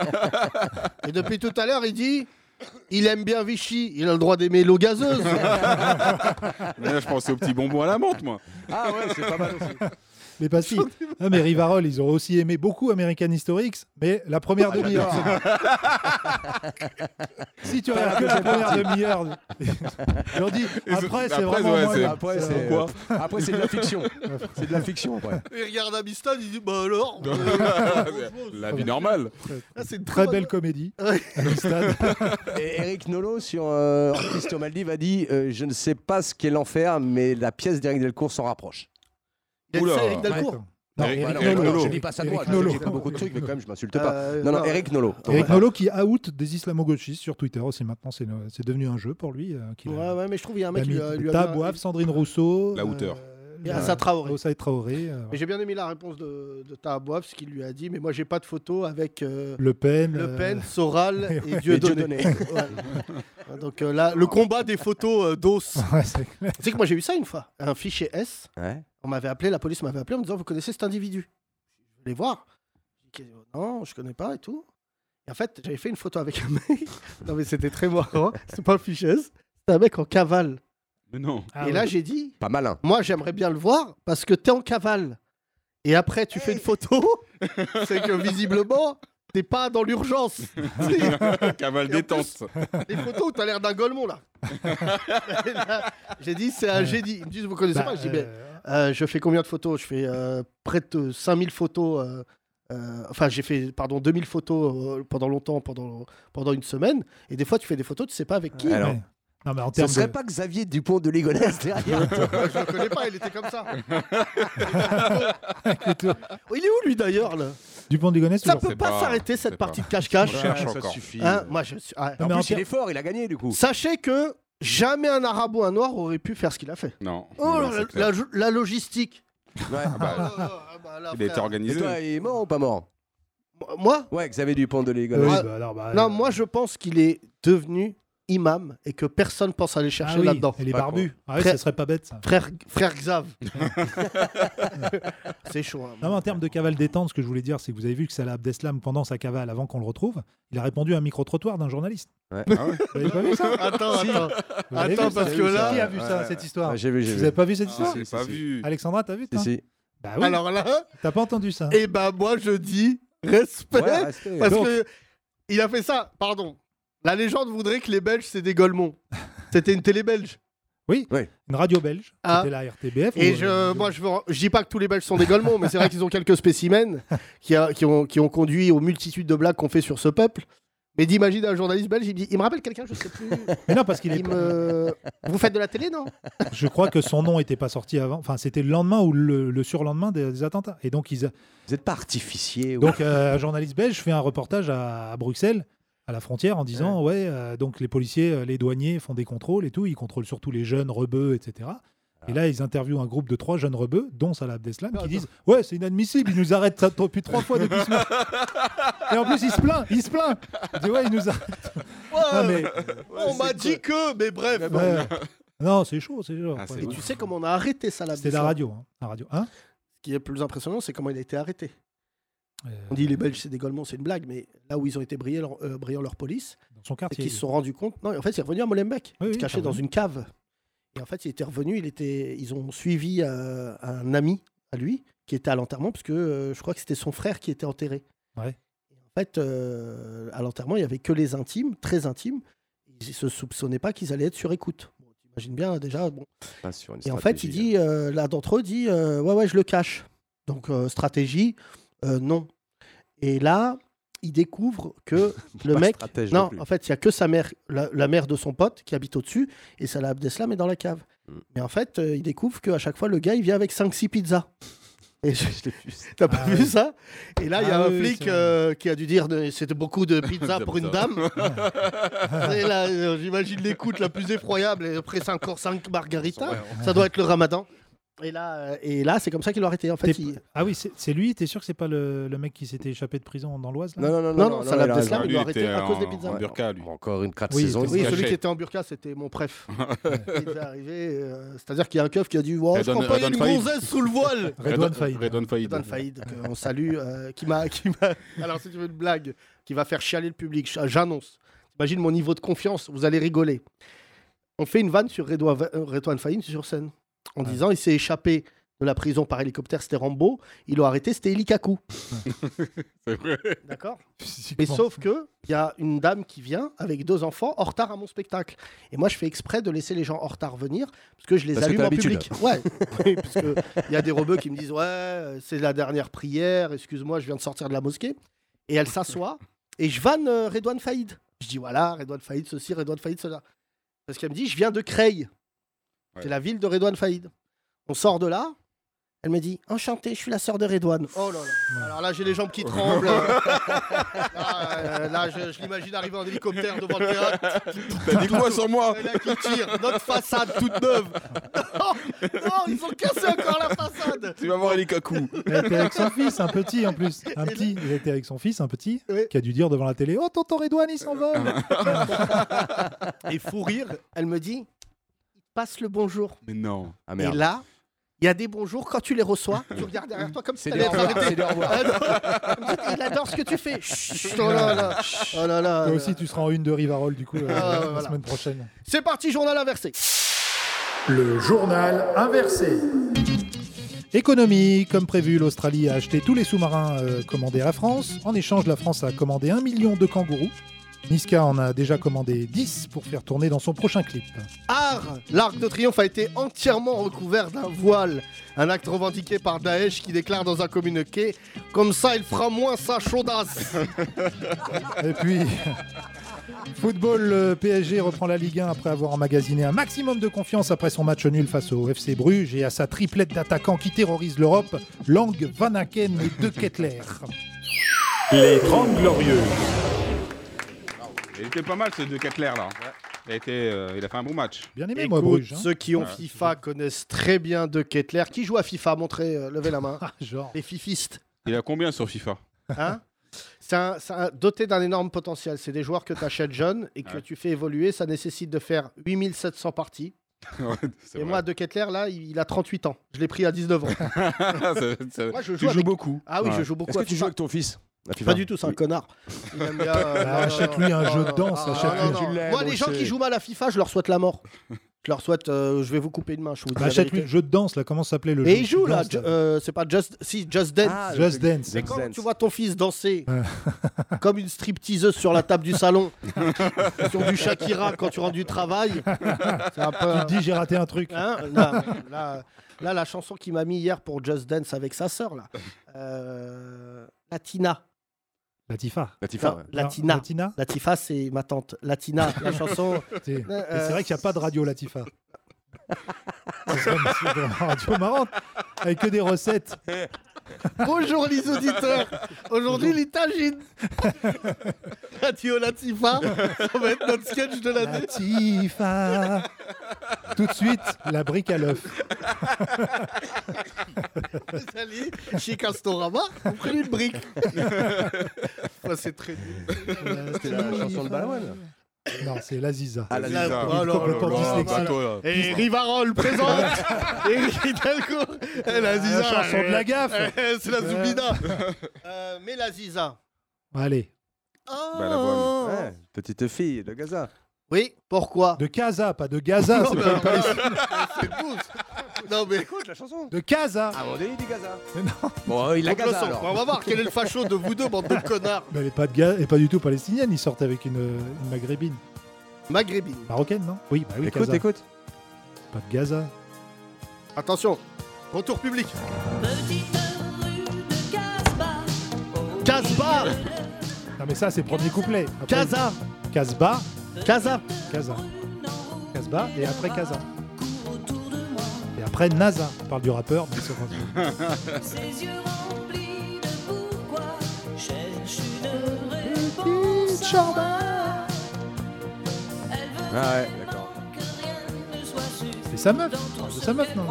Speaker 3: [LAUGHS] Et depuis tout à l'heure, il dit il aime bien Vichy, il a le droit d'aimer l'eau gazeuse.
Speaker 4: Mais là, je pensais aux petits bonbons à la menthe, moi.
Speaker 6: Ah ouais, c'est pas mal
Speaker 5: [LAUGHS]
Speaker 6: aussi.
Speaker 5: Les pastilles. Ah, mais Rivarol, ils ont aussi aimé beaucoup American Historics, mais la première demi-heure. si tu regardes que la première demi-heure, ils ont dit après,
Speaker 4: après,
Speaker 5: c'est vraiment.
Speaker 4: ouais,
Speaker 5: moins
Speaker 4: c'est-
Speaker 5: bien.
Speaker 6: Après, c'est
Speaker 5: Euh,
Speaker 4: Quoi
Speaker 6: Après, c'est de la
Speaker 5: [LAUGHS]
Speaker 6: fiction. C'est de la fiction. Après.
Speaker 3: [LAUGHS] il regarde Amistad, il dit bah [LAUGHS] alors. euh,
Speaker 4: La vie normale.
Speaker 3: là, c'est une
Speaker 5: Très belle comédie.
Speaker 3: Ouais.
Speaker 5: Amistad.
Speaker 6: Et Eric Nolo sur euh, Artiste aux Maldives a dit euh, Je ne sais pas ce qu'est l'enfer, mais la pièce d'Eric Delcourt s'en rapproche.
Speaker 3: Il a dit
Speaker 4: Oula.
Speaker 3: ça, Eric Dalcourt.
Speaker 5: Non,
Speaker 4: Eric-
Speaker 5: Eric
Speaker 4: Eric
Speaker 5: Nolot.
Speaker 4: Nolot.
Speaker 6: Je dis pas ça de
Speaker 5: Eric
Speaker 6: moi, je
Speaker 5: Nolot. Ah,
Speaker 6: dis pas beaucoup de trucs, mais quand même, je m'insulte pas.
Speaker 3: Euh,
Speaker 6: Non, non,
Speaker 3: non.
Speaker 6: Eric Nolo. Donc,
Speaker 5: Eric
Speaker 6: voilà.
Speaker 5: Nolot qui out des islamo-gauchistes sur Twitter aussi maintenant, c'est c'est devenu un jeu pour lui. euh, qu'il a-
Speaker 3: Ouais, ouais, mais je trouve qu'il y a un
Speaker 5: il a
Speaker 3: mec qui lui a,
Speaker 5: mis
Speaker 3: lui a bien-
Speaker 5: Tabouaf, Sandrine Rousseau.
Speaker 4: La hauteur.
Speaker 5: euh,
Speaker 3: Et Assa Traoré.
Speaker 5: Assa Traoré. euh,
Speaker 3: Mais j'ai bien aimé la réponse de, de Tahabouaf, ce qu'il lui a dit. Mais moi, j'ai pas de photo avec euh,
Speaker 5: Le Pen.
Speaker 3: Le
Speaker 5: euh, [LAUGHS]
Speaker 3: Pen, Soral et
Speaker 6: Et
Speaker 3: Dieudonné. [LAUGHS] Ouais. Donc euh, là, le combat des photos euh,
Speaker 5: [LAUGHS]
Speaker 3: d'os.
Speaker 5: ouais, c'est clair.
Speaker 3: tu sais que moi, j'ai eu ça une fois, un fichier S.
Speaker 6: Ouais.
Speaker 3: On m'avait appelé, la police m'avait appelé en me disant Vous connaissez cet individu Je vais les voir. J'ai dit, Non, je connais pas et tout. Et en fait, j'avais fait une photo avec un [LAUGHS] mec. non, mais c'était très marrant. C'est pas un fichier. C'est un mec en cavale.
Speaker 4: Mais non.
Speaker 5: Ah
Speaker 3: et là,
Speaker 5: ouais.
Speaker 3: j'ai dit
Speaker 6: Pas malin.
Speaker 3: Moi, j'aimerais bien le voir parce que t'es en cavale. Et après, tu fais une photo.
Speaker 5: [LAUGHS]
Speaker 3: C'est que visiblement, t'es pas dans
Speaker 5: [LAUGHS]
Speaker 3: l'urgence. Tu sais,
Speaker 4: Cavale détente.
Speaker 3: Les photos, t'as l'air d'un golemon, là. [LAUGHS] Et là, j'ai dit C'est un génie. Ils me disent Vous connaissez
Speaker 5: Bah,
Speaker 3: pas Je dis Mais
Speaker 5: euh,
Speaker 3: euh, je fais combien de photos Je fais euh, près de 5000 photos. euh, euh, enfin, j'ai fait, pardon, 2000 photos euh, pendant longtemps, pendant, pendant une semaine. Et des fois, tu fais des photos, tu sais pas avec qui.
Speaker 6: Alors,
Speaker 5: ouais. Non, mais en
Speaker 6: Ce
Speaker 5: termes
Speaker 6: serait
Speaker 5: de-
Speaker 6: pas Xavier Dupont de Ligonnès
Speaker 3: [LAUGHS]
Speaker 6: derrière
Speaker 3: je le connais pas, il était comme
Speaker 4: [LAUGHS]
Speaker 3: ça. Oh,
Speaker 5: plutôt-
Speaker 3: Il est où, lui, d'ailleurs là
Speaker 5: Dupont du Gonesse,
Speaker 3: Ça
Speaker 5: euh, toujours.
Speaker 3: peut pas
Speaker 4: pas,
Speaker 3: s'arrêter,
Speaker 4: c'est
Speaker 3: cette partie de
Speaker 6: On
Speaker 3: cache-cache.
Speaker 4: cherche euh.
Speaker 6: ça
Speaker 4: encore.
Speaker 6: suffit.
Speaker 3: Hein, moi, je suis- ah,
Speaker 5: Non,
Speaker 6: en
Speaker 5: mais en
Speaker 6: plus, il
Speaker 5: ter-
Speaker 6: est fort, il a gagné du coup.
Speaker 3: Sachez que Jamais un arabe ou un noir aurait pu faire ce qu'il a fait.
Speaker 4: Non.
Speaker 3: Oh,
Speaker 4: Ouais,
Speaker 3: la,
Speaker 4: c'est clair.
Speaker 3: la- la logistique.
Speaker 6: Ouais.
Speaker 4: Ah bah,
Speaker 3: Ah, bah, là,
Speaker 4: il a été
Speaker 3: frère.
Speaker 6: Et
Speaker 4: organisé.
Speaker 6: toi, il est mort ou pas mort
Speaker 3: Moi
Speaker 6: Ouais, Xavier Dupont de
Speaker 5: Ah
Speaker 6: Ligonnès.
Speaker 5: oui,
Speaker 3: Ouais.
Speaker 5: bah alors, bah, euh,
Speaker 3: Non, moi je pense qu'il est devenu imam et que personne pense aller chercher
Speaker 5: ah oui,
Speaker 3: là-dedans.
Speaker 5: Et les
Speaker 4: Pas
Speaker 5: barbus. Ah oui,
Speaker 3: Très-
Speaker 5: ça serait pas bête ça.
Speaker 3: Frère, frère Xav. [LAUGHS] c'est chaud. hein.
Speaker 5: Non, mais en termes de cavale détente, ce que je voulais dire, c'est que vous avez vu que Salah Abdeslam, pendant sa cavale, avant qu'on le retrouve, il a répondu à un micro-trottoir d'un journaliste.
Speaker 6: Ouais.
Speaker 4: Ah ouais
Speaker 5: Vous avez pas vu ça
Speaker 3: Attends,
Speaker 5: Si.
Speaker 3: attends.
Speaker 5: Vous avez
Speaker 3: Attends,
Speaker 5: vu ça
Speaker 3: parce que là-
Speaker 5: Qui a vu ça,
Speaker 6: Ouais,
Speaker 5: cette
Speaker 6: ouais.
Speaker 5: histoire
Speaker 6: Ouais, j'ai vu, j'ai
Speaker 5: Vous
Speaker 6: vu.
Speaker 5: avez pas vu cette
Speaker 4: Ah,
Speaker 5: histoire
Speaker 4: j'ai
Speaker 6: Si,
Speaker 4: pas
Speaker 6: si,
Speaker 4: vu.
Speaker 5: Alexandra, t'as vu
Speaker 6: Si,
Speaker 5: toi
Speaker 6: si.
Speaker 5: Bah oui,
Speaker 3: Alors là,
Speaker 5: t'as pas entendu ça.
Speaker 3: et ben moi je dis respect.
Speaker 6: Ouais, restez.
Speaker 3: parce
Speaker 5: donc-
Speaker 3: que il a fait ça, pardon. La légende voudrait que les Belges c'est des Golemons. C'était une télé belge.
Speaker 5: Une radio belge,
Speaker 3: Ah.
Speaker 5: c'était la RTBF.
Speaker 3: Et
Speaker 5: ou,
Speaker 3: je,
Speaker 5: euh,
Speaker 3: moi, je, veux- je dis pas que tous les Belges sont des Golemons, mais c'est vrai qu'ils ont quelques spécimens qui, a- qui ont, qui ont conduit aux multitudes de blagues qu'on fait sur ce peuple. Mais d'imaginer un journaliste belge, il me dit, il me rappelle quelqu'un, je sais plus.
Speaker 5: Mais non, parce qu'il est.
Speaker 3: Il me... Vous faites de la télé, non
Speaker 5: Je crois que son nom était pas sorti avant. Enfin, c'était le lendemain ou le, le surlendemain des, des attentats. Et donc, ils, a-
Speaker 6: Vous êtes pas artificier. ouais.
Speaker 5: donc euh, un journaliste belge fait un reportage à, à Bruxelles, à la frontière, en disant ouais, euh, donc les policiers, euh, les douaniers font des contrôles et tout. Ils contrôlent surtout les jeunes rebeux, etc. Et là, ils interviewent un groupe de trois jeunes rebeux, dont Salah Abdeslam, qui disent Ouais, c'est inadmissible, il nous arrête ça depuis trois fois depuis ce matin. Et en plus, il se plaint, il se plaint. Il dit Ouais, il nous arrête.
Speaker 4: Ah,
Speaker 5: Non, mais-
Speaker 3: On m'a dit que, mais bref.
Speaker 5: Ouais. Non, c'est chaud, c'est chaud.
Speaker 4: Ah, c'est
Speaker 5: Ouais.
Speaker 3: Et tu sais comment on a arrêté ça là
Speaker 5: C'était la radio. Hein. La radio. Hein
Speaker 3: Ce qui est plus impressionnant, c'est comment il a été arrêté.
Speaker 5: Euh,
Speaker 3: On dit les Belges, c'est des Golemons, c'est une blague, mais là où ils ont été brillés, leur, euh, brillant leur police,
Speaker 5: dans son
Speaker 3: c'est
Speaker 5: quartier.
Speaker 3: qu'ils se sont rendus compte. Non, en fait, il est revenu à Molenbeek. il
Speaker 5: Oui,
Speaker 3: se
Speaker 5: oui,
Speaker 3: cachait
Speaker 5: t'as
Speaker 3: dans
Speaker 5: raison.
Speaker 3: une cave. Et en fait, il était revenu, il était... ils ont suivi euh, un ami à lui qui était à l'enterrement, parce que euh, je crois que c'était son frère qui était enterré.
Speaker 5: Ouais.
Speaker 3: En fait, euh, à l'enterrement, il n'y avait que les intimes, très intimes. Ils ne se soupçonnaient pas qu'ils allaient être sur écoute. Bon, T'imagines bien, déjà, bon,
Speaker 6: Pas sur une
Speaker 3: et en fait, il
Speaker 6: stratégie.
Speaker 3: dit, euh, l'un d'entre eux dit, euh, ouais, ouais, je le cache. Donc, euh, stratégie, euh, non. Et là, il découvre que le
Speaker 6: Pas
Speaker 3: mec.
Speaker 6: stratège non
Speaker 3: Non,
Speaker 6: plus.
Speaker 3: en fait, il n'y a que sa mère, la, la mère de son pote qui habite au-dessus, et Salah Abdeslam est dans la cave.
Speaker 6: Mm.
Speaker 3: Mais en fait, euh, il découvre qu'à chaque fois, le gars, il vient avec 5-6 pizzas. Et je-
Speaker 6: hein. Je l'ai vu, ça.
Speaker 3: T'as pas
Speaker 5: Ah
Speaker 3: vu
Speaker 5: oui.
Speaker 3: ça Et là, il y a
Speaker 5: Ah
Speaker 3: un
Speaker 5: oui,
Speaker 3: flic
Speaker 5: c'est vrai.
Speaker 3: euh, qui a dû dire de- c'était beaucoup de pizza
Speaker 4: De
Speaker 3: pour une
Speaker 4: pizza.
Speaker 3: dame. Et là, euh, j'imagine l'écoute la plus effroyable. Et après, c'est encore 5 margaritas. Ça doit être le ramadan. Et là, euh, et là c'est comme ça qu'il aurait été. En fait,
Speaker 5: T'es-
Speaker 3: il-
Speaker 5: Ah oui, c'est c'est lui, t'es sûr que c'est pas le, le mec qui s'était échappé de prison dans l'Oise
Speaker 6: Non,
Speaker 5: là
Speaker 6: non, non,
Speaker 3: Non,
Speaker 6: non,
Speaker 3: non,
Speaker 6: non,
Speaker 3: ça
Speaker 6: il
Speaker 3: l'a
Speaker 6: a
Speaker 3: blessé,
Speaker 6: raison.
Speaker 3: il doit arrêter à cause des pizzas.
Speaker 4: En burqa, lui.
Speaker 6: Encore une crade
Speaker 5: Oui,
Speaker 6: saison.
Speaker 5: c'était-
Speaker 3: oui,
Speaker 6: il se
Speaker 3: celui
Speaker 6: cache.
Speaker 3: qui était en burqa, c'était
Speaker 4: [LAUGHS]
Speaker 3: mon préf. il est arrivé. euh, C'est-à-dire qu'il y a un keuf qui a dit wow,
Speaker 4: Elle
Speaker 3: Je
Speaker 4: donne-
Speaker 3: crois pas, il y a
Speaker 4: elle
Speaker 3: une
Speaker 4: donne faillite.
Speaker 3: gonzesse sous
Speaker 4: [LAUGHS]
Speaker 3: le voile.
Speaker 5: Redouane Faïd.
Speaker 4: Redouane Faïd.
Speaker 3: Dan Faïd, qu'on salue, euh, qui m'a. qui m'a- [LAUGHS] Alors, si tu veux une blague qui va faire chialer le public, j- j'annonce. Imagine mon niveau de confiance, vous allez rigoler. On fait une vanne sur Redouane euh, Redouane Faïd sur scène, en disant il s'est échappé de la prison par hélicoptère, c'était Rambo, ils l'ont arrêté, c'était Eli
Speaker 4: [LAUGHS]
Speaker 3: Kaku.
Speaker 4: C'est vrai.
Speaker 3: D'accord Mais
Speaker 5: Physiquement.
Speaker 3: sauf que, il y a une dame qui vient avec deux enfants en retard à mon spectacle. Et moi, je fais exprès de laisser les gens en retard venir parce que je les
Speaker 6: Parce que
Speaker 3: allume
Speaker 6: t'as
Speaker 3: en
Speaker 6: l'habitude.
Speaker 3: public. Ouais, [LAUGHS] Oui, parce que il y a des rebeux qui me disent Ouais, euh, c'est la dernière prière, excuse-moi, je viens de sortir de la mosquée. Et elle s'assoit et je vanne euh, Redouane Faïd. Je dis Voilà, Redouane Faïd, ceci, Redouane Faïd, cela. Parce qu'elle me dit Je viens de Creil.
Speaker 4: Ouais.
Speaker 3: C'est la ville de Redouane Faïd. On sort de là. Elle me dit Enchanté, je suis la sœur de Redouane. Oh là là. Alors là, j'ai les jambes qui tremblent. là, euh, là, je, je l'imagine arriver en hélicoptère devant le théâtre.
Speaker 4: T'as dit quoi sur moi
Speaker 3: Et là, qui tire notre façade toute neuve. [LAUGHS] Non, non, ils ont cassé encore la façade.
Speaker 4: Tu vas voir Elikaku.
Speaker 5: Il était
Speaker 3: [LAUGHS]
Speaker 5: avec son fils, un petit en plus. Un petit. Il était avec son fils, un petit,
Speaker 3: Ouais.
Speaker 5: qui a dû dire devant la télé Oh, tonton Redouane, il s'envole
Speaker 3: Ah. Et fou rire, elle me dit il passe le bonjour.
Speaker 4: Mais non.
Speaker 6: Ah
Speaker 3: Et
Speaker 6: merde.
Speaker 3: là, il y a des bonjours, quand tu les reçois, tu regardes derrière toi comme si
Speaker 6: C'est des
Speaker 3: t'allais
Speaker 6: au
Speaker 3: être
Speaker 6: revoir,
Speaker 3: arrêté.
Speaker 6: c'est des au revoir.
Speaker 3: Ah non, comme si- il adore ce que
Speaker 6: [LAUGHS]
Speaker 3: tu fais. Chut, oh là là. Oh là là.
Speaker 5: Toi aussi, tu seras en une de Rivarol, du coup, euh,
Speaker 3: Ah,
Speaker 5: la
Speaker 3: voilà.
Speaker 5: semaine prochaine.
Speaker 3: C'est parti, journal inversé.
Speaker 1: Le journal inversé.
Speaker 5: Économie, comme prévu, l'Australie a acheté tous les sous-marins euh, commandés à la France. En échange, la France a commandé un million de kangourous. Niska en a déjà commandé 10 pour faire tourner dans son prochain clip.
Speaker 3: Art, l'arc de triomphe a été entièrement recouvert d'un voile. Un acte revendiqué par Daesh qui déclare dans un communiqué Comme ça, il fera moins sa chaudasse.
Speaker 5: Et puis, [LAUGHS] football, le PSG reprend la Ligue 1 après avoir emmagasiné un maximum de confiance après son match nul face au FC Bruges et à sa triplette d'attaquants qui terrorise l'Europe, Lang, Van Aken et De Kettler.
Speaker 4: Il était pas mal ce de Kettler là. Il a, été, euh, il a fait un bon match.
Speaker 5: Bien aimé,
Speaker 3: Écoute,
Speaker 5: moi, Bruges. hein.
Speaker 3: Ceux qui ont
Speaker 4: Ouais.
Speaker 3: FIFA connaissent très bien De Kettler. Qui joue à FIFA Montrez, euh, levez la
Speaker 5: [LAUGHS]
Speaker 3: main.
Speaker 5: Ah, genre.
Speaker 3: Les
Speaker 5: [LAUGHS]
Speaker 3: fifistes.
Speaker 4: Il a combien sur FIFA
Speaker 3: Hein c'est un, c'est un- doté d'un énorme potentiel. C'est des joueurs que tu achètes jeunes et que
Speaker 4: Ouais.
Speaker 3: tu fais évoluer. Ça nécessite de faire 8700 parties.
Speaker 4: Ouais,
Speaker 3: Et
Speaker 4: c'est vrai.
Speaker 3: moi, De Kettler, là, il, il a 38 ans. Je l'ai pris à 19
Speaker 5: [LAUGHS]
Speaker 3: ans.
Speaker 4: C'est- c'est-
Speaker 3: moi, je
Speaker 6: Tu
Speaker 3: joue
Speaker 6: joues
Speaker 3: avec...
Speaker 6: beaucoup.
Speaker 3: Ah oui,
Speaker 4: Ouais.
Speaker 3: je joue beaucoup
Speaker 6: Est-ce
Speaker 3: à
Speaker 6: que tu Ah, joues
Speaker 3: FIFA.
Speaker 6: avec ton fils à FIFA
Speaker 3: Pas du tout, c'est un connard. Il aime bien, euh,
Speaker 5: Bah,
Speaker 3: non,
Speaker 5: achète-lui un jeu de danse, achète-lui.
Speaker 3: non, non.
Speaker 6: Tu l'aimes,
Speaker 3: Moi,
Speaker 6: on
Speaker 3: les
Speaker 6: le
Speaker 3: gens
Speaker 6: sait.
Speaker 3: qui jouent mal à FIFA, je leur souhaite la mort. Je leur souhaite, euh, je vais vous couper une main. Je vous dis
Speaker 5: Bah,
Speaker 3: la
Speaker 5: Achète-lui le
Speaker 3: vérité.
Speaker 5: jeu de danse, là. Comment ça s'appelait le jeu
Speaker 3: Et il joue là,
Speaker 5: Dance,
Speaker 3: ju- euh, c'est pas Just, si Just Dance.
Speaker 6: Ah, le
Speaker 5: Just
Speaker 6: truc-
Speaker 5: Dance.
Speaker 6: Just
Speaker 3: Quand
Speaker 6: Dance.
Speaker 3: tu vois ton fils danser
Speaker 5: Ouais.
Speaker 3: [LAUGHS] comme une stripteaseuse sur la table du salon, sur du Shakira quand tu rentres du travail, c'est un peu.
Speaker 5: Tu te dis, j'ai raté un truc.
Speaker 3: euh, Hein, là, là- là, la chanson qu'il m'a mis hier pour Just Dance avec sa sœur, là. Euh, Latina.
Speaker 5: Latifa.
Speaker 6: Latifa,
Speaker 3: Non,
Speaker 6: ouais.
Speaker 3: Latina.
Speaker 5: Non, Latina
Speaker 3: Latifa, c'est ma tante. Latina, la chanson.
Speaker 5: C'est Et
Speaker 3: euh,
Speaker 5: c'est vrai qu'il n'y a pas de
Speaker 3: [LAUGHS]
Speaker 5: radio Latifa. C'est vrai, mais c'est une radio marrante, avec que des recettes.
Speaker 3: Bonjour les auditeurs. Aujourd'hui, les tagines. Radio Latifa, ça va être notre sketch de l'année.
Speaker 5: Latifa. Tout de suite, la brique à l'œuf.
Speaker 3: Vous allez chez Castorama, vous prenez une brique. Ouais, c'est très
Speaker 6: C'était la chanson de Balavoine.
Speaker 5: Non, c'est l'Aziza.
Speaker 6: Ah, la
Speaker 3: Là,
Speaker 6: Lisa.
Speaker 3: oh là là
Speaker 5: complètement
Speaker 3: là.
Speaker 5: dyslexique.
Speaker 3: Et Rivarol présente [LAUGHS] Eric Hidalgo Eh, la Ziza
Speaker 5: La chanson de la gaffe.
Speaker 3: Eh, C'est la Zoubida Euh, Mais la Ziza
Speaker 5: Allez,
Speaker 3: Oh.
Speaker 4: Bah, la bonne.
Speaker 6: Ouais, Petite fille de Gaza.
Speaker 3: Oui, pourquoi
Speaker 5: de Casa, pas de Gaza.
Speaker 3: Non,
Speaker 5: c'est
Speaker 3: mais
Speaker 5: pas une
Speaker 3: voilà.
Speaker 5: Palestine.
Speaker 3: C'est tous. Non mais écoute,
Speaker 6: La chanson.
Speaker 5: De Casa.
Speaker 6: Ah, on est du Gaza.
Speaker 5: Mais non,
Speaker 6: [LAUGHS] Bon, euh, il a
Speaker 3: on, le
Speaker 6: Gaza
Speaker 3: sent. on
Speaker 6: alors.
Speaker 3: va voir quel est le facho de vous deux, bande de connards
Speaker 5: mais elle est pas de Gaza, elle est pas du tout palestinienne. Ils sortent avec une, une maghrébine,
Speaker 3: Maghrébine.
Speaker 5: marocaine, non Oui, bah oui,
Speaker 6: Écoute,
Speaker 5: Casa.
Speaker 6: écoute.
Speaker 5: Pas de Gaza.
Speaker 3: Attention, retour public
Speaker 8: Petite rue de Casbah.
Speaker 3: Casbah
Speaker 5: Non, mais ça, c'est le premier couplet. Après,
Speaker 3: Casa
Speaker 5: Casbah,
Speaker 3: Casa
Speaker 5: Casa. Casbah, et après Casa. Et après NASA. On parle du rappeur, mais c'est pas-
Speaker 8: Ses yeux remplis de pourquoi. Cherche une réponse. à moi. Elle veut
Speaker 6: Ah ouais, d'accord.
Speaker 8: que rien ne soit sûr.
Speaker 5: c'est sa meuf. On parle de sa meuf, non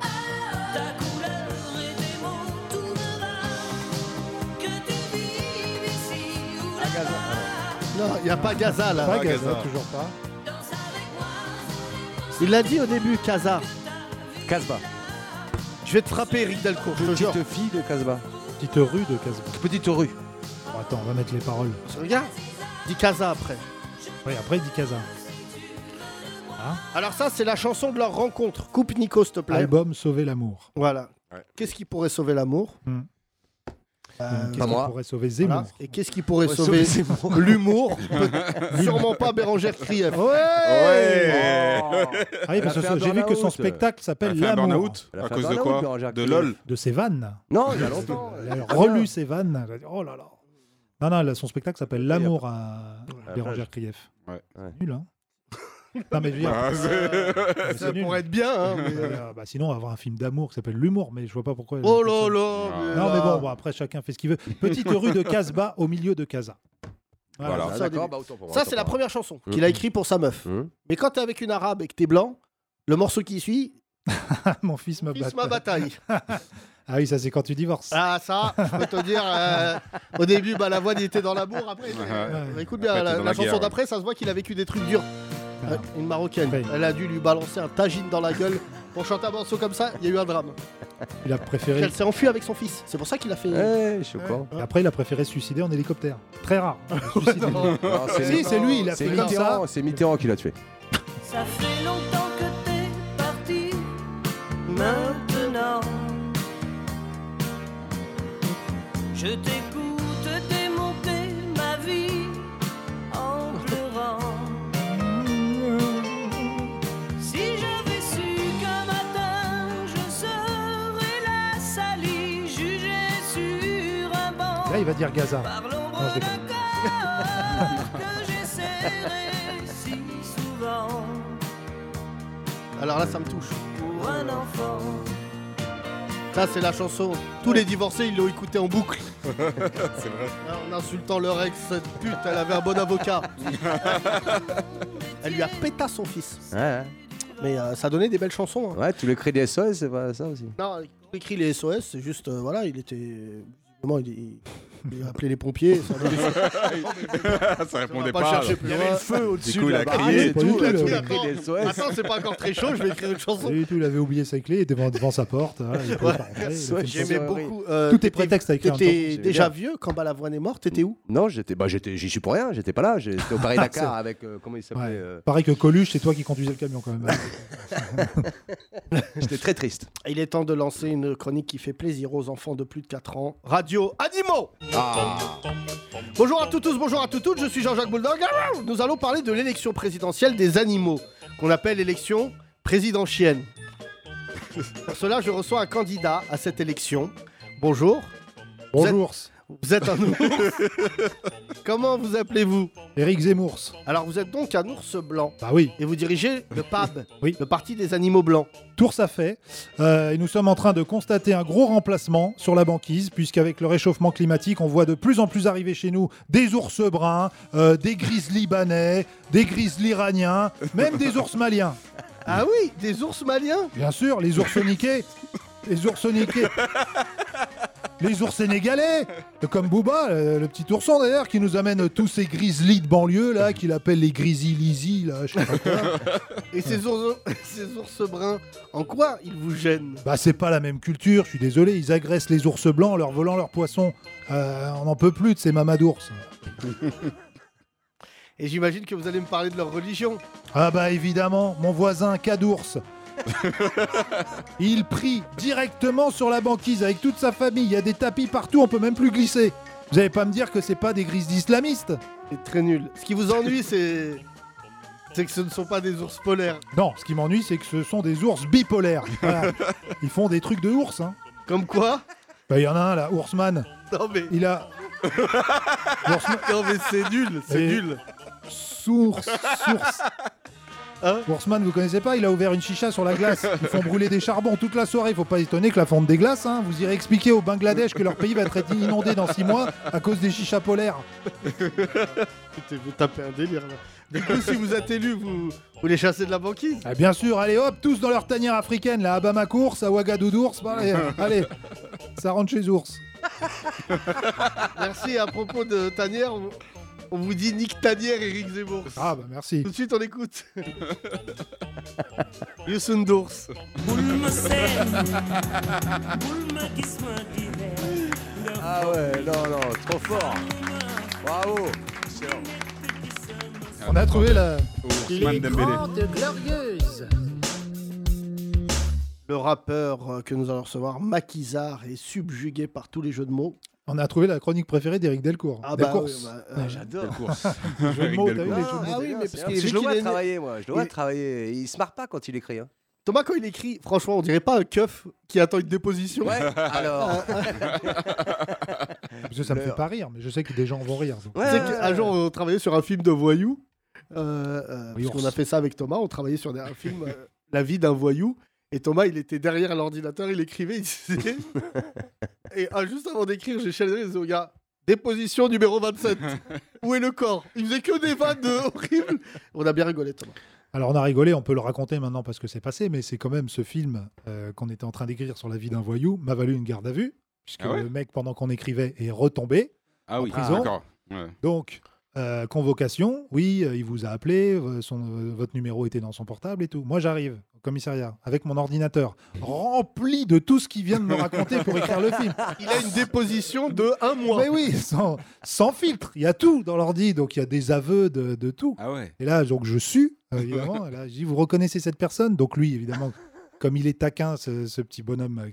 Speaker 8: Ta couleur et tes mots, tout me va. Que tu vives ici ou
Speaker 6: Ah, Gaza.
Speaker 8: là-bas.
Speaker 3: Non, il n'y a pas Gaza là.
Speaker 5: Pas
Speaker 4: Ah,
Speaker 5: Gaza,
Speaker 4: Gaza.
Speaker 5: toujours pas.
Speaker 8: Danse avec moi.
Speaker 3: Il l'a dit au début, Casa.
Speaker 6: Casbah.
Speaker 3: Je vais te frapper Eric Dalcourt, je te jure.
Speaker 6: Petite fille de Casbah.
Speaker 5: Petite rue de Casbah.
Speaker 6: Petite rue.
Speaker 5: Bon, attends, on va mettre les paroles.
Speaker 3: Regarde, dit Casa après.
Speaker 5: Ouais, après, il dit Casa.
Speaker 3: Alors ça, c'est la chanson de leur rencontre. Coupe Nico, s'il te plaît.
Speaker 5: Album Sauver l'amour.
Speaker 3: Voilà.
Speaker 4: Ouais.
Speaker 3: Qu'est-ce qui pourrait sauver l'amour
Speaker 5: Hmm.
Speaker 3: Euh,
Speaker 5: Qu'est-ce
Speaker 6: pas
Speaker 5: qui
Speaker 6: moi.
Speaker 5: pourrait sauver Zemmour
Speaker 3: voilà. Et qu'est-ce qui pourrait
Speaker 6: Ouais,
Speaker 3: sauver
Speaker 6: sauver Zemmour.
Speaker 3: l'humour Peut- Sûrement pas Bérangère Krief.
Speaker 4: Ouais
Speaker 5: Ah oui, parce
Speaker 6: Elle a fait
Speaker 5: que
Speaker 6: un
Speaker 5: j'ai vu que son
Speaker 6: burn-out.
Speaker 5: spectacle
Speaker 4: Elle
Speaker 5: s'appelle
Speaker 4: fait un
Speaker 5: L'amour.
Speaker 4: burn-out
Speaker 6: Elle a
Speaker 4: À
Speaker 6: fait un
Speaker 4: cause de
Speaker 6: burn-out,
Speaker 4: quoi
Speaker 6: Bérangère
Speaker 4: De
Speaker 6: Krief.
Speaker 4: LOL
Speaker 5: de ses vannes.
Speaker 6: Non, il y a longtemps.
Speaker 5: Elle a relu ses vannes. Elle a dit, Oh là là. Non, non, elle- son spectacle s'appelle L'amour à
Speaker 6: la
Speaker 5: Bérangère Krief.
Speaker 4: Ouais.
Speaker 6: Ouais.
Speaker 5: Nul, hein Non, mais je veux dire,
Speaker 4: Ah, c'est-
Speaker 5: mais
Speaker 3: Ça
Speaker 5: c'est nul.
Speaker 3: pourrait être bien. hein, mais, euh,
Speaker 5: Euh, bah, sinon, on va avoir un film d'amour qui s'appelle L'humour, mais je vois pas pourquoi.
Speaker 3: Oh là là
Speaker 4: Non,
Speaker 5: Non, mais
Speaker 3: là.
Speaker 5: bon, bon, après, chacun fait ce qu'il veut. Petite rue de Casbah au milieu de Casa.
Speaker 4: Voilà.
Speaker 6: Ah,
Speaker 3: Ça,
Speaker 6: d'accord,
Speaker 3: au
Speaker 6: bah, autant pour moi,
Speaker 3: Ça,
Speaker 6: autant
Speaker 3: c'est la
Speaker 6: pour
Speaker 3: première chanson
Speaker 4: Mmh.
Speaker 3: qu'il a écrite pour sa meuf.
Speaker 6: moi. Hmm.
Speaker 3: Mais quand t'es avec une arabe et que t'es blanc, le morceau qui suit,
Speaker 5: [LAUGHS] Mon fils m'a
Speaker 3: Fils
Speaker 5: battu.
Speaker 3: ma bataille.
Speaker 5: Ah oui, ça, c'est quand tu divorces.
Speaker 3: Ah, ça, je peux te dire, euh, au début, bah, la voix, il était dans la bourre. Après, il était-
Speaker 5: Ouais.
Speaker 3: Bah, Écoute
Speaker 4: Après,
Speaker 3: bien,
Speaker 4: t'es
Speaker 3: la,
Speaker 4: dans
Speaker 3: la
Speaker 4: la guerre,
Speaker 3: chanson
Speaker 4: ouais.
Speaker 3: d'après, ça se voit qu'il a vécu des trucs durs.
Speaker 5: Ah.
Speaker 3: Euh, Une marocaine,
Speaker 5: Ouais.
Speaker 3: elle a dû lui balancer un tagine dans la gueule. Pour chanter un morceau comme ça, il y a eu un drame.
Speaker 5: Il a préféré.
Speaker 3: Elle s'est enfuie avec son fils, c'est pour ça qu'il a fait.
Speaker 5: Euh,
Speaker 6: Eh, je suis au courant.
Speaker 5: Et après, il a préféré se suicider en hélicoptère. Très rare. Suicider.
Speaker 3: Non.
Speaker 6: Non, c'est
Speaker 5: Si,
Speaker 6: Mitterrand.
Speaker 5: c'est lui, il a
Speaker 6: C'est
Speaker 5: fait comme ça.
Speaker 6: Mitterrand, c'est Mitterrand qui l'a tué.
Speaker 8: Ça fait longtemps que t'es parti, maintenant. Je t'écoute démonter ma vie en pleurant. Si j'avais su qu'un matin je serais la salie, jugée sur un
Speaker 5: Là, il
Speaker 8: banc.
Speaker 5: va dire Gaza.
Speaker 8: Par
Speaker 5: Non,
Speaker 8: l'ombre
Speaker 5: je
Speaker 8: de
Speaker 5: déconne.
Speaker 8: corps que j'ai serré si souvent.
Speaker 3: Alors là, ça me touche.
Speaker 8: Pour un enfant
Speaker 3: Ça, c'est la chanson. Tous les divorcés, ils l'ont écoutée en boucle.
Speaker 7: C'est vrai.
Speaker 3: En insultant leur ex, cette pute, elle avait un bon avocat. elle lui a péta son fils.
Speaker 6: Ouais,
Speaker 3: Mais euh, ça donnait des belles chansons. hein.
Speaker 6: ouais. Ouais, tous les cris des SOS, c'est pas ça aussi.
Speaker 3: Non, il écrit les SOS, c'est juste, euh, voilà, il était. Comment il, il- il a appelé les pompiers. Ça, va-
Speaker 7: ça
Speaker 3: on va
Speaker 7: répondait
Speaker 3: pas,
Speaker 7: pas.
Speaker 3: chercher plus
Speaker 7: alors.
Speaker 3: loin. feu au-dessus
Speaker 7: coup,
Speaker 3: de
Speaker 7: il
Speaker 3: la
Speaker 6: Bah,
Speaker 7: a
Speaker 3: baraque
Speaker 7: crié.
Speaker 3: et tout. Ah.
Speaker 5: Pas du tout,
Speaker 3: Il a
Speaker 6: il a crié
Speaker 3: crié
Speaker 6: les SOS.
Speaker 3: Attends, c'est pas encore très chaud, je vais écrire une
Speaker 5: Pas
Speaker 3: chanson.
Speaker 5: du tout, il avait oublié sa clé, il était devant, devant sa porte. hein, il pouvait pas rentrer, il a fait une
Speaker 6: J'ai-
Speaker 5: chanson.
Speaker 3: J'aimais
Speaker 6: oui.
Speaker 3: beaucoup. euh,
Speaker 5: Tout est
Speaker 3: t'étais-
Speaker 5: prétexte à écrire un
Speaker 3: T'étais
Speaker 6: chanson.
Speaker 3: déjà vieux quand Balavoine est mort, t'étais où
Speaker 6: Non, j'étais, bah, j'étais, j'y suis pour rien. J'étais pas là. J'étais au Paris Dakar avec euh, comment il
Speaker 5: Ouais.
Speaker 6: s'appelait. euh,
Speaker 5: Pareil que Coluche, c'est toi qui conduisais le camion quand même.
Speaker 6: J'étais très triste.
Speaker 3: Il est temps de lancer une chronique qui fait plaisir aux enfants de plus de 4 ans. Radio Animaux
Speaker 6: Ah,
Speaker 3: Bonjour à tous, bonjour à toutes, je suis Jean-Jacques Bouldog. Nous allons parler de l'élection présidentielle des animaux, qu'on appelle l'élection présidentielle. [LAUGHS] Pour cela, je reçois un candidat à cette élection. Bonjour,
Speaker 5: Bonjour,
Speaker 3: vous êtes un ours. Comment vous appelez-vous
Speaker 5: Eric Zemmours.
Speaker 3: Alors, vous êtes donc un ours blanc
Speaker 5: Bah oui,
Speaker 3: et vous dirigez le PAB,
Speaker 5: Oui.
Speaker 3: le Parti des animaux blancs.
Speaker 5: tour ça fait. Euh, et nous sommes en train de constater un gros remplacement sur la banquise, puisqu'avec le réchauffement climatique, on voit de plus en plus arriver chez nous des ours bruns, euh, des grizzlies libanais, des grizzlies iraniens, même des ours maliens.
Speaker 3: Ah oui, des ours maliens
Speaker 5: Bien sûr, les oursoniqués Les oursoniqués Les ours sénégalais Comme Booba, euh, le petit ourson d'ailleurs, qui nous amène tous ces grizzlies de banlieue, là, qu'il appelle les grizzly lizzy, là, je sais pas quoi.
Speaker 3: et ces ours, [LAUGHS] ces ours bruns. En quoi ils vous gênent
Speaker 5: Bah, c'est pas la même culture, je suis désolé, ils agressent les ours blancs en leur volant leurs poissons. Euh, on n'en peut plus de ces mamas d'ours.
Speaker 3: Et j'imagine que vous allez me parler de leur religion.
Speaker 5: Ah bah évidemment, mon voisin Cadours. Il prie directement sur la banquise avec toute sa famille. Il y a des tapis partout, on peut même plus glisser. Vous allez pas me dire que c'est pas des grises d'islamistes
Speaker 3: C'est très nul. Ce qui vous ennuie, c'est. C'est que ce ne sont pas des ours polaires.
Speaker 5: Non, ce qui m'ennuie, c'est que ce sont des ours bipolaires. Voilà. Ils font des trucs de ours. Hein.
Speaker 3: Comme quoi
Speaker 5: Bah il y en a un là, Oursman.
Speaker 3: [LAUGHS] Non mais,
Speaker 5: Il a Oursman-
Speaker 3: non, mais c'est nul, c'est
Speaker 5: Et-
Speaker 3: nul.
Speaker 5: Source, source.
Speaker 3: Hein
Speaker 5: Oursman, vous connaissez pas Il a ouvert une chicha sur la glace. Ils font brûler des charbons toute la soirée. Faut pas étonner que la fonte des glaces. hein. Vous irez expliquer au Bangladesh que leur pays va être inondé dans six mois à cause des chichas polaires.
Speaker 3: Putain, vous tapez un délire là. Du coup, si vous êtes élu, vous, vous les chassez de la banquise
Speaker 5: Ah, bien sûr, allez hop, tous dans leur tanière africaine. Là, à Bamakours, à Ouagadougouours. bah, allez, allez, ça rentre chez Ours.
Speaker 3: Merci, à propos de Tanière, on, on vous dit Nick Tanière, Eric Zemmour.
Speaker 5: Ah bah merci.
Speaker 3: Tout de suite, on [LAUGHS] écoute. Youssou d'ours.
Speaker 6: ah ouais, non, non, trop fort. Bravo.
Speaker 5: On a trouvé la.
Speaker 7: Ousmane
Speaker 1: Les
Speaker 7: Dembélé.
Speaker 1: Grandes Glorieuses.
Speaker 3: Le rappeur euh, que nous allons recevoir, Maquisard, est subjugué par tous les jeux de mots.
Speaker 5: On a trouvé la chronique préférée d'Éric Delcourt. Delcourt.
Speaker 3: oui, bah, euh,
Speaker 6: J'adore.
Speaker 5: Jeu de
Speaker 7: Eric
Speaker 5: mots, t'as vu,
Speaker 6: Non, non,
Speaker 5: les jeux de mots.
Speaker 3: Ah oui,
Speaker 6: c'est
Speaker 3: mais
Speaker 6: bien,
Speaker 3: parce
Speaker 6: c'est
Speaker 3: qu'il
Speaker 6: bien.
Speaker 3: est-
Speaker 6: je le
Speaker 3: qu'il
Speaker 6: vois
Speaker 3: est né-
Speaker 6: travailler, moi. Je le vois
Speaker 3: il-
Speaker 6: travailler. Il se marre pas quand il écrit. Hein.
Speaker 3: Thomas, quand il écrit, franchement, on dirait pas un keuf qui attend une déposition.
Speaker 6: [LAUGHS] Ouais, Ah, alors.
Speaker 5: Parce que ça me fait pas rire, mais je sais que des gens vont rire. donc.
Speaker 6: Ouais,
Speaker 3: Tu sais
Speaker 6: ouais,
Speaker 3: qu'un
Speaker 6: ouais.
Speaker 3: jour, on travaillait sur un film de voyou. Euh, euh,
Speaker 5: Oui,
Speaker 3: parce qu'on
Speaker 5: ours.
Speaker 3: a fait ça avec Thomas. On travaillait sur un film, euh, La vie d'un voyou. Et Thomas, il était derrière l'ordinateur, il écrivait, il disait. et ah, juste avant d'écrire, j'ai chalé les au gars. Déposition numéro 27. Où est le corps Il faisait que des vannes euh, horribles. On a bien rigolé, Thomas.
Speaker 5: Alors on a rigolé, on peut le raconter maintenant parce que c'est passé, mais c'est quand même ce film euh, qu'on était en train d'écrire sur la vie d'un voyou m'a valu une garde à vue, puisque
Speaker 4: Ah ouais
Speaker 5: le mec pendant qu'on écrivait est retombé.
Speaker 4: Ah oui,
Speaker 5: prison.
Speaker 4: d'accord. Ouais.
Speaker 5: Donc euh, convocation, oui, euh, il vous a appelé, euh, son, euh, votre numéro était dans son portable et tout. Moi j'arrive au commissariat avec mon ordinateur rempli de tout ce qu'il vient de me raconter pour écrire le film.
Speaker 3: [LAUGHS] Il a une déposition de un mois.
Speaker 5: Mais oui, sans, sans filtre, il y a tout dans l'ordi, donc il y a des aveux de- de tout.
Speaker 4: Ah ouais.
Speaker 5: Et là, donc je sue, euh, évidemment. Et là, je dis, vous reconnaissez cette personne Donc lui, évidemment, comme il est taquin, ce, ce petit bonhomme, euh,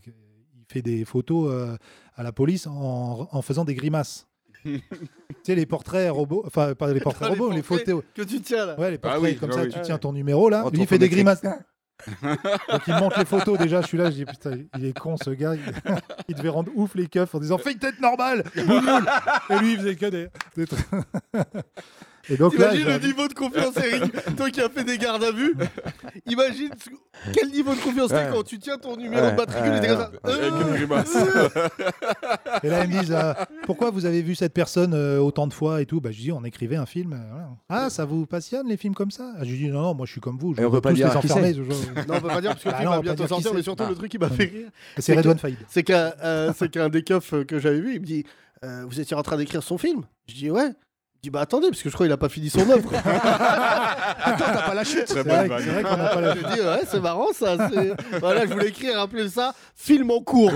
Speaker 5: il fait des photos euh, à la police en, en faisant des grimaces. tu sais, les portraits robots, enfin pas les portraits
Speaker 3: Putain, les
Speaker 5: robots, les
Speaker 3: portraits.
Speaker 5: photos.
Speaker 3: Que tu tiens là.
Speaker 5: Ouais, les portraits,
Speaker 4: oui,
Speaker 5: comme
Speaker 4: ah
Speaker 5: ça,
Speaker 4: oui.
Speaker 5: tu tiens ton numéro là.
Speaker 6: En
Speaker 5: Lui, il fait des grimaces.
Speaker 6: anthropométrique.
Speaker 5: donc il monte les photos déjà. Je suis là, je dis putain, il est con ce gars. Il, [LAUGHS] il devait rendre ouf les keufs en disant fais une tête normale. boule, boule. Et lui, il faisait que des, des trucs. [LAUGHS] Et donc là,
Speaker 3: T'imagines
Speaker 5: j'ai-
Speaker 3: le niveau de confiance, Eric Toi qui as fait des gardes à vue, imagine ce- quel niveau de confiance t'as
Speaker 6: Ouais.
Speaker 3: quand tu tiens ton numéro
Speaker 6: Ouais,
Speaker 3: de matricule
Speaker 6: ouais,
Speaker 3: et t'es comme ça.
Speaker 6: ouais.
Speaker 3: Euh,
Speaker 9: Avec une grimace.
Speaker 5: et là, ils me disent euh, Pourquoi vous avez vu cette personne euh, autant de fois et tout bah, Je dis On écrivait un film. euh, voilà. Ah, ça vous passionne les films comme ça Ah, Je lui dis Non, non, moi je suis comme vous. Je
Speaker 6: Et on peut
Speaker 5: veux
Speaker 6: pas
Speaker 5: tous les
Speaker 6: dire qui
Speaker 5: enfermer.
Speaker 6: c'est.
Speaker 5: je- je-
Speaker 3: Non, on peut pas dire parce que le
Speaker 5: Bah
Speaker 3: film
Speaker 5: non, on
Speaker 3: va bientôt
Speaker 5: peut dire qui
Speaker 3: sortir, mais
Speaker 5: c'est.
Speaker 3: surtout
Speaker 5: Ah.
Speaker 3: le truc qui m'a
Speaker 5: Ouais.
Speaker 3: fait rire,
Speaker 5: C'est
Speaker 3: que-
Speaker 5: Redouane Faïd.
Speaker 3: c'est qu'un euh, c'est qu'un des keufs euh, que j'avais vu, il me dit Euh, Vous étiez en train d'écrire son film Je dis Ouais. Il dit Bah attendez, parce que je crois qu'il a pas fini son œuvre.
Speaker 6: Attends, t'as pas la chute.
Speaker 9: Très
Speaker 5: C'est
Speaker 9: bonne
Speaker 5: vrai, que-
Speaker 9: vanne.
Speaker 5: c'est vrai qu'on n'a pas la
Speaker 3: Je dis Ouais, c'est marrant ça. c'est- [LAUGHS] Voilà, je voulais écrire, appeler ça film en cours.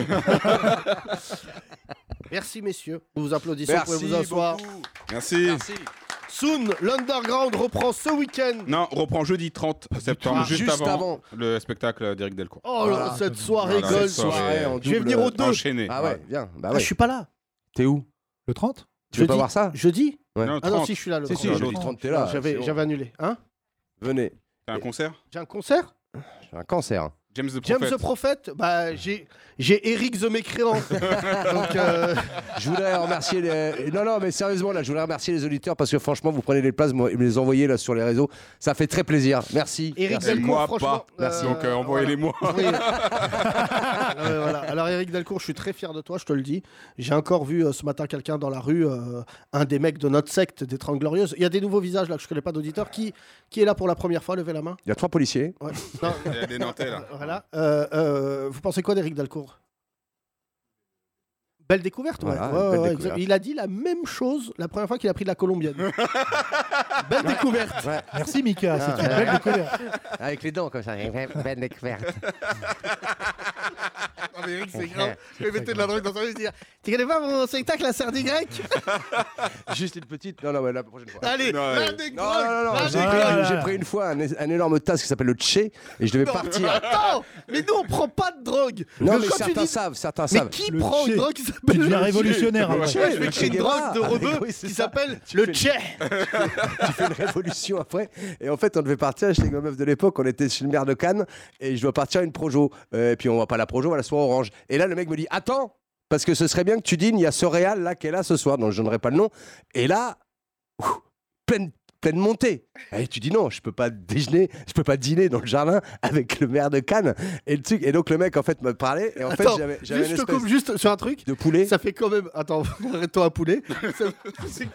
Speaker 3: Merci messieurs, nous vous applaudissons, vous pouvez vous asseoir.
Speaker 9: beaucoup. Merci.
Speaker 3: Soon, l'Underground reprend ce week-end.
Speaker 4: Non, on reprend jeudi 30 septembre,
Speaker 6: Ah,
Speaker 4: juste,
Speaker 6: juste
Speaker 4: avant,
Speaker 6: avant.
Speaker 4: le spectacle d'Éric Delcourt.
Speaker 3: Oh,
Speaker 6: Ah, Voilà.
Speaker 3: là, cette soirée
Speaker 4: Voilà,
Speaker 3: gold.
Speaker 4: cette soirée.
Speaker 3: Je vais venir au deux.
Speaker 4: Enchaîné.
Speaker 6: Ah ouais, viens. Bah
Speaker 3: Ah,
Speaker 6: ouais.
Speaker 3: je suis pas là.
Speaker 6: T'es où
Speaker 5: Le 30
Speaker 6: Tu veux
Speaker 3: Jeudi.
Speaker 6: pas voir ça
Speaker 3: Jeudi
Speaker 4: Ouais. Non,
Speaker 3: Ah non,
Speaker 4: 30.
Speaker 3: si, je suis là. Le
Speaker 6: Si, si,
Speaker 3: 30.
Speaker 4: je
Speaker 6: je
Speaker 4: l'ai.
Speaker 6: 30, t'es
Speaker 3: Non,
Speaker 6: là.
Speaker 3: J'avais
Speaker 6: c'est
Speaker 3: j'avais
Speaker 6: bon.
Speaker 3: annulé. Hein
Speaker 6: Venez.
Speaker 4: T'as un concert
Speaker 3: J'ai un concert
Speaker 6: J'ai un cancer.
Speaker 4: James the
Speaker 3: James
Speaker 4: Prophet.
Speaker 3: the Prophète Bah, j'ai j'ai Eric the
Speaker 6: [LAUGHS]
Speaker 3: Mécréant. Donc, euh,
Speaker 6: Je voudrais remercier les... Non, non, mais sérieusement, là, je voudrais remercier les auditeurs parce que franchement, vous prenez les places, moi, et me les envoyez là sur les réseaux. Ça fait très plaisir. Merci.
Speaker 3: Eric
Speaker 6: Merci.
Speaker 4: Et
Speaker 3: Delcourt,
Speaker 4: moi,
Speaker 3: franchement.
Speaker 4: pas. Donc, euh, [LAUGHS] envoyez-les-moi.
Speaker 3: Oui. Non, mais voilà. Alors Eric Delcourt, je suis très fier de toi, je te le dis. J'ai encore vu euh, ce matin quelqu'un dans la rue, euh, un des mecs de notre secte des 30 Glorieuses. Il y a des nouveaux visages là que je connais pas d'auditeurs. Qui, qui est là pour la première fois Levez la main.
Speaker 6: Il y a trois policiers.
Speaker 3: Ouais. Non,
Speaker 4: Il y a des Nantais, là.
Speaker 3: Voilà. Euh, euh, vous pensez quoi d'Éric Dalcourt Belle découverte, ouais.
Speaker 6: Voilà,
Speaker 3: Ouais,
Speaker 6: belle
Speaker 3: ouais, ouais,
Speaker 6: découverte.
Speaker 3: exact. Il a dit la même chose la première fois qu'il a pris de
Speaker 6: [LAUGHS]
Speaker 3: la colombienne. belle découverte.
Speaker 5: Merci Mika, c'est
Speaker 6: Ah.
Speaker 5: une belle découverte.
Speaker 6: Avec les dents comme [LAUGHS] ça. Belle découverte.
Speaker 3: Eric, c'est
Speaker 6: grave.
Speaker 3: Je vais mettre de la drogue dans sa [LAUGHS] vie dire Tu connais pas mon spectacle, la sardine grecque
Speaker 6: Juste une petite. [LAUGHS] Non, non, ouais, la prochaine fois.
Speaker 3: Allez,
Speaker 4: Non,
Speaker 3: belle
Speaker 4: ouais.
Speaker 6: Non, non, non, non,
Speaker 3: Ah,
Speaker 6: j'ai
Speaker 5: non,
Speaker 6: pris,
Speaker 5: non, non,
Speaker 6: j'ai
Speaker 5: non.
Speaker 6: pris une fois un, un énorme tas qui s'appelle le Tché et je devais partir.
Speaker 3: Attends Mais nous, on prend pas de drogue
Speaker 6: Non,
Speaker 3: Quand
Speaker 6: mais
Speaker 3: tu
Speaker 6: certains
Speaker 3: dis-
Speaker 6: savent, certains
Speaker 3: Mais
Speaker 6: savent.
Speaker 3: qui
Speaker 5: Le
Speaker 3: prend
Speaker 5: tché.
Speaker 3: une drogue qui
Speaker 5: Tu
Speaker 3: s'appelle
Speaker 5: deviens
Speaker 3: le
Speaker 5: révolutionnaire.
Speaker 3: tché
Speaker 5: après.
Speaker 3: Ouais, je vais créer une
Speaker 6: Le Guevara.
Speaker 3: drogue de
Speaker 6: Ah,
Speaker 3: rebeu
Speaker 6: oui, c'est
Speaker 3: qui
Speaker 6: ça.
Speaker 3: s'appelle le tché
Speaker 6: tu fais une révolution après. Et en fait, on devait partir j'étais avec ma meuf de l'époque. On était chez le maire de Cannes et je dois partir à une Projo. Euh, et puis on va pas à la Projo, on va à la soirée orange. Et là, le mec me dit Attends, parce que ce serait bien que tu dînes. Il y a ce Réal là qui est là ce soir. Donc je donnerai pas le nom. Et là, ouf, pleine pleine montée. Et tu dis non, je peux pas déjeuner, je peux pas dîner dans le jardin avec le maire de Cannes et le truc. Et donc le mec en fait me parlait et en fait
Speaker 3: Attends,
Speaker 6: j'avais j'avais
Speaker 3: Juste,
Speaker 6: une
Speaker 3: je te
Speaker 6: espèce
Speaker 3: coupe juste sur un truc.
Speaker 6: de poulet.
Speaker 3: Ça fait quand même. Attends, [LAUGHS] arrête-toi à poulet. Ça- c'est-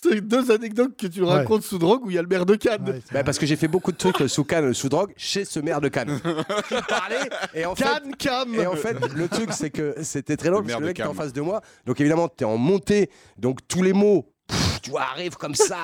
Speaker 3: C'est deux anecdotes que tu racontes sous drogue où il y a le maire de Cannes.
Speaker 5: Ouais, c'est
Speaker 6: Bah,
Speaker 5: vrai.
Speaker 6: parce que j'ai fait beaucoup de trucs euh, sous Cannes, euh, sous drogue, chez ce maire de
Speaker 3: [LAUGHS]
Speaker 6: Cannes. Qui me parlait et en fait
Speaker 3: Cannes, Cam
Speaker 6: Et en fait, le truc, c'est que c'était très long
Speaker 4: Le
Speaker 6: parce
Speaker 4: maire
Speaker 6: que le
Speaker 4: de
Speaker 6: mec était en
Speaker 4: Cannes.
Speaker 6: face de moi. Donc évidemment, t'es en montée. Donc tous les mots, pff, tu vois, arrivent comme ça.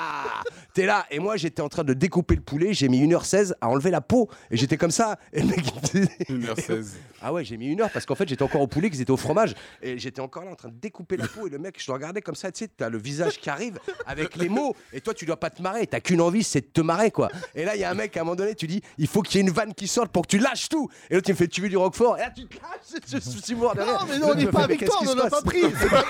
Speaker 6: T'es là. Et moi, j'étais en train de découper le poulet. J'ai mis 1h16 à enlever la peau. Et j'étais comme ça. Et le mec, il me disait-
Speaker 4: 1h16.
Speaker 6: Ah ouais, j'ai mis une heure parce qu'en fait, j'étais encore au poulet, qu'ils étaient au fromage. Et j'étais encore là en train de découper la peau. Et le mec, je le regardais comme ça. Tu sais, t'as le visage qui arrive avec les mots. Et toi, tu dois pas te marrer. T'as qu'une envie, c'est de te marrer, quoi. Et là, il y a un mec, à un moment donné, tu dis Il faut qu'il y ait une vanne qui sorte pour que tu lâches tout. Et l'autre, il me fait Tu veux du roquefort Et là, tu te lâches. Je suis mort de
Speaker 3: Non,
Speaker 6: rire.
Speaker 3: mais non, on
Speaker 6: L'autre
Speaker 3: n'est
Speaker 6: me fait,
Speaker 3: pas
Speaker 6: Mais
Speaker 3: avec
Speaker 6: qu'est-ce
Speaker 3: toi,
Speaker 6: qui
Speaker 3: on
Speaker 6: se
Speaker 3: en a
Speaker 6: passe
Speaker 3: pas pris. C'est pas-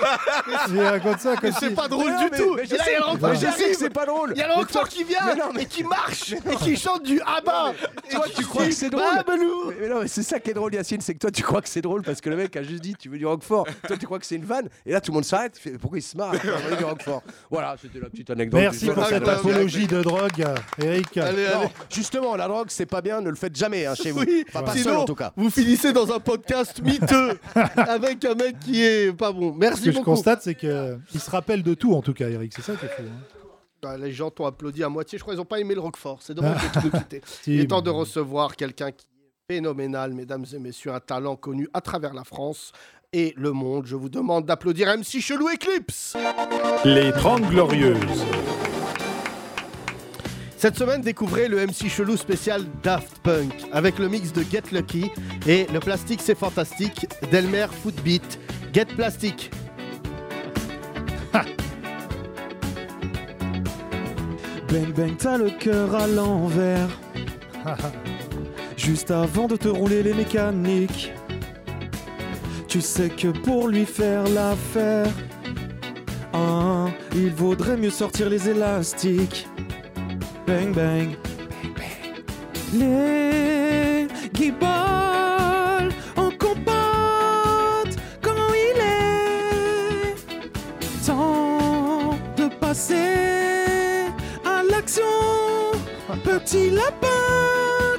Speaker 5: Il raconte ça
Speaker 3: mais
Speaker 5: comme
Speaker 3: C'est
Speaker 5: si-
Speaker 3: pas drôle
Speaker 6: Mais
Speaker 3: du
Speaker 6: non, mais-
Speaker 3: tout.
Speaker 6: mais je
Speaker 3: Et là, il y a le
Speaker 6: Mais
Speaker 3: renfort qui
Speaker 6: je sais
Speaker 3: arrive.
Speaker 6: que c'est pas drôle.
Speaker 3: Il y a le
Speaker 6: Mais toi,
Speaker 3: renfort qui vient
Speaker 6: Mais non, mais-
Speaker 3: et qui marche et qui chante du Abba. Et
Speaker 6: toi,
Speaker 3: qui
Speaker 6: tu crois
Speaker 3: dit,
Speaker 6: que c'est drôle.
Speaker 3: Babelou.
Speaker 6: Mais, mais non, mais c'est ça qui est drôle, Yacine, c'est que toi tu crois que c'est drôle parce que le mec a juste dit tu veux du roquefort. Toi tu crois que c'est une vanne et là tout le monde s'arrête. fait, Pourquoi il se marre Il veut du roquefort. Voilà, c'était la petite anecdote.
Speaker 5: Merci
Speaker 6: du
Speaker 5: pour
Speaker 6: jour.
Speaker 5: cette
Speaker 3: non, mais-
Speaker 5: apologie de drogue, Eric.
Speaker 3: Allez,
Speaker 6: Non,
Speaker 3: allez.
Speaker 6: justement, la drogue c'est pas bien, ne le faites jamais hein, chez vous.
Speaker 3: Oui,
Speaker 6: Enfin, pas
Speaker 3: sinon,
Speaker 6: seul en tout cas.
Speaker 3: Vous finissez dans un podcast
Speaker 6: [LAUGHS]
Speaker 3: miteux avec un mec qui est pas bon.
Speaker 5: Ce
Speaker 3: Merci
Speaker 5: que je
Speaker 3: beaucoup.
Speaker 5: constate, c'est qu'il se rappelle de tout, en tout cas, Eric. C'est ça qui est fou. hein.
Speaker 3: Ah, Les gens t'ont applaudi à moitié. Je crois qu'ils n'ont pas aimé le Roquefort.
Speaker 6: [LAUGHS]
Speaker 3: C'est dommage de tout nous quitter.
Speaker 5: Si,
Speaker 3: Il est temps de
Speaker 5: mais-
Speaker 3: recevoir quelqu'un qui est phénoménal, mesdames et messieurs, un talent connu à travers la France et le monde. Je vous demande d'applaudir MC Chelou Eclipse.
Speaker 10: Les 30 Glorieuses.
Speaker 3: Cette semaine, découvrez le MC Chelou spécial Daft Punk avec le mix de Get Lucky et le plastique c'est fantastique d'Elmer Footbeat. Get Plastic.
Speaker 10: Bang bang, t'as le cœur à l'envers. Juste avant de te rouler les mécaniques. Tu sais que pour lui faire l'affaire, hein, il vaudrait mieux sortir les élastiques. Bang bang. Les guibolles en compote quand il est temps de passer à petit lapin,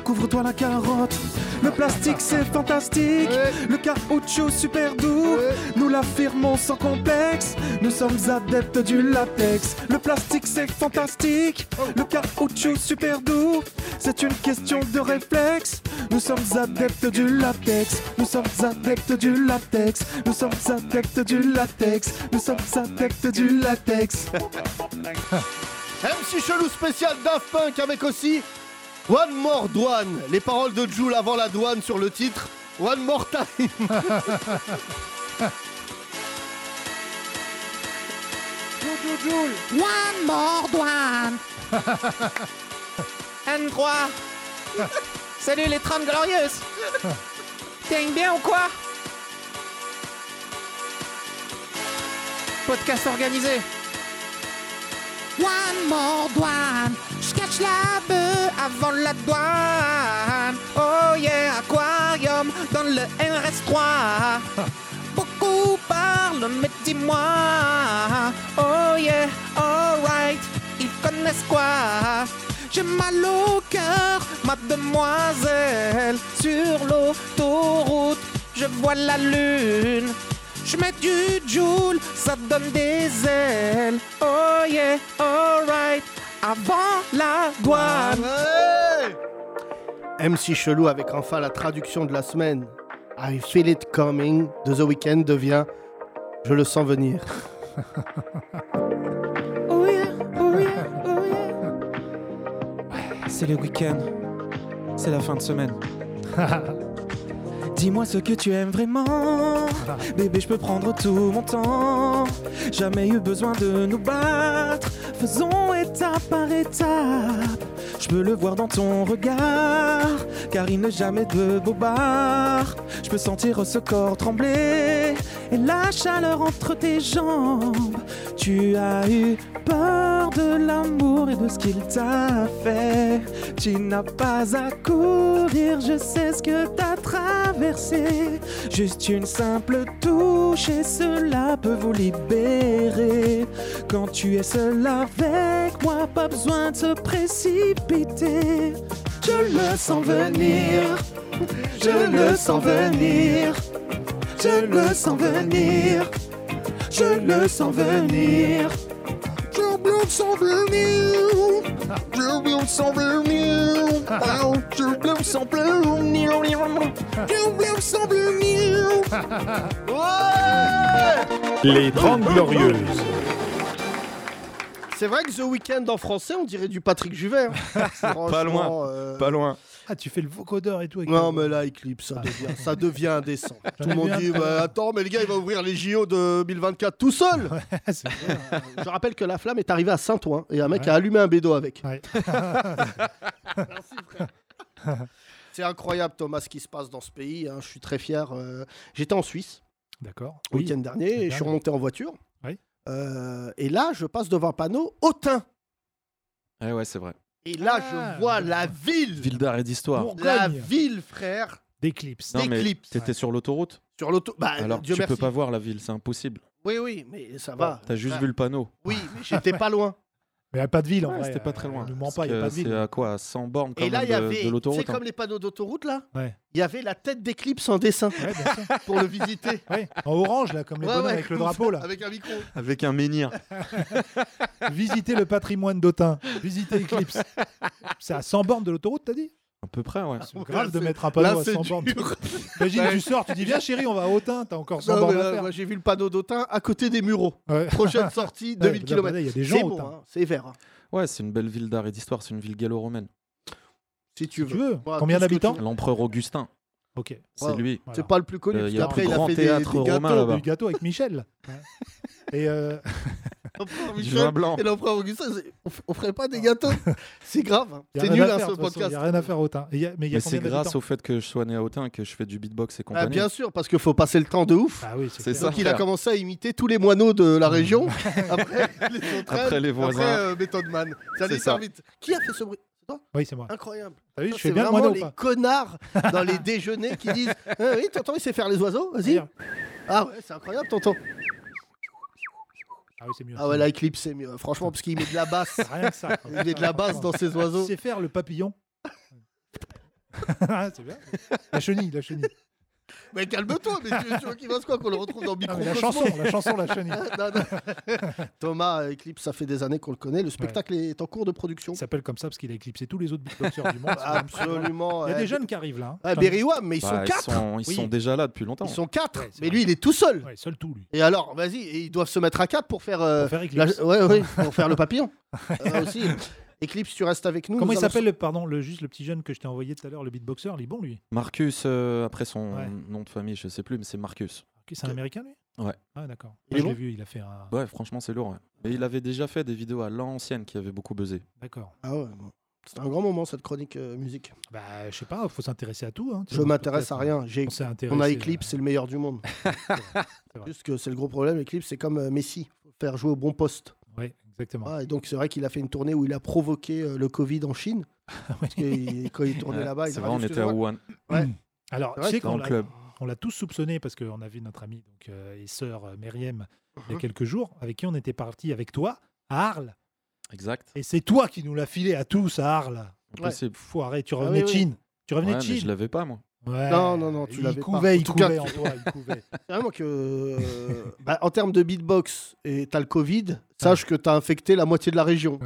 Speaker 10: couvre-toi la carotte. Le plastique, c'est fantastique. Le caoutchouc, super doux. Nous l'affirmons sans complexe. Nous sommes adeptes du latex. Le plastique, c'est fantastique. Le caoutchouc, super doux. C'est une question de réflexe. Nous sommes adeptes du latex. Nous sommes adeptes du latex. Nous sommes adeptes du latex. Nous sommes adeptes du latex.
Speaker 3: MC Chelou spécial Daft Punk avec aussi One More Douane. Les paroles de Jules avant la douane sur le titre One More Time.
Speaker 11: One more douane. Un, trois. [LAUGHS] Salut les 30 glorieuses. T'es bien ou quoi Podcast organisé. One more douane. Je cache la bœuf avant la douane. Oh yeah, aquarium dans le RS3. [LAUGHS] Beaucoup parlent, mais dis-moi. Oh yeah, alright, ils connaissent quoi J'ai mal au cœur, ma demoiselle. Sur l'autoroute, je vois la lune. Je mets du joule, ça donne des ailes. Oh yeah, alright, avant la douane.
Speaker 3: MC Chelou avec enfin la traduction de la semaine. I feel it coming de The Weeknd devient Je le sens venir.
Speaker 11: Oh
Speaker 10: C'est le week-end. C'est la fin de semaine.
Speaker 11: [LAUGHS]
Speaker 10: Dis-moi ce que tu aimes vraiment. Bébé, je peux prendre tout mon temps. Jamais eu besoin de nous battre. Faisons étape par étape. Je peux le voir dans ton regard. Car il n'est jamais de bobard. Je peux sentir ce corps trembler. Et la chaleur entre tes jambes. Tu as eu peur de l'amour et de ce qu'il t'a fait. Tu n'as pas à courir, je sais ce que t'as traversé. Juste une simple touche et cela peut vous libérer. Quand tu es seul avec moi, pas besoin de se précipiter. Je le sens venir, je le sens venir, je le sens venir, je le sens venir. Je le sens venir. Je le sens venir. Je le sens venir. Je le sens venir.
Speaker 5: Les 30 Glorieuses.
Speaker 3: C'est vrai que The Weeknd en français, on dirait du Patrick Juvet.
Speaker 5: [LAUGHS]
Speaker 3: hein. Franchement,
Speaker 5: loin,
Speaker 3: euh,
Speaker 5: pas loin. Ah, tu fais le vocodeur et tout. avec
Speaker 3: Non,
Speaker 5: le-
Speaker 3: mais là, Eclipse, ça devient, ça devient
Speaker 5: [LAUGHS]
Speaker 3: indécent. Tout
Speaker 5: J'en ai
Speaker 3: le monde
Speaker 5: vu
Speaker 3: dit
Speaker 5: un-
Speaker 3: bah, Attends, mais le gars, il va ouvrir les JO de 2024 tout seul Je rappelle que la flamme est arrivée à Saint-Ouen et un mec
Speaker 5: Ouais.
Speaker 3: a allumé un bédo avec.
Speaker 5: [LAUGHS] Merci, frère.
Speaker 3: C'est incroyable, Thomas, ce qui se passe dans ce pays. hein. Je suis très fier. euh, J'étais en Suisse
Speaker 5: D'accord.
Speaker 3: le week-end dernier et je suis remonté en voiture.
Speaker 5: Oui.
Speaker 3: Euh, et là, je passe devant un panneau Autun.
Speaker 12: Eh ouais, c'est vrai.
Speaker 3: Et là, je vois la ville.
Speaker 12: Ah. Ville d'art et d'histoire.
Speaker 3: La ville, frère.
Speaker 5: D'éclipse.
Speaker 12: Non, mais
Speaker 3: D'éclipse.
Speaker 12: t'étais sur l'autoroute
Speaker 3: Sur l'auto. Bah,
Speaker 12: Alors,
Speaker 3: Dieu
Speaker 12: tu
Speaker 3: merci. Ah.
Speaker 12: peux pas voir la ville, c'est impossible.
Speaker 3: Oui, oui, mais ça va.
Speaker 12: T'as juste
Speaker 3: Frère.
Speaker 12: vu le panneau.
Speaker 3: Oui, mais j'étais pas loin.
Speaker 5: Mais il a pas de ville en
Speaker 12: Ouais,
Speaker 5: vrai. euh,
Speaker 12: c'était pas
Speaker 3: euh,
Speaker 12: très loin.
Speaker 5: Ne mens
Speaker 12: Parce
Speaker 5: pas, il n'y a
Speaker 12: que
Speaker 5: pas de ville.
Speaker 12: C'est à quoi à 100 bornes quand
Speaker 3: Et là,
Speaker 12: même
Speaker 3: il y
Speaker 12: de-
Speaker 3: avait.
Speaker 12: de
Speaker 3: Tu sais,
Speaker 12: l'autoroute. hein.
Speaker 3: comme les panneaux d'autoroute, là
Speaker 5: hein. Ouais.
Speaker 3: Il y avait la tête d'éclipse en dessin [LAUGHS] pour le visiter.
Speaker 5: En orange, là, comme les
Speaker 3: euh, [LAUGHS] Ouais,
Speaker 5: bonhommes
Speaker 3: ouais,
Speaker 5: avec le
Speaker 3: comme
Speaker 5: drapeau, là.
Speaker 3: Avec un micro.
Speaker 12: Avec un menhir.
Speaker 5: Visiter le patrimoine d'Autun. Visiter
Speaker 3: [LAUGHS]
Speaker 5: Eclipse. C'est à 100 bornes de l'autoroute, t'as dit
Speaker 12: À peu près, ouais.
Speaker 5: C'est grave de
Speaker 3: c'est-
Speaker 5: mettre un
Speaker 3: là,
Speaker 5: panneau à
Speaker 3: c'est
Speaker 5: 100 bornes.
Speaker 3: dur. [LAUGHS]
Speaker 5: Imagine,
Speaker 3: Ouais.
Speaker 5: tu sors, tu dis Viens, chérie, on va à Autun, t'as encore 100
Speaker 3: Non, mais
Speaker 5: bornes
Speaker 3: là,
Speaker 5: à faire.
Speaker 3: moi, j'ai vu le panneau d'Autun à côté des Mureaux.
Speaker 5: [LAUGHS] Ouais.
Speaker 3: Prochaine sortie,
Speaker 5: Ouais,
Speaker 3: 2000
Speaker 5: putain,
Speaker 3: km.
Speaker 5: bah, il y a des gens
Speaker 3: C'est
Speaker 5: au
Speaker 3: bon,
Speaker 5: Tarn.
Speaker 3: hein, c'est vert. hein.
Speaker 12: Ouais, c'est une belle ville d'art et d'histoire, c'est une ville gallo-romaine.
Speaker 3: Si tu veux.
Speaker 5: tu veux.
Speaker 3: Voilà,
Speaker 5: Combien
Speaker 3: tout ce que
Speaker 5: d'habitants
Speaker 3: tu veux.
Speaker 12: L'empereur Augustin.
Speaker 5: Ok.
Speaker 12: C'est
Speaker 3: Voilà.
Speaker 12: lui.
Speaker 3: C'est pas le plus connu,
Speaker 12: Euh, il y
Speaker 3: parce
Speaker 12: a
Speaker 3: qu'après,
Speaker 12: le
Speaker 3: il
Speaker 12: plus
Speaker 3: a
Speaker 12: grand
Speaker 3: fait des-
Speaker 12: théâtre
Speaker 3: des
Speaker 12: romain
Speaker 3: gâteaux,
Speaker 12: là-bas.
Speaker 5: Du gâteau avec Michel.
Speaker 3: [LAUGHS]
Speaker 5: Et euh,
Speaker 3: L'empereur
Speaker 12: Du
Speaker 3: Michel
Speaker 12: vin blanc.
Speaker 3: Et l'empereur Augustin, c'est- on, f- on ferait pas des gâteaux C'est grave. hein.
Speaker 5: [LAUGHS] y a
Speaker 3: C'est
Speaker 5: rien
Speaker 3: nul
Speaker 5: à
Speaker 3: hein,
Speaker 5: faire,
Speaker 3: ce
Speaker 5: de toute façon,
Speaker 3: podcast.
Speaker 5: y a rien à faire à Autun. Et y a- mais il y a
Speaker 12: Mais c'est
Speaker 5: combien
Speaker 12: grâce
Speaker 5: d'habitants
Speaker 12: au fait que je sois né à Autun et que je fais du beatbox et
Speaker 3: Ah,
Speaker 12: compagnie.
Speaker 3: bien sûr, parce qu'il faut passer le temps de ouf.
Speaker 5: Ah oui,
Speaker 12: C'est
Speaker 5: c'est
Speaker 12: ça.
Speaker 3: Donc il a
Speaker 12: frère.
Speaker 3: commencé à imiter tous les moineaux de la région. après les autres.
Speaker 12: Après les
Speaker 3: Après
Speaker 12: voisins.
Speaker 3: euh, Method Man. Ça
Speaker 12: C'est
Speaker 3: allait faire
Speaker 12: ça.
Speaker 3: vite. Qui a fait ce bruit C'est toi
Speaker 5: Oui, c'est moi.
Speaker 3: Incroyable.
Speaker 5: T'as
Speaker 3: Ça,
Speaker 5: vu, je
Speaker 3: Ah, C'est
Speaker 5: fais bien le
Speaker 3: vraiment
Speaker 5: moineau ou
Speaker 3: les
Speaker 5: pas
Speaker 3: connards dans les déjeuners qui disent Eh Oui, tonton, il sait faire les oiseaux, vas-y.
Speaker 5: Regarde.
Speaker 3: Ah ouais, c'est incroyable, tonton.
Speaker 5: Ah oui, c'est mieux.
Speaker 3: Ah ouais, là, Eclipse, c'est mieux. Franchement, parce qu'il met de la basse.
Speaker 5: Rien que ça.
Speaker 3: Il met de la basse dans ses oiseaux.
Speaker 5: C'est faire le papillon. Ah, [LAUGHS] c'est bien. La chenille, la chenille.
Speaker 3: Mais calme-toi, mais tu, tu vois qu'il va se quoi qu'on le retrouve dans Micro
Speaker 5: Ah, mais la chanson, la chanson, la chenille.
Speaker 3: Thomas euh, Eclipse, ça fait des années qu'on le connaît. Le spectacle est en cours de production. Il
Speaker 5: s'appelle comme ça parce qu'il a éclipsé tous les autres beatboxers du monde.
Speaker 3: [LAUGHS] Absolument.
Speaker 5: Il y a
Speaker 3: ouais.
Speaker 5: des jeunes qui arrivent là. hein.
Speaker 3: Ah, Berry Wam, mais ils
Speaker 12: Bah,
Speaker 3: sont quatre.
Speaker 12: Ils sont, ils
Speaker 3: Oui.
Speaker 12: sont déjà là depuis longtemps.
Speaker 3: Ils sont quatre, mais lui il est tout seul.
Speaker 5: seul tout lui.
Speaker 3: Et alors, vas-y, et ils doivent se mettre à quatre pour faire, euh,
Speaker 5: Pour faire Eclipse.
Speaker 3: ouais,
Speaker 5: [LAUGHS]
Speaker 3: ouais, pour faire le papillon. Euh, aussi. Eclipse, tu restes avec nous.
Speaker 5: Comment
Speaker 3: nous
Speaker 5: il
Speaker 3: allons-
Speaker 5: s'appelle, le- pardon, le, juste le petit jeune que je t'ai envoyé tout à l'heure, le beatboxer, il est bon lui.
Speaker 12: Marcus, euh, après son
Speaker 5: Ouais.
Speaker 12: nom de famille, je sais plus, mais c'est Marcus.
Speaker 5: Ok, C'est un américain lui
Speaker 12: Ouais.
Speaker 5: Ah d'accord.
Speaker 12: Il
Speaker 5: Moi,
Speaker 12: est
Speaker 5: Je l'ai
Speaker 12: bon
Speaker 5: vu, il a fait un.
Speaker 12: Ouais, franchement, c'est lourd. ouais. Et il avait déjà fait des vidéos à l'ancienne qui avaient beaucoup buzzé.
Speaker 5: D'accord.
Speaker 3: Ah ouais, bon. C'était un grand moment cette chronique euh, musique.
Speaker 5: Bah, je sais pas, faut s'intéresser à tout. hein, tu
Speaker 3: Je
Speaker 5: vois,
Speaker 3: m'intéresse à
Speaker 5: peut-être,
Speaker 3: rien.
Speaker 5: on
Speaker 3: J'ai-
Speaker 5: s'est
Speaker 3: On a
Speaker 5: intéressé,
Speaker 3: Eclipse, c'est le meilleur du
Speaker 5: [LAUGHS]
Speaker 3: monde. Juste que c'est le gros problème. Eclipse, c'est comme euh, Messi, faut faire jouer au bon poste.
Speaker 5: Oui, euh, exactement.
Speaker 3: Ah, et donc c'est vrai qu'il a fait une tournée où il a provoqué euh, le Covid en
Speaker 5: [LAUGHS]
Speaker 3: Chine. Parce que il- quand il tournait
Speaker 12: Ouais,
Speaker 3: là-bas, il
Speaker 12: c'est
Speaker 3: a
Speaker 12: vrai,
Speaker 3: dit,
Speaker 12: on était à
Speaker 3: excuse-moi.
Speaker 12: Wuhan.
Speaker 3: Ouais.
Speaker 5: Alors,
Speaker 3: C'est
Speaker 5: tu
Speaker 3: vrai
Speaker 5: sais
Speaker 3: que- euh,
Speaker 5: qu'on l'a- on l'a tous soupçonné parce qu'on a vu notre ami donc, euh, et sœur euh, Meriem il
Speaker 3: Uh-huh.
Speaker 5: y a quelques jours, avec qui on était parti avec toi à Arles.
Speaker 12: Exact.
Speaker 5: Et c'est toi qui nous l'as filé à tous à Arles.
Speaker 12: Impossible.
Speaker 5: Foiré, tu
Speaker 12: Ah
Speaker 5: revenais
Speaker 12: oui,
Speaker 5: de
Speaker 12: oui.
Speaker 5: Chine. Tu revenais
Speaker 12: Ouais,
Speaker 5: de
Speaker 12: mais
Speaker 5: Chine.
Speaker 12: je l'avais pas, moi.
Speaker 5: Ouais.
Speaker 3: Non, non, non, tu
Speaker 5: Il
Speaker 3: l'avais pas.
Speaker 5: couvait,
Speaker 3: En
Speaker 5: il
Speaker 3: tout cas,
Speaker 5: couvait
Speaker 3: tu-
Speaker 5: en toi, il couvait.
Speaker 3: C'est vraiment que. euh, bah, en termes de beatbox et t'as le Covid, sache que t'as infecté la moitié de la région.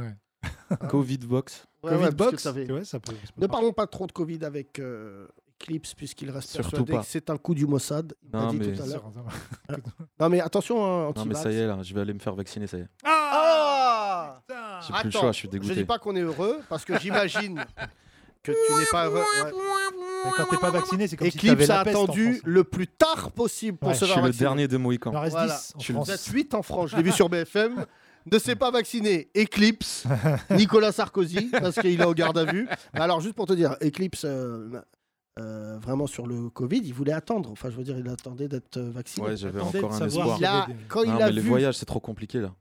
Speaker 3: Ah.
Speaker 12: Covid Box.
Speaker 3: [LAUGHS] Ouais, ouais, parce que
Speaker 5: Covidbox,
Speaker 3: ça fait-
Speaker 5: tu vois, ça peut-
Speaker 3: Ne parlons pas trop de Covid avec euh, Eclipse, puisqu'il reste
Speaker 12: Surtout
Speaker 3: persuadé
Speaker 12: pas.
Speaker 3: que c'est un coup du Mossad. Il m'a
Speaker 12: Non,
Speaker 3: dit
Speaker 12: mais-
Speaker 3: tout à l'heure.
Speaker 5: hein.
Speaker 3: non, mais attention, hein,
Speaker 12: Non, mais
Speaker 3: anti-vax.
Speaker 12: ça y est, là, je vais aller me faire vacciner, ça y est.
Speaker 3: Ah
Speaker 12: J'ai plus le choix, je suis dégoûté.
Speaker 3: Je dis pas qu'on est heureux, parce que j'imagine que tu n'es pas heureux. ouais.
Speaker 5: Quand t'es pas vacciné, c'est comme si
Speaker 3: Eclipse
Speaker 5: t'avais la
Speaker 3: a
Speaker 5: peste en
Speaker 3: attendu
Speaker 5: France.
Speaker 3: le plus tard possible pour
Speaker 12: hein. Ouais,
Speaker 3: se
Speaker 12: je
Speaker 3: faire
Speaker 12: suis le
Speaker 3: vacciner.
Speaker 12: dernier de Mohican.
Speaker 5: Il en reste
Speaker 3: Voilà.
Speaker 5: 10 en
Speaker 3: Je suis
Speaker 5: France.
Speaker 3: le 8 en France, je l'ai vu sur BFM. Ne s'est pas vacciné
Speaker 5: [LAUGHS]
Speaker 3: Eclipse, Nicolas Sarkozy, parce qu'il est en garde à vue. Mais Alors, juste pour te dire, Eclipse, euh, euh, vraiment sur le Covid, il voulait attendre. Enfin, je veux dire, il attendait d'être euh, vacciné.
Speaker 12: Ouais, j'avais
Speaker 3: Attendait
Speaker 12: encore
Speaker 3: de
Speaker 12: un
Speaker 3: savoir
Speaker 12: espoir.
Speaker 3: s'il a- quand
Speaker 12: non,
Speaker 3: il a
Speaker 12: mais les
Speaker 3: vu-
Speaker 12: voyages, c'est trop compliqué, là.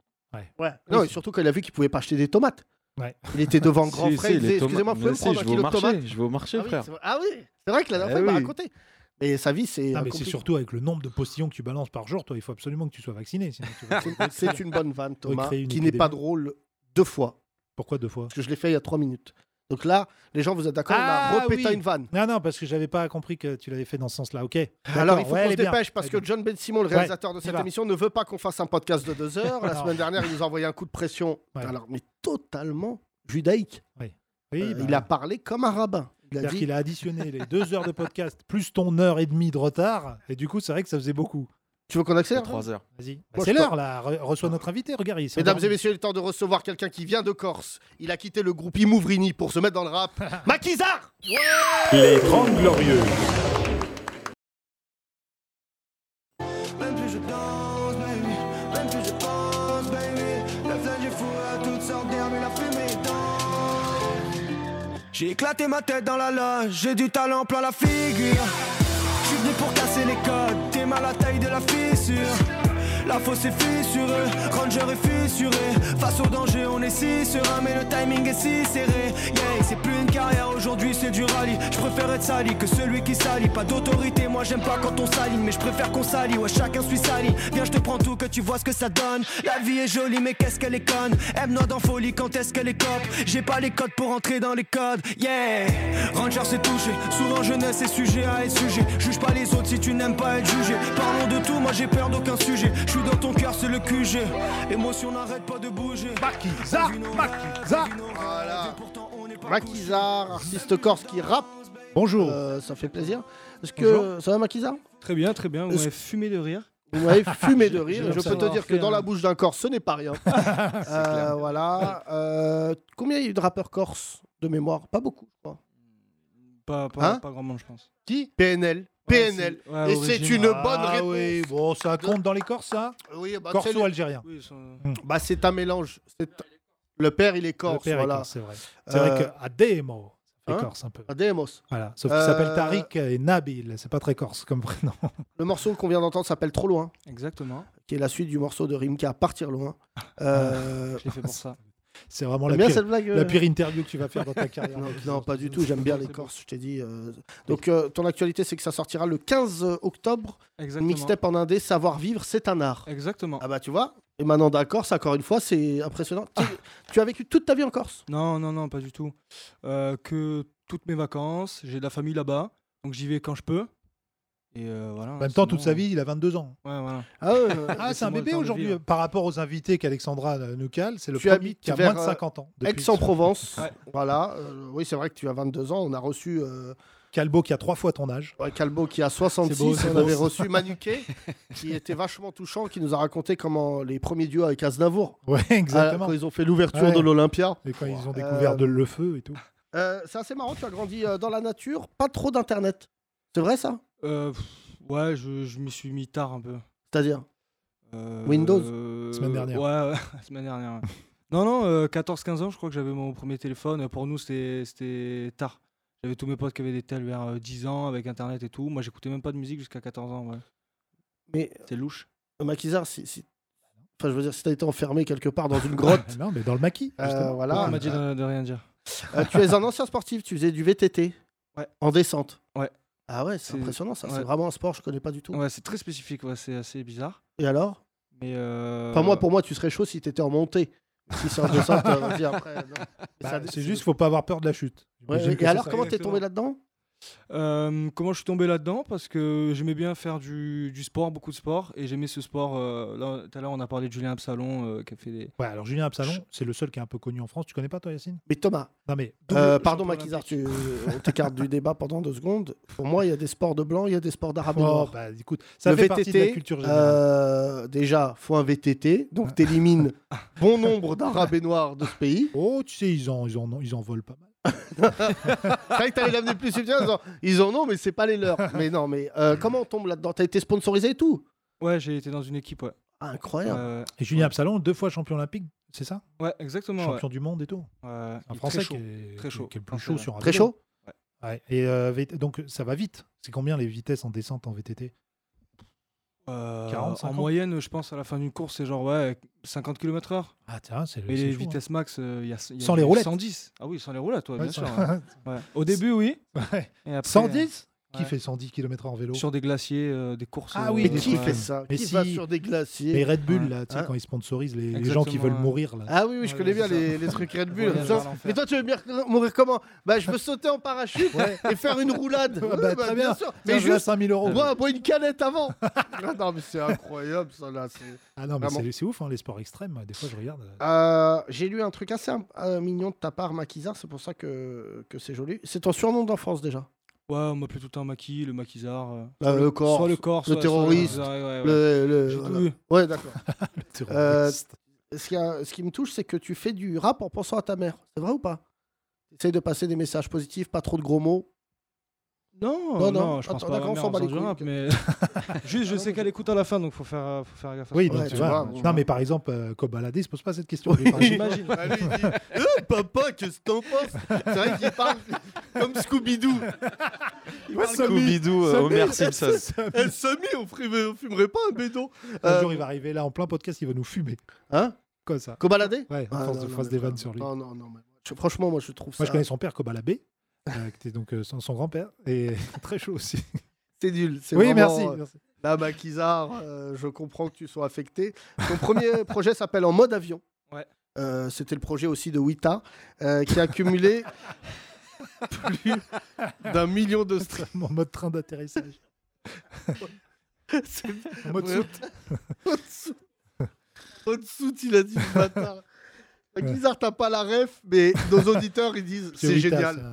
Speaker 3: Ouais. Non, et surtout quand il a vu qu'il pouvait pas acheter des tomates.
Speaker 5: Ouais.
Speaker 3: Il était devant le
Speaker 12: [LAUGHS]
Speaker 3: grand
Speaker 12: Si,
Speaker 3: frère,
Speaker 12: si,
Speaker 3: il disait
Speaker 12: les toma-
Speaker 3: Excusez-moi, vous pouvez
Speaker 12: mais
Speaker 3: me
Speaker 12: si, je
Speaker 3: prendre un
Speaker 12: vais au
Speaker 3: kilo de
Speaker 12: marché,
Speaker 3: tomates
Speaker 12: Je vais au marché,
Speaker 3: Ah oui,
Speaker 12: frère.
Speaker 3: c'est vrai- Ah oui, c'est vrai que la dernière
Speaker 12: Eh
Speaker 3: fois, il m'a
Speaker 12: oui.
Speaker 3: raconté. Mais sa vie, c'est.
Speaker 5: Non, mais c'est
Speaker 3: compliqué.
Speaker 5: surtout avec le nombre de postillons que tu balances par jour, toi, il faut absolument que tu sois vacciné. sinon
Speaker 3: [LAUGHS]
Speaker 5: tu vas-
Speaker 3: C'est- C'est une bonne vanne, Thomas,
Speaker 5: Recréer une
Speaker 3: qui n'est pas
Speaker 5: épidémie.
Speaker 3: drôle deux fois.
Speaker 5: Pourquoi deux fois
Speaker 3: Parce que je l'ai fait il y a trois minutes. Donc là, les gens, vous êtes d'accord On a repété
Speaker 5: Ah oui.
Speaker 3: une
Speaker 5: [LAUGHS]
Speaker 3: vanne.
Speaker 5: Non, non, parce que j'avais pas compris que tu l'avais fait dans ce sens-là. Ok.
Speaker 3: Alors,
Speaker 5: D'accord,
Speaker 3: il faut
Speaker 5: ouais,
Speaker 3: qu'on
Speaker 5: elle
Speaker 3: se
Speaker 5: est bien.
Speaker 3: dépêche parce
Speaker 5: Elle est
Speaker 3: que John Bensimon, le
Speaker 5: Ouais,
Speaker 3: réalisateur de
Speaker 5: c'est
Speaker 3: cette
Speaker 5: va.
Speaker 3: émission, ne veut pas qu'on fasse un podcast de deux heures. La
Speaker 5: [LAUGHS] Non.
Speaker 3: semaine dernière, il nous a envoyé un coup de pression.
Speaker 5: Ouais.
Speaker 3: Alors, mais totalement judaïque.
Speaker 5: Oui. Oui,
Speaker 3: Euh,
Speaker 5: bah,
Speaker 3: Il a parlé comme un rabbin. Il a
Speaker 5: C'est-à-dire
Speaker 3: dit
Speaker 5: qu'il a additionné les deux heures de podcast plus ton heure et demie de retard, et du coup, c'est vrai que ça faisait beaucoup.
Speaker 3: Tu veux qu'on accélère
Speaker 12: Trois heures.
Speaker 5: Vas-y. Bah,
Speaker 3: Moi,
Speaker 5: c'est
Speaker 3: je
Speaker 5: l'heure,
Speaker 3: peux- Ah.
Speaker 5: là. Re- reçois notre invité, regarde. il s'est
Speaker 3: Mesdames et
Speaker 5: endormi.
Speaker 3: messieurs, il est temps de recevoir quelqu'un qui vient de Corse. Il a quitté le groupe Imouvrini pour se mettre dans le
Speaker 5: [LAUGHS]
Speaker 3: rap. Maquisard
Speaker 13: Les 30 Glorieuses.
Speaker 14: Même plus je danse, baby, même plus je pense, baby. Le flingue est fou à toutes sortes d'herbes et la fumée danse. J'ai éclaté ma tête dans la loge, j'ai du talent plein la figure. J'suis venu pour casser les codes, t'es mal à la taille de la fissure. La fosse est fissurée, Ranger est fissuré. Face au danger, on est si serein, mais le timing est si serré. Yeah, c'est plus une carrière aujourd'hui, c'est du rallye. Je préfère être sali que celui qui salit. Pas d'autorité, moi j'aime pas quand on s'aligne, mais je préfère qu'on salit. Ouais, chacun suit sali. Viens, je te prends tout, que tu vois ce que ça donne. La vie est jolie, mais qu'est-ce qu'elle est conne. Elle me noie dans folie quand est-ce qu'elle est cop. J'ai pas les codes pour entrer dans les codes. Yeah, Ranger s'est touché. Souvent jeunesse est sujet à être sujet. Juge pas les autres si tu n'aimes pas être jugé. Parlons de tout, moi j'ai peur d'aucun sujet. Je suis dans ton cœur, c'est le QG. Émotion n'arrête pas de bouger.
Speaker 15: Bah,
Speaker 5: Maquisard, Maquisard.
Speaker 3: Voilà. Maquisard, artiste corse qui rappe. Euh,
Speaker 5: Bonjour.
Speaker 3: ça fait plaisir. Est-ce que ça va, Maquisard
Speaker 15: Très bien, très bien. Vous
Speaker 3: Est-ce-
Speaker 15: m'avez fumé de rire.
Speaker 3: Vous m'avez fumé de
Speaker 15: J'ai
Speaker 3: rire. Je peux te
Speaker 15: l'impression
Speaker 3: dire que
Speaker 15: d'avoir fait
Speaker 3: dans la
Speaker 15: un-
Speaker 3: bouche d'un Corse, ce n'est pas
Speaker 5: [LAUGHS]
Speaker 3: rien. Euh, voilà. Euh, combien il y a eu de rappeurs corse de mémoire Pas beaucoup, je crois.
Speaker 15: Pas, pas,
Speaker 3: Hein
Speaker 15: pas grand monde, je pense.
Speaker 3: Qui PNL.
Speaker 15: Ouais,
Speaker 3: PNL.
Speaker 15: c'est- ouais,
Speaker 3: Et c'est
Speaker 15: origine.
Speaker 3: une bonne
Speaker 5: Ah
Speaker 3: réponse.
Speaker 5: oui, bon, ça compte dans les Corses, ça
Speaker 3: Oui, bah,
Speaker 5: Corse
Speaker 3: c'est
Speaker 5: ou
Speaker 3: le-
Speaker 5: Algérien
Speaker 3: Bah, c'est un mélange. C'est- Le père, il est corse.
Speaker 5: Le père est
Speaker 3: voilà. Euh,
Speaker 5: corse, c'est vrai. C'est vrai que Ademo, ça fait
Speaker 3: hein
Speaker 5: corse un peu.
Speaker 3: Ademos.
Speaker 5: Voilà, sauf qu'il s'appelle
Speaker 3: Euh,
Speaker 5: Tariq et Nabil, c'est pas très corse comme prénom. [LAUGHS]
Speaker 3: Le morceau qu'on vient d'entendre s'appelle Trop Loin,
Speaker 15: Exactement.
Speaker 3: qui est la suite du morceau de Rimka, Partir Loin. Euh,
Speaker 15: Je l'ai fait pour ça.
Speaker 5: C'est vraiment
Speaker 3: T'aimes
Speaker 5: Ah. Oh, la
Speaker 3: bien
Speaker 5: pire,
Speaker 3: cette blague, euh
Speaker 5: la pire interview que tu vas faire dans ta carrière.
Speaker 3: [LAUGHS] Non, non, pas du tout, j'aime bien les Corses, je t'ai dit. euh. Donc, euh, ton actualité, c'est que ça sortira le 15 octobre.
Speaker 15: Exactement.
Speaker 3: Mixtape en indé, savoir vivre, c'est un art.
Speaker 15: Exactement.
Speaker 3: Ah bah, tu vois, Et maintenant d'un Corse, encore une fois, c'est impressionnant.
Speaker 5: Ah.
Speaker 3: Tu- tu as vécu toute ta vie en Corse
Speaker 15: Non, non, non, pas du tout. Euh, que toutes mes vacances, j'ai de la famille là-bas, donc j'y vais quand je peux. Et euh, voilà.
Speaker 5: En même temps, toute sa vie, il a 22 ans.
Speaker 15: Ouais, voilà.
Speaker 3: Ah,
Speaker 5: Ah, c'est un bébé
Speaker 15: hein.
Speaker 5: aujourd'hui. Par rapport aux invités qu'Alexandra euh, nous cale, c'est le
Speaker 3: Tu
Speaker 5: premier
Speaker 3: habites
Speaker 5: qui a
Speaker 3: vers,
Speaker 5: moins de
Speaker 3: euh,
Speaker 5: 50 ans. depuis-
Speaker 3: Aix-en-Provence. Voilà. Euh, oui, c'est vrai que tu as 22 ans. On a reçu. euh,
Speaker 5: Calbo qui a trois fois ton âge.
Speaker 3: Calbo qui a 66.
Speaker 5: C'est beau, c'est
Speaker 3: on
Speaker 5: beau,
Speaker 3: avait
Speaker 5: ça.
Speaker 3: reçu
Speaker 5: [LAUGHS]
Speaker 3: Manuquet, qui était vachement touchant, qui nous a raconté comment les premiers duos avec Aznavour.
Speaker 5: Ouais, [LAUGHS] exactement.
Speaker 3: Euh, quand ils ont fait l'ouverture
Speaker 5: Ouais.
Speaker 3: de l'Olympia.
Speaker 5: Et quand ils ont
Speaker 3: Euh,
Speaker 5: découvert de le
Speaker 3: [LAUGHS]
Speaker 5: feu et tout.
Speaker 3: euh, c'est assez marrant. Tu as grandi euh, dans la nature, pas trop d'internet. C'est vrai ça
Speaker 15: Euh, pff, ouais, je, je m'y suis mis tard un peu.
Speaker 3: C'est-à-dire
Speaker 15: Euh,
Speaker 3: Windows
Speaker 5: Semaine dernière.
Speaker 15: Ouais, ouais, [LAUGHS] semaine dernière. ouais. non, non, 14-15 ans, je crois que j'avais mon premier téléphone. Pour nous, c'était- c'était tard. J'avais tous mes potes qui avaient des tels vers euh, 10 ans avec internet et tout. Moi, j'écoutais même pas de musique jusqu'à 14 ans. Ouais.
Speaker 3: Mais
Speaker 15: c'est louche.
Speaker 3: Maquisard, si, si- enfin, je veux dire, si t'as été enfermé quelque part
Speaker 15: [LAUGHS]
Speaker 3: dans une grotte.
Speaker 5: non, mais dans le maquis.
Speaker 3: Euh,
Speaker 15: justement.
Speaker 3: voilà.
Speaker 15: On m'a dit de, de rien dire.
Speaker 3: Euh, tu es un ancien sportif, tu faisais du VTT en descente.
Speaker 15: Ouais.
Speaker 3: Ah ouais, c'est impressionnant ça. C'est
Speaker 15: ouais.
Speaker 3: vraiment un sport, je connais pas du tout.
Speaker 15: Ouais, c'est très spécifique, ouais, c'est assez bizarre.
Speaker 3: Et alors
Speaker 15: Mais euh,
Speaker 3: Enfin, moi, pour moi, tu serais chaud si t'étais en montée. Si c'est en descente, euh, vas-y après. non. Mais
Speaker 5: Bah,
Speaker 3: ça-
Speaker 5: c'est juste, faut pas avoir peur de la chute.
Speaker 3: Ouais,
Speaker 5: J'imagine
Speaker 3: ouais.
Speaker 5: que
Speaker 3: Et
Speaker 5: c'est
Speaker 3: alors,
Speaker 5: ça.
Speaker 3: comment t'es tombé là-dedans
Speaker 15: Euh, comment je suis tombé là-dedans Parce que j'aimais bien faire du, du sport, beaucoup de sport, et j'aimais ce sport. euh, là, tout à l'heure, on a parlé de Julien Absalon euh, qui a fait des.
Speaker 5: Ouais, alors Julien Absalon, c'est le seul qui est un peu connu en France. Tu connais pas toi, Yacine
Speaker 3: Mais Thomas.
Speaker 5: Non mais.
Speaker 3: Euh, pardon, Maquisard, tu on t'écarte du débat pendant deux secondes. Pour moi, il y a des sports de blanc, il y a des sports d'arabe
Speaker 5: Oh,
Speaker 3: noir.
Speaker 5: bah, écoute, ça
Speaker 3: Ah, Le
Speaker 5: fait
Speaker 3: VTT,
Speaker 5: partie de la culture générale.
Speaker 3: euh, déjà, faut un VTT, donc t'élimines bon nombre d'arabes et noirs de ce pays.
Speaker 5: Oh, tu sais, ils en, ils en, ils en volent pas mal.
Speaker 3: C'est vrai que t'allais l'amener plus subtil en disant, ils en ont, mais c'est pas les leurs. [LAUGHS] Mais non, mais euh, comment on tombe là-dedans T'as été sponsorisé et tout
Speaker 15: Ouais, j'ai été dans une équipe, ouais.
Speaker 3: Incroyable.
Speaker 15: Euh,
Speaker 5: Et Julien Absalon, deux fois champion olympique, c'est ça
Speaker 15: ouais, exactement.
Speaker 5: Champion
Speaker 15: ouais.
Speaker 5: du monde et tout.
Speaker 15: Ouais, il est
Speaker 5: Un
Speaker 15: très
Speaker 5: Français
Speaker 15: chaud,
Speaker 5: qui est,
Speaker 15: très chaud,
Speaker 5: qui est le plus
Speaker 15: Français,
Speaker 5: chaud
Speaker 15: ouais.
Speaker 5: sur un
Speaker 3: Très
Speaker 5: vélo.
Speaker 3: chaud
Speaker 5: Ouais. Et euh, VT donc ça va vite. C'est combien les vitesses en descente en VTT
Speaker 15: Euh,
Speaker 5: 40,
Speaker 15: en
Speaker 5: 50?
Speaker 15: moyenne, je pense, à la fin d'une course, c'est genre ouais, 50 km/h.
Speaker 5: Ah, tiens, c'est
Speaker 15: Mais
Speaker 5: c'est
Speaker 15: les
Speaker 5: chaud, hein.
Speaker 15: vitesses max, euh, il y a, il y a
Speaker 5: Sans les
Speaker 15: du
Speaker 5: roulettes.
Speaker 15: 110. Ah oui, sans les roulettes, toi,
Speaker 5: Ouais,
Speaker 15: bien
Speaker 5: sans-
Speaker 15: sûr.
Speaker 16: hein.
Speaker 15: ouais. Ouais. Au début, oui.
Speaker 5: Ouais.
Speaker 15: Et après,
Speaker 5: 110
Speaker 15: euh,
Speaker 5: Qui
Speaker 15: ouais.
Speaker 5: fait 110 km en vélo
Speaker 15: Sur des glaciers, euh, des courses.
Speaker 5: Ah oui,
Speaker 15: euh,
Speaker 5: des
Speaker 3: Qui
Speaker 5: Ouais.
Speaker 3: fait ça
Speaker 5: Mais
Speaker 3: Qui
Speaker 5: si.
Speaker 3: va sur des glaciers
Speaker 5: Les Red Bull,
Speaker 3: Ouais.
Speaker 5: là, tu sais,
Speaker 3: Hein
Speaker 5: quand ils sponsorisent les, les gens qui
Speaker 15: Exactement,
Speaker 5: veulent
Speaker 15: ouais.
Speaker 3: [LAUGHS]
Speaker 5: mourir, là.
Speaker 3: Ah oui, oui, je connais bien les, les trucs Red Bull. Ça, mais toi, tu veux bien mourir comment Bah, je veux sauter en parachute et faire une roulade.
Speaker 5: Ah
Speaker 3: Ouais,
Speaker 5: bah,
Speaker 3: bah,
Speaker 5: très
Speaker 3: bien
Speaker 5: bien.
Speaker 3: sûr.
Speaker 5: Tiens,
Speaker 3: Mais
Speaker 5: voilà
Speaker 3: juste,
Speaker 5: 5000 euros.
Speaker 3: bois, bois une canette avant. [LAUGHS] Ah non, mais c'est incroyable, ça, là. c'est-
Speaker 5: Ah non, mais
Speaker 3: Vraiment.
Speaker 5: c'est- c'est ouf, hein, les sports extrêmes. Des fois, je regarde. euh,
Speaker 3: Euh, J'ai lu un truc assez euh, mignon de ta part, Maquisard, c'est pour ça que, que c'est joli. C'est ton surnom d'enfance déjà
Speaker 15: Ouais, on m'appelait tout le temps Maquis, le maquisard. euh,
Speaker 3: Là,
Speaker 15: soit
Speaker 3: Ah, le corps,
Speaker 15: Soit le corps,
Speaker 3: le
Speaker 15: soit- soit
Speaker 3: terroriste,
Speaker 15: maquisard, ouais, ouais, ouais.
Speaker 3: le, le-
Speaker 15: J'ai tout
Speaker 3: voilà.
Speaker 15: eu.
Speaker 3: Ouais, d'accord. Euh,
Speaker 5: terroriste.
Speaker 3: ce, qui a- ce qui me touche, c'est que tu fais du rap en pensant à ta mère. C'est vrai ou pas Essaye de passer des messages positifs, pas trop de gros [LAUGHS] mots.
Speaker 15: Non,
Speaker 3: Non,
Speaker 15: non,
Speaker 3: non,
Speaker 15: je pense
Speaker 3: attends,
Speaker 15: pas. à ma
Speaker 3: d'accord, on
Speaker 15: mère
Speaker 3: s'en
Speaker 15: en
Speaker 3: bat les
Speaker 15: faisant du
Speaker 3: couilles,
Speaker 15: rap,
Speaker 3: ok. Ah,
Speaker 15: mais [LAUGHS] juste, je sais qu'elle écoute à la fin, donc faut faire, euh, faut faire gaffe. à
Speaker 5: Oui,
Speaker 15: ça.
Speaker 5: donc
Speaker 3: bah,
Speaker 5: tu, vois. non, mais par exemple, euh, Kobe Alade se pose pas cette question. lui, par exemple.
Speaker 3: [LAUGHS]
Speaker 15: J'imagine.
Speaker 3: Eh, papa, qu'est-ce que t'en penses C'est vrai qu'il parle comme Scooby-Doo. Il parle comme-
Speaker 9: Scooby-Doo, euh,
Speaker 3: Sammy,
Speaker 9: Homer
Speaker 3: eh,
Speaker 5: [LAUGHS]
Speaker 9: Simpson.
Speaker 3: [LAUGHS] Sam- eh, Sammy, on fumerait, on fumerait pas un bédon
Speaker 5: Un jour, il va arriver là en plein podcast, il va nous fumer.
Speaker 3: Hein
Speaker 5: Quoi ça
Speaker 3: Cobaladé
Speaker 5: Ouais, à
Speaker 3: Ah,
Speaker 5: force
Speaker 3: non,
Speaker 5: de
Speaker 3: non,
Speaker 5: phrases
Speaker 3: mais
Speaker 5: des
Speaker 3: non,
Speaker 5: vannes sur lui.
Speaker 3: Non, non, non. mais je- franchement, moi, je trouve ça.
Speaker 5: Moi, je connais son père, Kobe Alade, euh, qui était donc euh, son, son grand-père, et [LAUGHS] très chaud aussi.
Speaker 3: C'est nul. c'est
Speaker 5: Oui,
Speaker 3: vraiment,
Speaker 5: merci,
Speaker 3: euh,
Speaker 5: [LAUGHS] merci.
Speaker 3: Là, Maquisard, euh, je comprends que tu sois affecté. Ton premier [LAUGHS] projet s'appelle En mode avion.
Speaker 15: Ouais.
Speaker 3: Euh, C'était le projet aussi de Wita, euh, qui a
Speaker 5: [LAUGHS]
Speaker 3: accumulé plus d'un million de streams.
Speaker 5: En mode train d'atterrissage. En mode
Speaker 3: Vraiment.
Speaker 5: soute.
Speaker 3: Haute-Soute. Haute-Soute, il a dit ce
Speaker 5: [LAUGHS]
Speaker 3: bâtard. Maquisard, t'as pas la ref, mais nos auditeurs, ils disent
Speaker 5: Parce que
Speaker 3: c'est
Speaker 5: Wita,
Speaker 3: génial.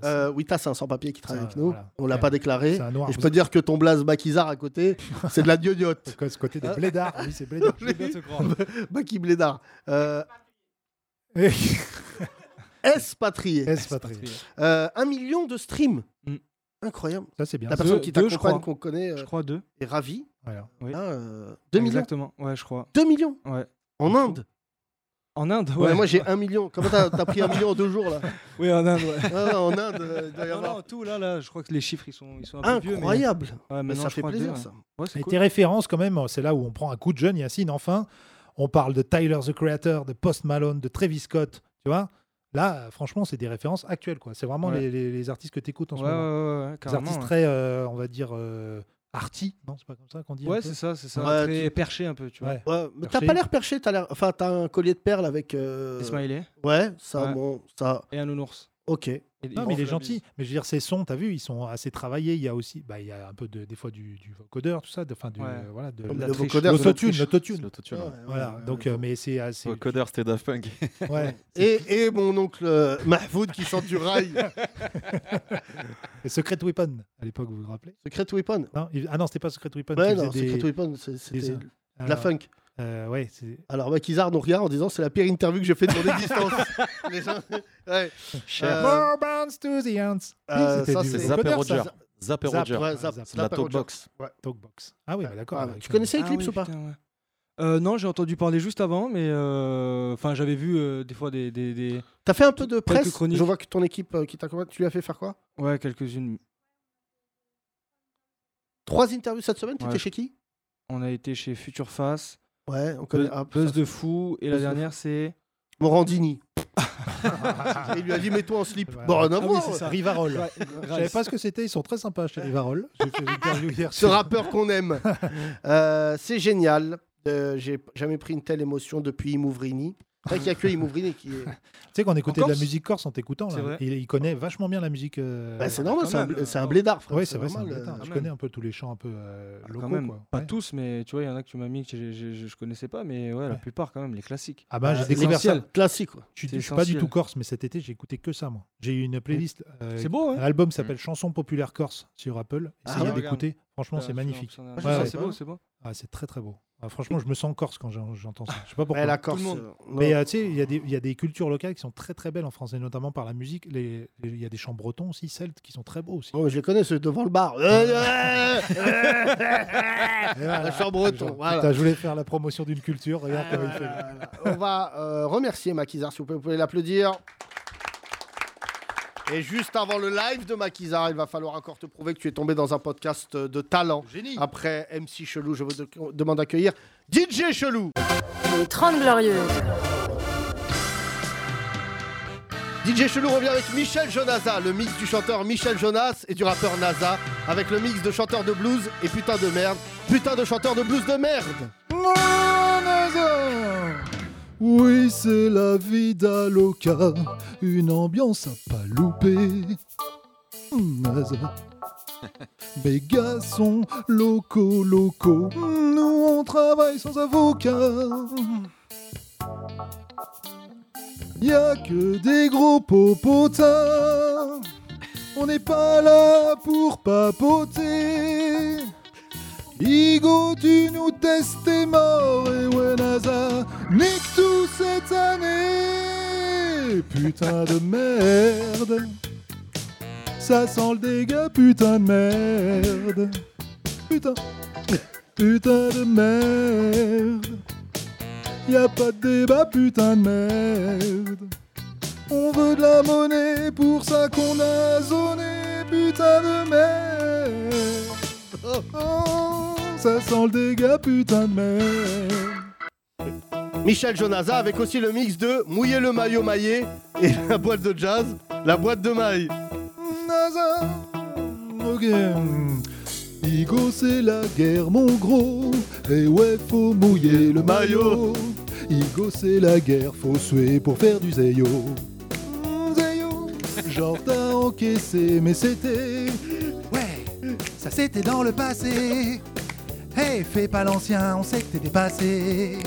Speaker 5: c'est
Speaker 3: Euh, Wita, c'est un sans-papier qui travaille
Speaker 5: C'est
Speaker 3: avec
Speaker 5: un-
Speaker 3: nous.
Speaker 5: voilà.
Speaker 3: On l'a
Speaker 5: Ouais.
Speaker 3: pas déclaré.
Speaker 5: C'est un noir.
Speaker 3: Et je peux dire que ton blaze Maquisard à côté, c'est de
Speaker 15: [LAUGHS]
Speaker 3: la diognotte.
Speaker 5: Quoi, ce
Speaker 3: Euh,
Speaker 5: côté des blédards. Oui,
Speaker 3: [LAUGHS]
Speaker 5: c'est blédard.
Speaker 15: Je vais bien te croire.
Speaker 3: Baki Blédard. Euh,
Speaker 5: Et-
Speaker 3: S Patrié.
Speaker 5: Est-ce eh, pas très-
Speaker 3: Euh, un million de streams.
Speaker 15: Mm.
Speaker 3: Incroyable.
Speaker 5: Ça, c'est bien.
Speaker 3: La personne
Speaker 15: Deux-
Speaker 3: qui
Speaker 15: deux, je crois.
Speaker 3: t'accompagne, qu'on connaît,
Speaker 15: Je
Speaker 3: euh,
Speaker 15: crois deux.
Speaker 3: est ravie.
Speaker 5: Voilà.
Speaker 15: Oui.
Speaker 3: Là, euh, 2 millions.
Speaker 15: Exactement. Ouais, je crois.
Speaker 3: 2 millions
Speaker 15: Ouais.
Speaker 3: en Inde.
Speaker 15: En Inde.
Speaker 3: Ouais,
Speaker 15: Ouais.
Speaker 3: moi j'ai 1 million. Comment t'as t'as pris 1 million en 2 jours
Speaker 15: [LAUGHS]
Speaker 3: là
Speaker 15: Oui, en Inde. Ouais.
Speaker 3: Ouais, ouais, En Inde, euh, [LAUGHS] il doit y
Speaker 15: Non,
Speaker 3: avoir.
Speaker 15: non, tout là, là, je crois que les chiffres ils sont, ils sont un peu vieux, mais-
Speaker 3: Incroyable.
Speaker 15: Ouais,
Speaker 3: Mais
Speaker 15: maintenant,
Speaker 3: ça
Speaker 15: je
Speaker 3: fait
Speaker 15: crois
Speaker 3: plaisir
Speaker 15: deux, ouais.
Speaker 3: ça.
Speaker 15: Ouais, c'est
Speaker 5: Et
Speaker 15: cool.
Speaker 5: tes références, quand même, c'est là où on prend un coup de jeune, Yacine, enfin. On parle de Tyler the Creator, de Post Malone, de Travis Scott, tu vois. Là, franchement, c'est des références actuelles, quoi. C'est vraiment
Speaker 15: Ouais.
Speaker 5: les, les- les artistes que tu écoutes en
Speaker 3: hein.
Speaker 15: Ouais,
Speaker 5: ce
Speaker 15: ouais,
Speaker 5: moment.
Speaker 15: ouais, ouais,
Speaker 5: Des
Speaker 15: carrément, hein.
Speaker 5: artistes
Speaker 15: ouais.
Speaker 5: très, euh, on va dire, euh, arty, non C'est pas comme ça qu'on dit un
Speaker 15: Ouais,
Speaker 5: peu
Speaker 15: c'est ça, c'est ça.
Speaker 5: Ouais,
Speaker 15: très
Speaker 5: tu-
Speaker 15: perché un peu, tu vois.
Speaker 5: Ouais.
Speaker 3: Ouais, mais t'as pas l'air perché, t'as l'air. Enfin, t'as un collier de perles avec. euh,
Speaker 15: Des smileys.
Speaker 3: Ouais, ça,
Speaker 15: Ouais.
Speaker 3: bon, ça.
Speaker 15: Et un nounours.
Speaker 3: Ok.
Speaker 5: Non, mais il est gentil. Mais je veux dire, ces sons, t'as vu, ils sont assez travaillés. Il y a aussi, bah, il y a un peu de, des fois du, du vocodeur, tout ça. De, enfin, du,
Speaker 15: Ouais.
Speaker 5: euh, voilà, de,
Speaker 15: Le
Speaker 5: la
Speaker 15: vocodeur,
Speaker 5: triche.
Speaker 15: c'est
Speaker 5: l'autotune,
Speaker 15: l'autriche.
Speaker 5: l'autotune.
Speaker 15: C'est l'autotune, ouais.
Speaker 5: Voilà.
Speaker 15: Ouais, ouais,
Speaker 5: Donc, euh, mais c'est assez.
Speaker 12: Coder, c'était Daft Punk.
Speaker 5: Ouais.
Speaker 3: Et, et mon oncle euh, [LAUGHS] Mahfoud qui sort du
Speaker 5: [LAUGHS]
Speaker 3: rail.
Speaker 5: Et Secret Weapon, à l'époque, vous vous rappelez
Speaker 3: Secret Weapon
Speaker 5: non, il- Ah non, c'était pas Secret Weapon.
Speaker 3: Ouais,
Speaker 5: qui
Speaker 3: non,
Speaker 5: faisait des-
Speaker 3: Secret Weapon, c'est- c'était
Speaker 5: des-
Speaker 3: de la
Speaker 5: Alors,
Speaker 3: funk.
Speaker 5: euh, ouais,
Speaker 3: [LAUGHS]
Speaker 5: c'est.
Speaker 3: Alors, Maquisard nous regarde en disant c'est la pire interview que j'ai fait de
Speaker 5: [LAUGHS]
Speaker 3: mon existence. Les gens- ouais. Euh,
Speaker 5: More bounce to the ants.
Speaker 3: euh,
Speaker 5: Oui, c'était
Speaker 3: ça,
Speaker 5: du
Speaker 3: c'est
Speaker 5: vocodeur,
Speaker 12: Zapper
Speaker 5: ça.
Speaker 12: Roger.
Speaker 5: Zap-
Speaker 12: Zapper
Speaker 5: Zap,
Speaker 12: Roger.
Speaker 5: ouais, Zap,
Speaker 12: C'est
Speaker 5: Zapper
Speaker 12: la talkbox.
Speaker 5: Roger. Ouais, Talkbox. Ah oui, bah, d'accord.
Speaker 3: Ah,
Speaker 5: avec,
Speaker 3: tu connaissais
Speaker 5: euh,
Speaker 3: Eclipse ou pas
Speaker 15: Euh, non, j'ai entendu parler juste avant, mais euh, enfin, j'avais vu euh, des fois des. des, des-
Speaker 3: T'as fait un peu de
Speaker 15: quelques
Speaker 3: presse
Speaker 15: chroniques.
Speaker 3: Je vois que ton équipe euh, qui t'a combattu, tu lui as fait faire quoi
Speaker 15: Ouais, quelques-unes.
Speaker 3: Trois interviews cette semaine, t'étais
Speaker 15: Ouais.
Speaker 3: chez qui
Speaker 15: On a été chez Future Face.
Speaker 3: Ouais, on connaît-
Speaker 15: Buzz,
Speaker 3: ah,
Speaker 15: Buzz
Speaker 3: ça-
Speaker 15: de fou. Et la
Speaker 3: Buzz de
Speaker 15: dernière, c'est.
Speaker 3: Morandini. [LAUGHS] Il lui a dit mets-toi en slip.
Speaker 5: Voilà.
Speaker 3: Bon, rien à
Speaker 5: Ah oui,
Speaker 3: voir.
Speaker 5: c'est ça. Rivarol.
Speaker 3: Ouais,
Speaker 5: Je savais pas ce que c'était. Ils sont très sympas chez Rivarol. J'ai fait une interview hier.
Speaker 3: ce rappeur qu'on aime. Euh, c'est génial. Euh, J'ai jamais pris une telle émotion depuis Imouvrini. C'est vrai qu'il n'y a que Imouvrini qui est.
Speaker 5: Tu sais qu'on écoutait
Speaker 3: En
Speaker 5: de la
Speaker 3: Corse
Speaker 5: musique corse en t'écoutant. là.
Speaker 3: C'est vrai.
Speaker 5: Il, il connaît vachement bien la musique. euh,
Speaker 3: Bah, c'est normal, c'est un bl- c'est un blédard, frère,
Speaker 5: Ouais,
Speaker 3: c'est
Speaker 5: c'est vrai, c'est un
Speaker 3: normal,
Speaker 5: blédard.
Speaker 3: euh,
Speaker 5: Je
Speaker 3: quand
Speaker 5: connais
Speaker 3: même.
Speaker 5: un peu tous les chants un peu euh,
Speaker 15: Ah,
Speaker 5: locaux.
Speaker 15: quand même,
Speaker 5: quoi.
Speaker 15: pas tous, mais tu vois, il y en a que tu m'as mis que j'ai- j'ai- je, je connaissais pas, mais ouais, la plupart quand même, les classiques.
Speaker 5: Ah bah, j'ai
Speaker 15: C'est
Speaker 5: découvert ça.
Speaker 15: essentiel.
Speaker 5: Je
Speaker 15: C'est
Speaker 5: suis je suis pas du
Speaker 15: essentiel.
Speaker 5: tout corse, mais cet été, j'ai écouté que ça, moi. J'ai eu une playlist. euh,
Speaker 15: C'est beau, hein
Speaker 5: Un album s'appelle Chansons populaires corse sur Apple.
Speaker 15: Ah,
Speaker 5: Essayez
Speaker 15: ouais.
Speaker 5: d'écouter.
Speaker 15: Regarde.
Speaker 5: Franchement,
Speaker 15: Ah,
Speaker 5: c'est
Speaker 15: sur-
Speaker 5: magnifique.
Speaker 15: sur-
Speaker 5: Ouais,
Speaker 15: je sais,
Speaker 5: ouais.
Speaker 15: c'est beau, c'est beau.
Speaker 5: Ah, c'est très, très beau. Ah, franchement, je me sens corse quand j'en- j'entends ça. Je sais pas pourquoi.
Speaker 3: Ouais, la Corse,
Speaker 5: Tout le
Speaker 3: euh,
Speaker 5: monde.
Speaker 3: non.
Speaker 5: Mais euh, tu sais, il y, a des- il y a des cultures locales qui sont très, très belles en France, et notamment par la musique. Les- les- Il y a des chants bretons aussi, celtes, qui sont très beaux aussi.
Speaker 3: Oh, mais je les connais, ceux devant le bar. Euh, euh,
Speaker 5: [LAUGHS]
Speaker 3: euh, [LAUGHS] La chambre breton. voilà.
Speaker 5: Putain, je voulais faire la promotion d'une culture. Regarde
Speaker 3: Ah,
Speaker 5: comment il
Speaker 3: voilà,
Speaker 5: fait.
Speaker 3: voilà. On va euh, remercier Maquisard, s'il vous plaît. Vous pouvez l'applaudir. Et juste avant le live de Maquisard, il va falloir encore te prouver que tu es tombé dans un podcast euh, de talent. Après MC Chelou, je vous de- demande d'accueillir DJ Chelou.
Speaker 17: Les 30 Glorieuses.
Speaker 3: DJ Chelou revient avec Michel Jonaza, le mix du chanteur Michel Jonas et du rappeur NASA, avec le mix de chanteur de blues et putain de merde, putain de chanteur de blues de merde.
Speaker 9: Oui, c'est la vie d'Aloca, une ambiance à pas louper. Naza. Mes gars sont locaux, locaux. Nous, on travaille sans avocat. Y a que des gros popotins. On n'est pas là pour papoter. Igo, tu nous testes tes morts et ouais, NASA, nique tout cette année. Putain de merde, ça sent le dégât, putain de merde. Putain, putain de merde. Y a pas de débat, putain de merde. On veut de la monnaie, pour ça qu'on a zoné, putain de merde. Oh, ça sent le dégât, putain de merde.
Speaker 3: Michel Jonaza avec aussi le mix de Mouiller le maillot maillé et la boîte de jazz, la boîte de maille.
Speaker 9: NASA. Ok. Igo, c'est la guerre, mon gros. Et ouais, faut mouiller le maillot. Igo, c'est la guerre, faut suer pour faire du zéyo. Mm, zéyo. Genre, t'as encaissé, mais c'était. Ouais, ça c'était dans le passé. Hey, fais pas l'ancien, on sait que t'es dépassé.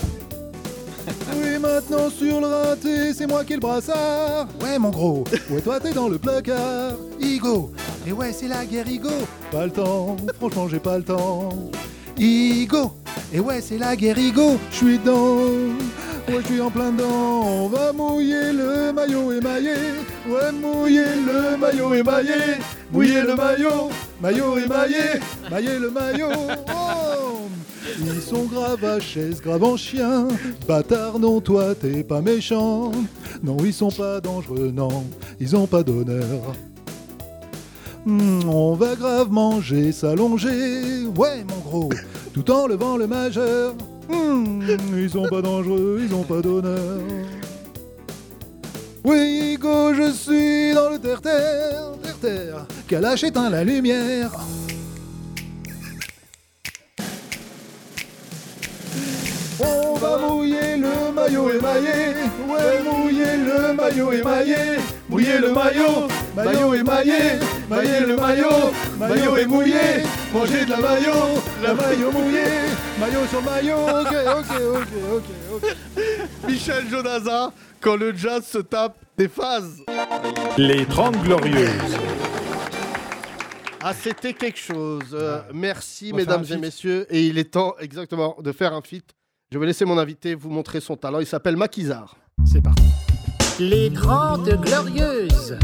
Speaker 9: Oui, maintenant sur le raté, c'est moi qui ai le brassard. Ouais, mon gros. Ouais, toi, t'es dans le placard. Igo. Et ouais, c'est la guerre, Igo. Pas le temps. Franchement, j'ai pas le temps. Igo. Et ouais, c'est la guerre, Igo. Je suis dedans. Ouais, je suis en plein dedans. On va mouiller le maillot émaillé. Ouais, mouiller le maillot émaillé. Mouiller le maillot. Maillot émaillé. Mailler le maillot. Oh ils sont graves à chaise, graves en chien. Bâtard, non, toi, t'es pas méchant. Non, ils sont pas dangereux, non, ils ont pas d'honneur. Hmm, on va grave manger, s'allonger. Ouais, mon gros, tout en levant le majeur. Hmm, ils sont pas dangereux, ils ont pas d'honneur. Oui, Igo, je suis dans le terre-terre, terre-terre. Kalash éteint la lumière. On va mouiller le maillot émaillé. Ouais, mouiller le maillot émaillé. Mouiller le maillot, maillot émaillé. Mailler le maillot, maillot est mouillé. Manger de la maillot, la maillot mouillée. Maillot sur maillot, ok, ok, ok, ok, ok.
Speaker 3: [LAUGHS]
Speaker 9: Michel Jonaza, quand le jazz se tape des phases.
Speaker 18: Les 30 Glorieuses.
Speaker 3: Ah, c'était quelque chose. Euh, Merci,
Speaker 19: On va faire
Speaker 3: mesdames
Speaker 19: un
Speaker 3: et
Speaker 19: feat.
Speaker 3: messieurs. Et il est temps, exactement, de faire un feat. Je vais laisser mon invité vous montrer son talent. Il s'appelle Maquisard.
Speaker 5: C'est parti.
Speaker 20: Les Grandes Glorieuses.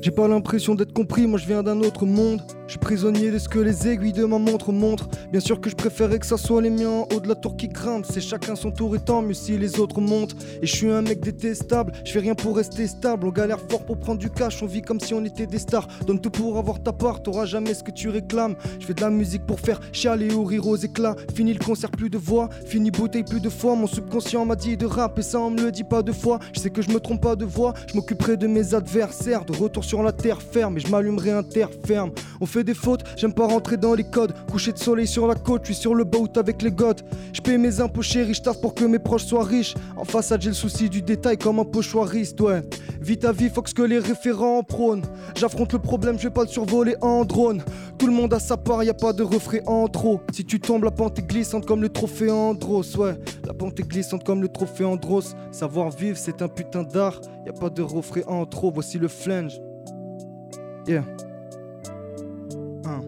Speaker 16: J'ai pas l'impression d'être compris, moi je viens d'un autre monde. Je suis prisonnier de ce que les aiguilles de ma montre montrent. Bien sûr que je préférais que ça soit les miens en haut de la tour qui grimpe. C'est chacun son tour et tant mieux si les autres montent. Et je suis un mec détestable, je fais rien pour rester stable. On galère fort pour prendre du cash, on vit comme si on était des stars. Donne tout pour avoir ta part, t'auras jamais ce que tu réclames. Je fais de la musique pour faire chialer ou rire aux éclats. Fini le concert, plus de voix. Fini bouteille, plus de foi. Mon subconscient m'a dit de rap et ça on me le dit pas deux fois. Je sais que je me trompe pas de voix. Je m'occuperai de mes adversaires. De retour sur la terre ferme et je m'allumerai un terre ferme. On fait des fautes, j'aime pas rentrer dans les codes. Coucher de soleil sur la côte, je suis sur le boat avec les godes. Je paie mes impôts chéris, je taffe pour que mes proches soient riches. En façade, j'ai le souci du détail comme un pochoiriste, ouais. Vite à vie, faut que les référents en prônent. J'affronte le problème, je vais pas le survoler en drone. Tout le monde a sa part, y a pas de refrain en trop. Si tu tombes, la pente est glissante comme le trophée Andros, ouais. La pente est glissante comme le trophée Andros. Savoir vivre, c'est un putain d'art. Y a pas de refrain en trop, voici le flange. Yeah. Hein.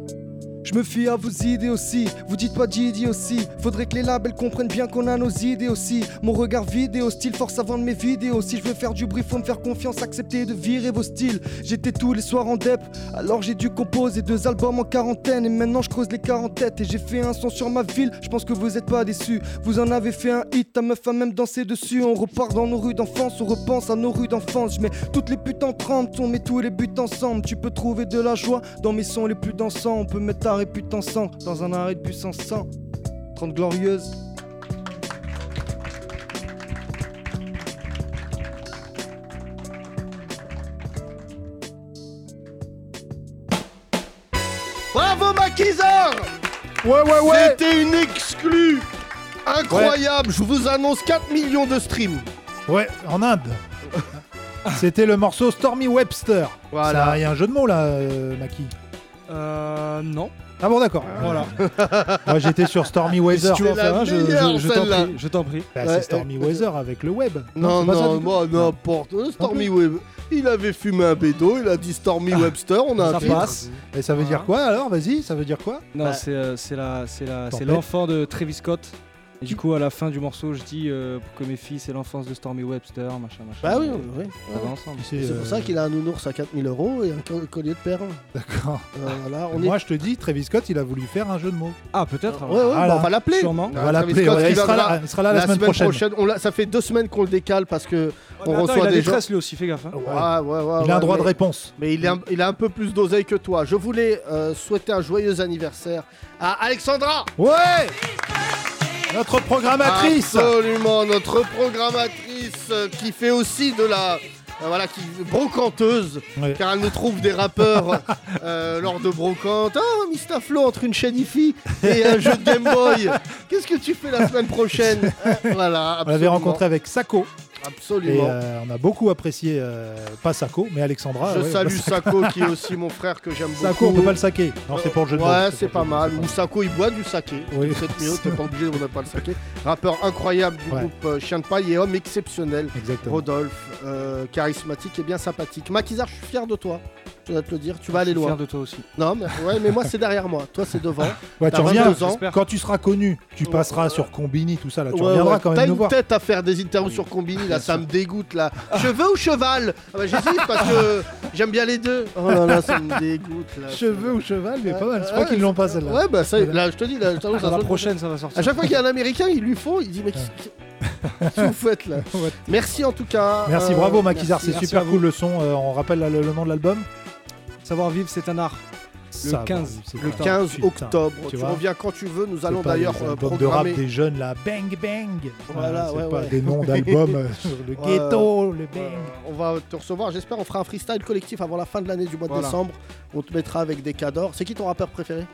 Speaker 16: Je me fie à vos idées aussi, vous dites pas Didi aussi. Faudrait que les labels comprennent bien qu'on a nos idées aussi. Mon regard vidéo, style force à vendre mes vidéos. Si je veux faire du bruit, faut me faire confiance, accepter de virer vos styles. J'étais tous les soirs en dep, alors j'ai dû composer deux albums en quarantaine. Et maintenant je creuse les 40 têtes et j'ai fait un son sur ma ville. Je pense que vous êtes pas déçus, vous en avez fait un hit. Ta meuf a même dansé dessus. On repart dans nos rues d'enfance, on repense à nos rues d'enfance. Je mets toutes les putes en trempe, on met tous les buts ensemble. Tu peux trouver de la joie dans mes sons les plus dansants. On peut mettre ta répute en sang dans un arrêt de bus en sang. 30 glorieuses.
Speaker 3: Bravo Maquisard
Speaker 9: Ouais, ouais, ouais
Speaker 3: C'était une exclue Incroyable Je vous annonce 4 millions de streams.
Speaker 5: Ouais, en Inde. C'était le morceau Stormy Webster.
Speaker 3: Voilà.
Speaker 5: Ça, Il y a un jeu de mots là, euh, Maki.
Speaker 16: Euh. Non.
Speaker 5: Ah bon, d'accord. Voilà. [LAUGHS] Moi, j'étais sur Stormy Weather.
Speaker 16: Si tu veux en
Speaker 5: C'est
Speaker 16: faire
Speaker 5: la
Speaker 16: un, je- je-
Speaker 5: meilleure,
Speaker 16: je t'en
Speaker 5: celle-là.
Speaker 16: prie, je t'en prie.
Speaker 5: Bah,
Speaker 16: Ouais,
Speaker 5: c'est Stormy
Speaker 16: euh,
Speaker 5: Weather avec le web.
Speaker 3: Non,
Speaker 5: c'est pas ça
Speaker 3: non,
Speaker 5: du tout.
Speaker 3: moi, n'importe. Euh, Stormy Web. Il avait fumé un bédo, il a dit Stormy Webster, on a un
Speaker 5: Ah, Ça
Speaker 3: titre.
Speaker 5: passe. Et ça veut dire quoi alors Vas-y, ça veut dire quoi
Speaker 16: Non,
Speaker 5: Bah,
Speaker 16: c'est euh, c'est la- c'est la- c'est
Speaker 5: Tempête.
Speaker 16: l'enfant de Travis Scott. Et du coup, à la fin du morceau, je dis euh, pour que mes filles, c'est l'enfance de Stormy Webster, machin, machin.
Speaker 3: Bah oui,
Speaker 16: Et
Speaker 3: oui.
Speaker 16: Ça va
Speaker 3: oui.
Speaker 16: ensemble.
Speaker 3: C'est pour
Speaker 5: Euh,
Speaker 3: ça qu'il a un nounours à 4000 euros et un co- collier de perrin.
Speaker 5: [LAUGHS] D'accord.
Speaker 3: Voilà, on est-
Speaker 5: Ah, Moi, je te dis, Travis Scott, il a voulu faire un jeu de mots.
Speaker 16: Ah, peut-être.
Speaker 3: Ouais, ouais,
Speaker 5: Voilà.
Speaker 3: bah, on va l'appeler.
Speaker 5: Sûrement. On va
Speaker 3: Travis
Speaker 5: l'appeler.
Speaker 3: Scott
Speaker 5: ouais,
Speaker 3: qui
Speaker 5: il, sera
Speaker 3: viendra
Speaker 5: là, il sera là la, semaine, prochaine.
Speaker 3: On l'a- ça fait deux semaines qu'on le décale parce que on
Speaker 16: Attends,
Speaker 3: reçoit
Speaker 16: il a
Speaker 3: des
Speaker 16: des
Speaker 3: gens.
Speaker 16: tresses, lui aussi, fais gaffe. hein.
Speaker 3: Ouais, ouais, ouais,
Speaker 5: Il a un
Speaker 3: ouais,
Speaker 5: droit
Speaker 3: Ah, mais-
Speaker 5: de réponse.
Speaker 3: Mais il a, il a un peu plus d'oseille que toi. Je voulais euh, souhaiter un joyeux anniversaire à Alexandra.
Speaker 5: Ouais Notre programmatrice
Speaker 3: Absolument, notre programmatrice euh, qui fait aussi de la. euh, voilà, qui brocanteuse,
Speaker 5: Ouais.
Speaker 3: car elle nous trouve des
Speaker 5: [LAUGHS]
Speaker 3: rappeurs euh, lors de brocantes. Oh, Mista Flo entre une chaîne IFI et un jeu de Game Boy. Qu'est-ce que tu fais la semaine prochaine Euh, Voilà,
Speaker 5: On l'avait
Speaker 3: absolument.
Speaker 5: rencontré avec Sako. Et
Speaker 3: Absolument.
Speaker 5: euh, on a beaucoup apprécié, euh, pas Sako, mais Alexandra.
Speaker 3: Je
Speaker 5: ouais,
Speaker 3: salue
Speaker 5: bah,
Speaker 3: Sako qui est aussi mon frère que j'aime beaucoup.
Speaker 5: Sako, on peut pas le saquer. Non, c'est pour le jeu de mots,
Speaker 3: Ouais,
Speaker 5: c'est
Speaker 3: c'est pas
Speaker 5: pour le jeu de
Speaker 3: mal. Ou Sako, il boit du saké.
Speaker 5: Oui.
Speaker 3: C'est mieux, t'es pas obligé, on n'a pas le saké. Rappeur incroyable du
Speaker 5: Ouais.
Speaker 3: groupe euh, Chien de Paille et homme exceptionnel.
Speaker 5: [LAUGHS] Exactement.
Speaker 3: Rodolphe, euh, charismatique et bien sympathique. Maquisard, je suis fier de toi. Je dois te le dire, tu vas
Speaker 16: Je
Speaker 3: aller
Speaker 16: suis
Speaker 3: loin.
Speaker 16: fier de toi aussi.
Speaker 3: Non, mais, ouais, mais moi, c'est derrière moi. Toi, c'est devant.
Speaker 5: Ouais,
Speaker 3: T'as
Speaker 5: tu reviens
Speaker 3: 22 ans.
Speaker 5: quand tu seras connu, tu passeras sur Combini, tout ça. Là, tu
Speaker 3: Ouais,
Speaker 5: reviendras
Speaker 3: ouais.
Speaker 5: quand
Speaker 3: T'as
Speaker 5: même
Speaker 3: une
Speaker 5: nous voir.
Speaker 3: tête à faire des interviews sur Combini, là, ça me dégoûte, là. Cheveux ou cheval Ah bah, J'hésite parce que j'aime bien les deux. Oh là là, ça me dégoûte, là.
Speaker 5: Cheveux ou cheval, mais pas mal. Je
Speaker 3: Ah
Speaker 5: crois
Speaker 3: ouais,
Speaker 5: qu'ils l'ont pas celle-là.
Speaker 3: Ouais, bah ça, là, je te dis, là, je t'annonce,
Speaker 16: Dans la
Speaker 3: saute-
Speaker 16: prochaine, ça va sortir.
Speaker 3: À chaque fois qu'il y a un américain, ils lui font, il dit, mais qu'est-ce que- qu'est-ce que vous faites là Merci en tout cas.
Speaker 5: Merci,
Speaker 3: Euh,
Speaker 5: bravo Maquisard, c'est
Speaker 3: merci.
Speaker 5: super cool le son. Euh, on rappelle là, le, le nom de l'album
Speaker 16: Savoir vivre, c'est un art.
Speaker 5: ça,
Speaker 3: 15,
Speaker 5: c'est
Speaker 3: le
Speaker 5: pas-
Speaker 3: 15
Speaker 5: putain,
Speaker 3: octobre.
Speaker 5: tu
Speaker 3: Tu,
Speaker 5: vois.
Speaker 3: reviens quand tu veux. Nous
Speaker 5: C'est
Speaker 3: allons
Speaker 5: pas
Speaker 3: d'ailleurs
Speaker 5: les
Speaker 3: euh,
Speaker 5: albums de rap
Speaker 3: programmer.
Speaker 5: des jeunes là, bang bang.
Speaker 3: Voilà,
Speaker 5: Euh, c'est
Speaker 3: ouais,
Speaker 5: pas
Speaker 3: ouais.
Speaker 5: des noms
Speaker 3: [LAUGHS]
Speaker 5: d'albums euh, sur le
Speaker 3: Ouais.
Speaker 5: ghetto, le
Speaker 3: Euh,
Speaker 5: bang.
Speaker 3: on va te recevoir. J'espère on fera un freestyle collectif avant la fin de l'année du mois de
Speaker 5: Voilà.
Speaker 3: décembre. On te mettra avec des cadors. C'est qui ton rappeur préféré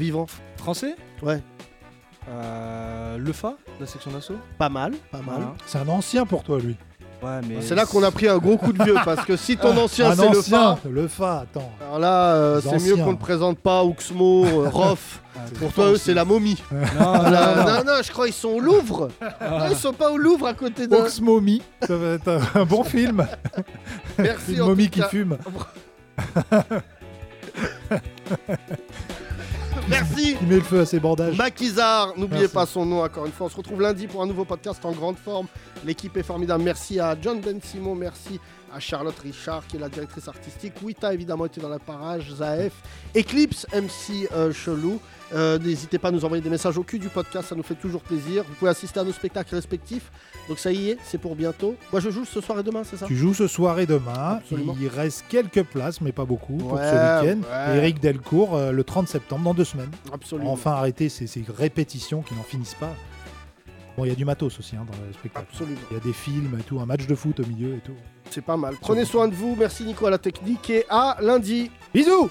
Speaker 3: Vivant.
Speaker 15: Français
Speaker 3: Ouais.
Speaker 16: Euh,
Speaker 15: le Fa, de la section d'assaut
Speaker 3: Pas mal, pas mal.
Speaker 5: C'est un ancien pour toi lui.
Speaker 15: Ouais, mais
Speaker 3: C'est là qu'on a pris un gros coup de vieux parce que si
Speaker 5: [LAUGHS]
Speaker 3: ton ancien
Speaker 5: Un
Speaker 3: c'est le
Speaker 5: ancien,
Speaker 3: phare,
Speaker 5: le fa, attends.
Speaker 3: alors là euh,
Speaker 5: Les
Speaker 3: c'est mieux
Speaker 5: anciens.
Speaker 3: qu'on ne présente pas Oxmo,
Speaker 5: [LAUGHS]
Speaker 3: euh, Rof. Pour toi eux c'est la momie. Voilà.
Speaker 5: Ah, non, Ah. non.
Speaker 3: non, non, je crois ils sont au Louvre. Non, ils sont pas au Louvre à côté de.
Speaker 5: Oxmomi, ça va être [LAUGHS] un- un
Speaker 3: [LAUGHS]
Speaker 5: bon film.
Speaker 3: Merci,
Speaker 5: Une
Speaker 3: en
Speaker 5: momie
Speaker 3: tout
Speaker 5: qui
Speaker 3: cas.
Speaker 5: fume.
Speaker 3: Merci.
Speaker 5: Il met le feu à ses
Speaker 3: Bah.
Speaker 5: bandages.
Speaker 3: Maquisard, n'oubliez
Speaker 5: Merci.
Speaker 3: pas son nom encore une fois. On se retrouve lundi pour un nouveau podcast en grande forme. L'équipe est formidable. Merci à John Ben Simon, merci à Charlotte Richard qui est la directrice artistique. Wita évidemment était dans la parage, Zaef, Eclipse, MC euh, Chelou. Euh, N'hésitez pas à nous envoyer des messages au cul du podcast, ça nous fait toujours plaisir. Vous pouvez assister à nos spectacles respectifs. Donc ça y est, c'est pour bientôt. Moi je joue ce soir et demain, c'est ça
Speaker 5: Tu joues ce soir et demain.
Speaker 3: Absolument.
Speaker 5: Il reste quelques places, mais pas beaucoup pour
Speaker 3: Ouais,
Speaker 5: ce week-end.
Speaker 3: ouais.
Speaker 5: Eric Delcourt, euh, le 30 septembre, dans deux semaines.
Speaker 3: Absolument.
Speaker 5: Enfin arrêter ces, ces répétitions qui n'en finissent pas. Bon, il y a du matos aussi hein, dans le spectacle.
Speaker 3: Absolument.
Speaker 5: Il y a des films et tout, un match de foot au milieu et tout.
Speaker 3: C'est pas mal. Prenez soin de vous, merci Nico à la technique et à lundi. Bisous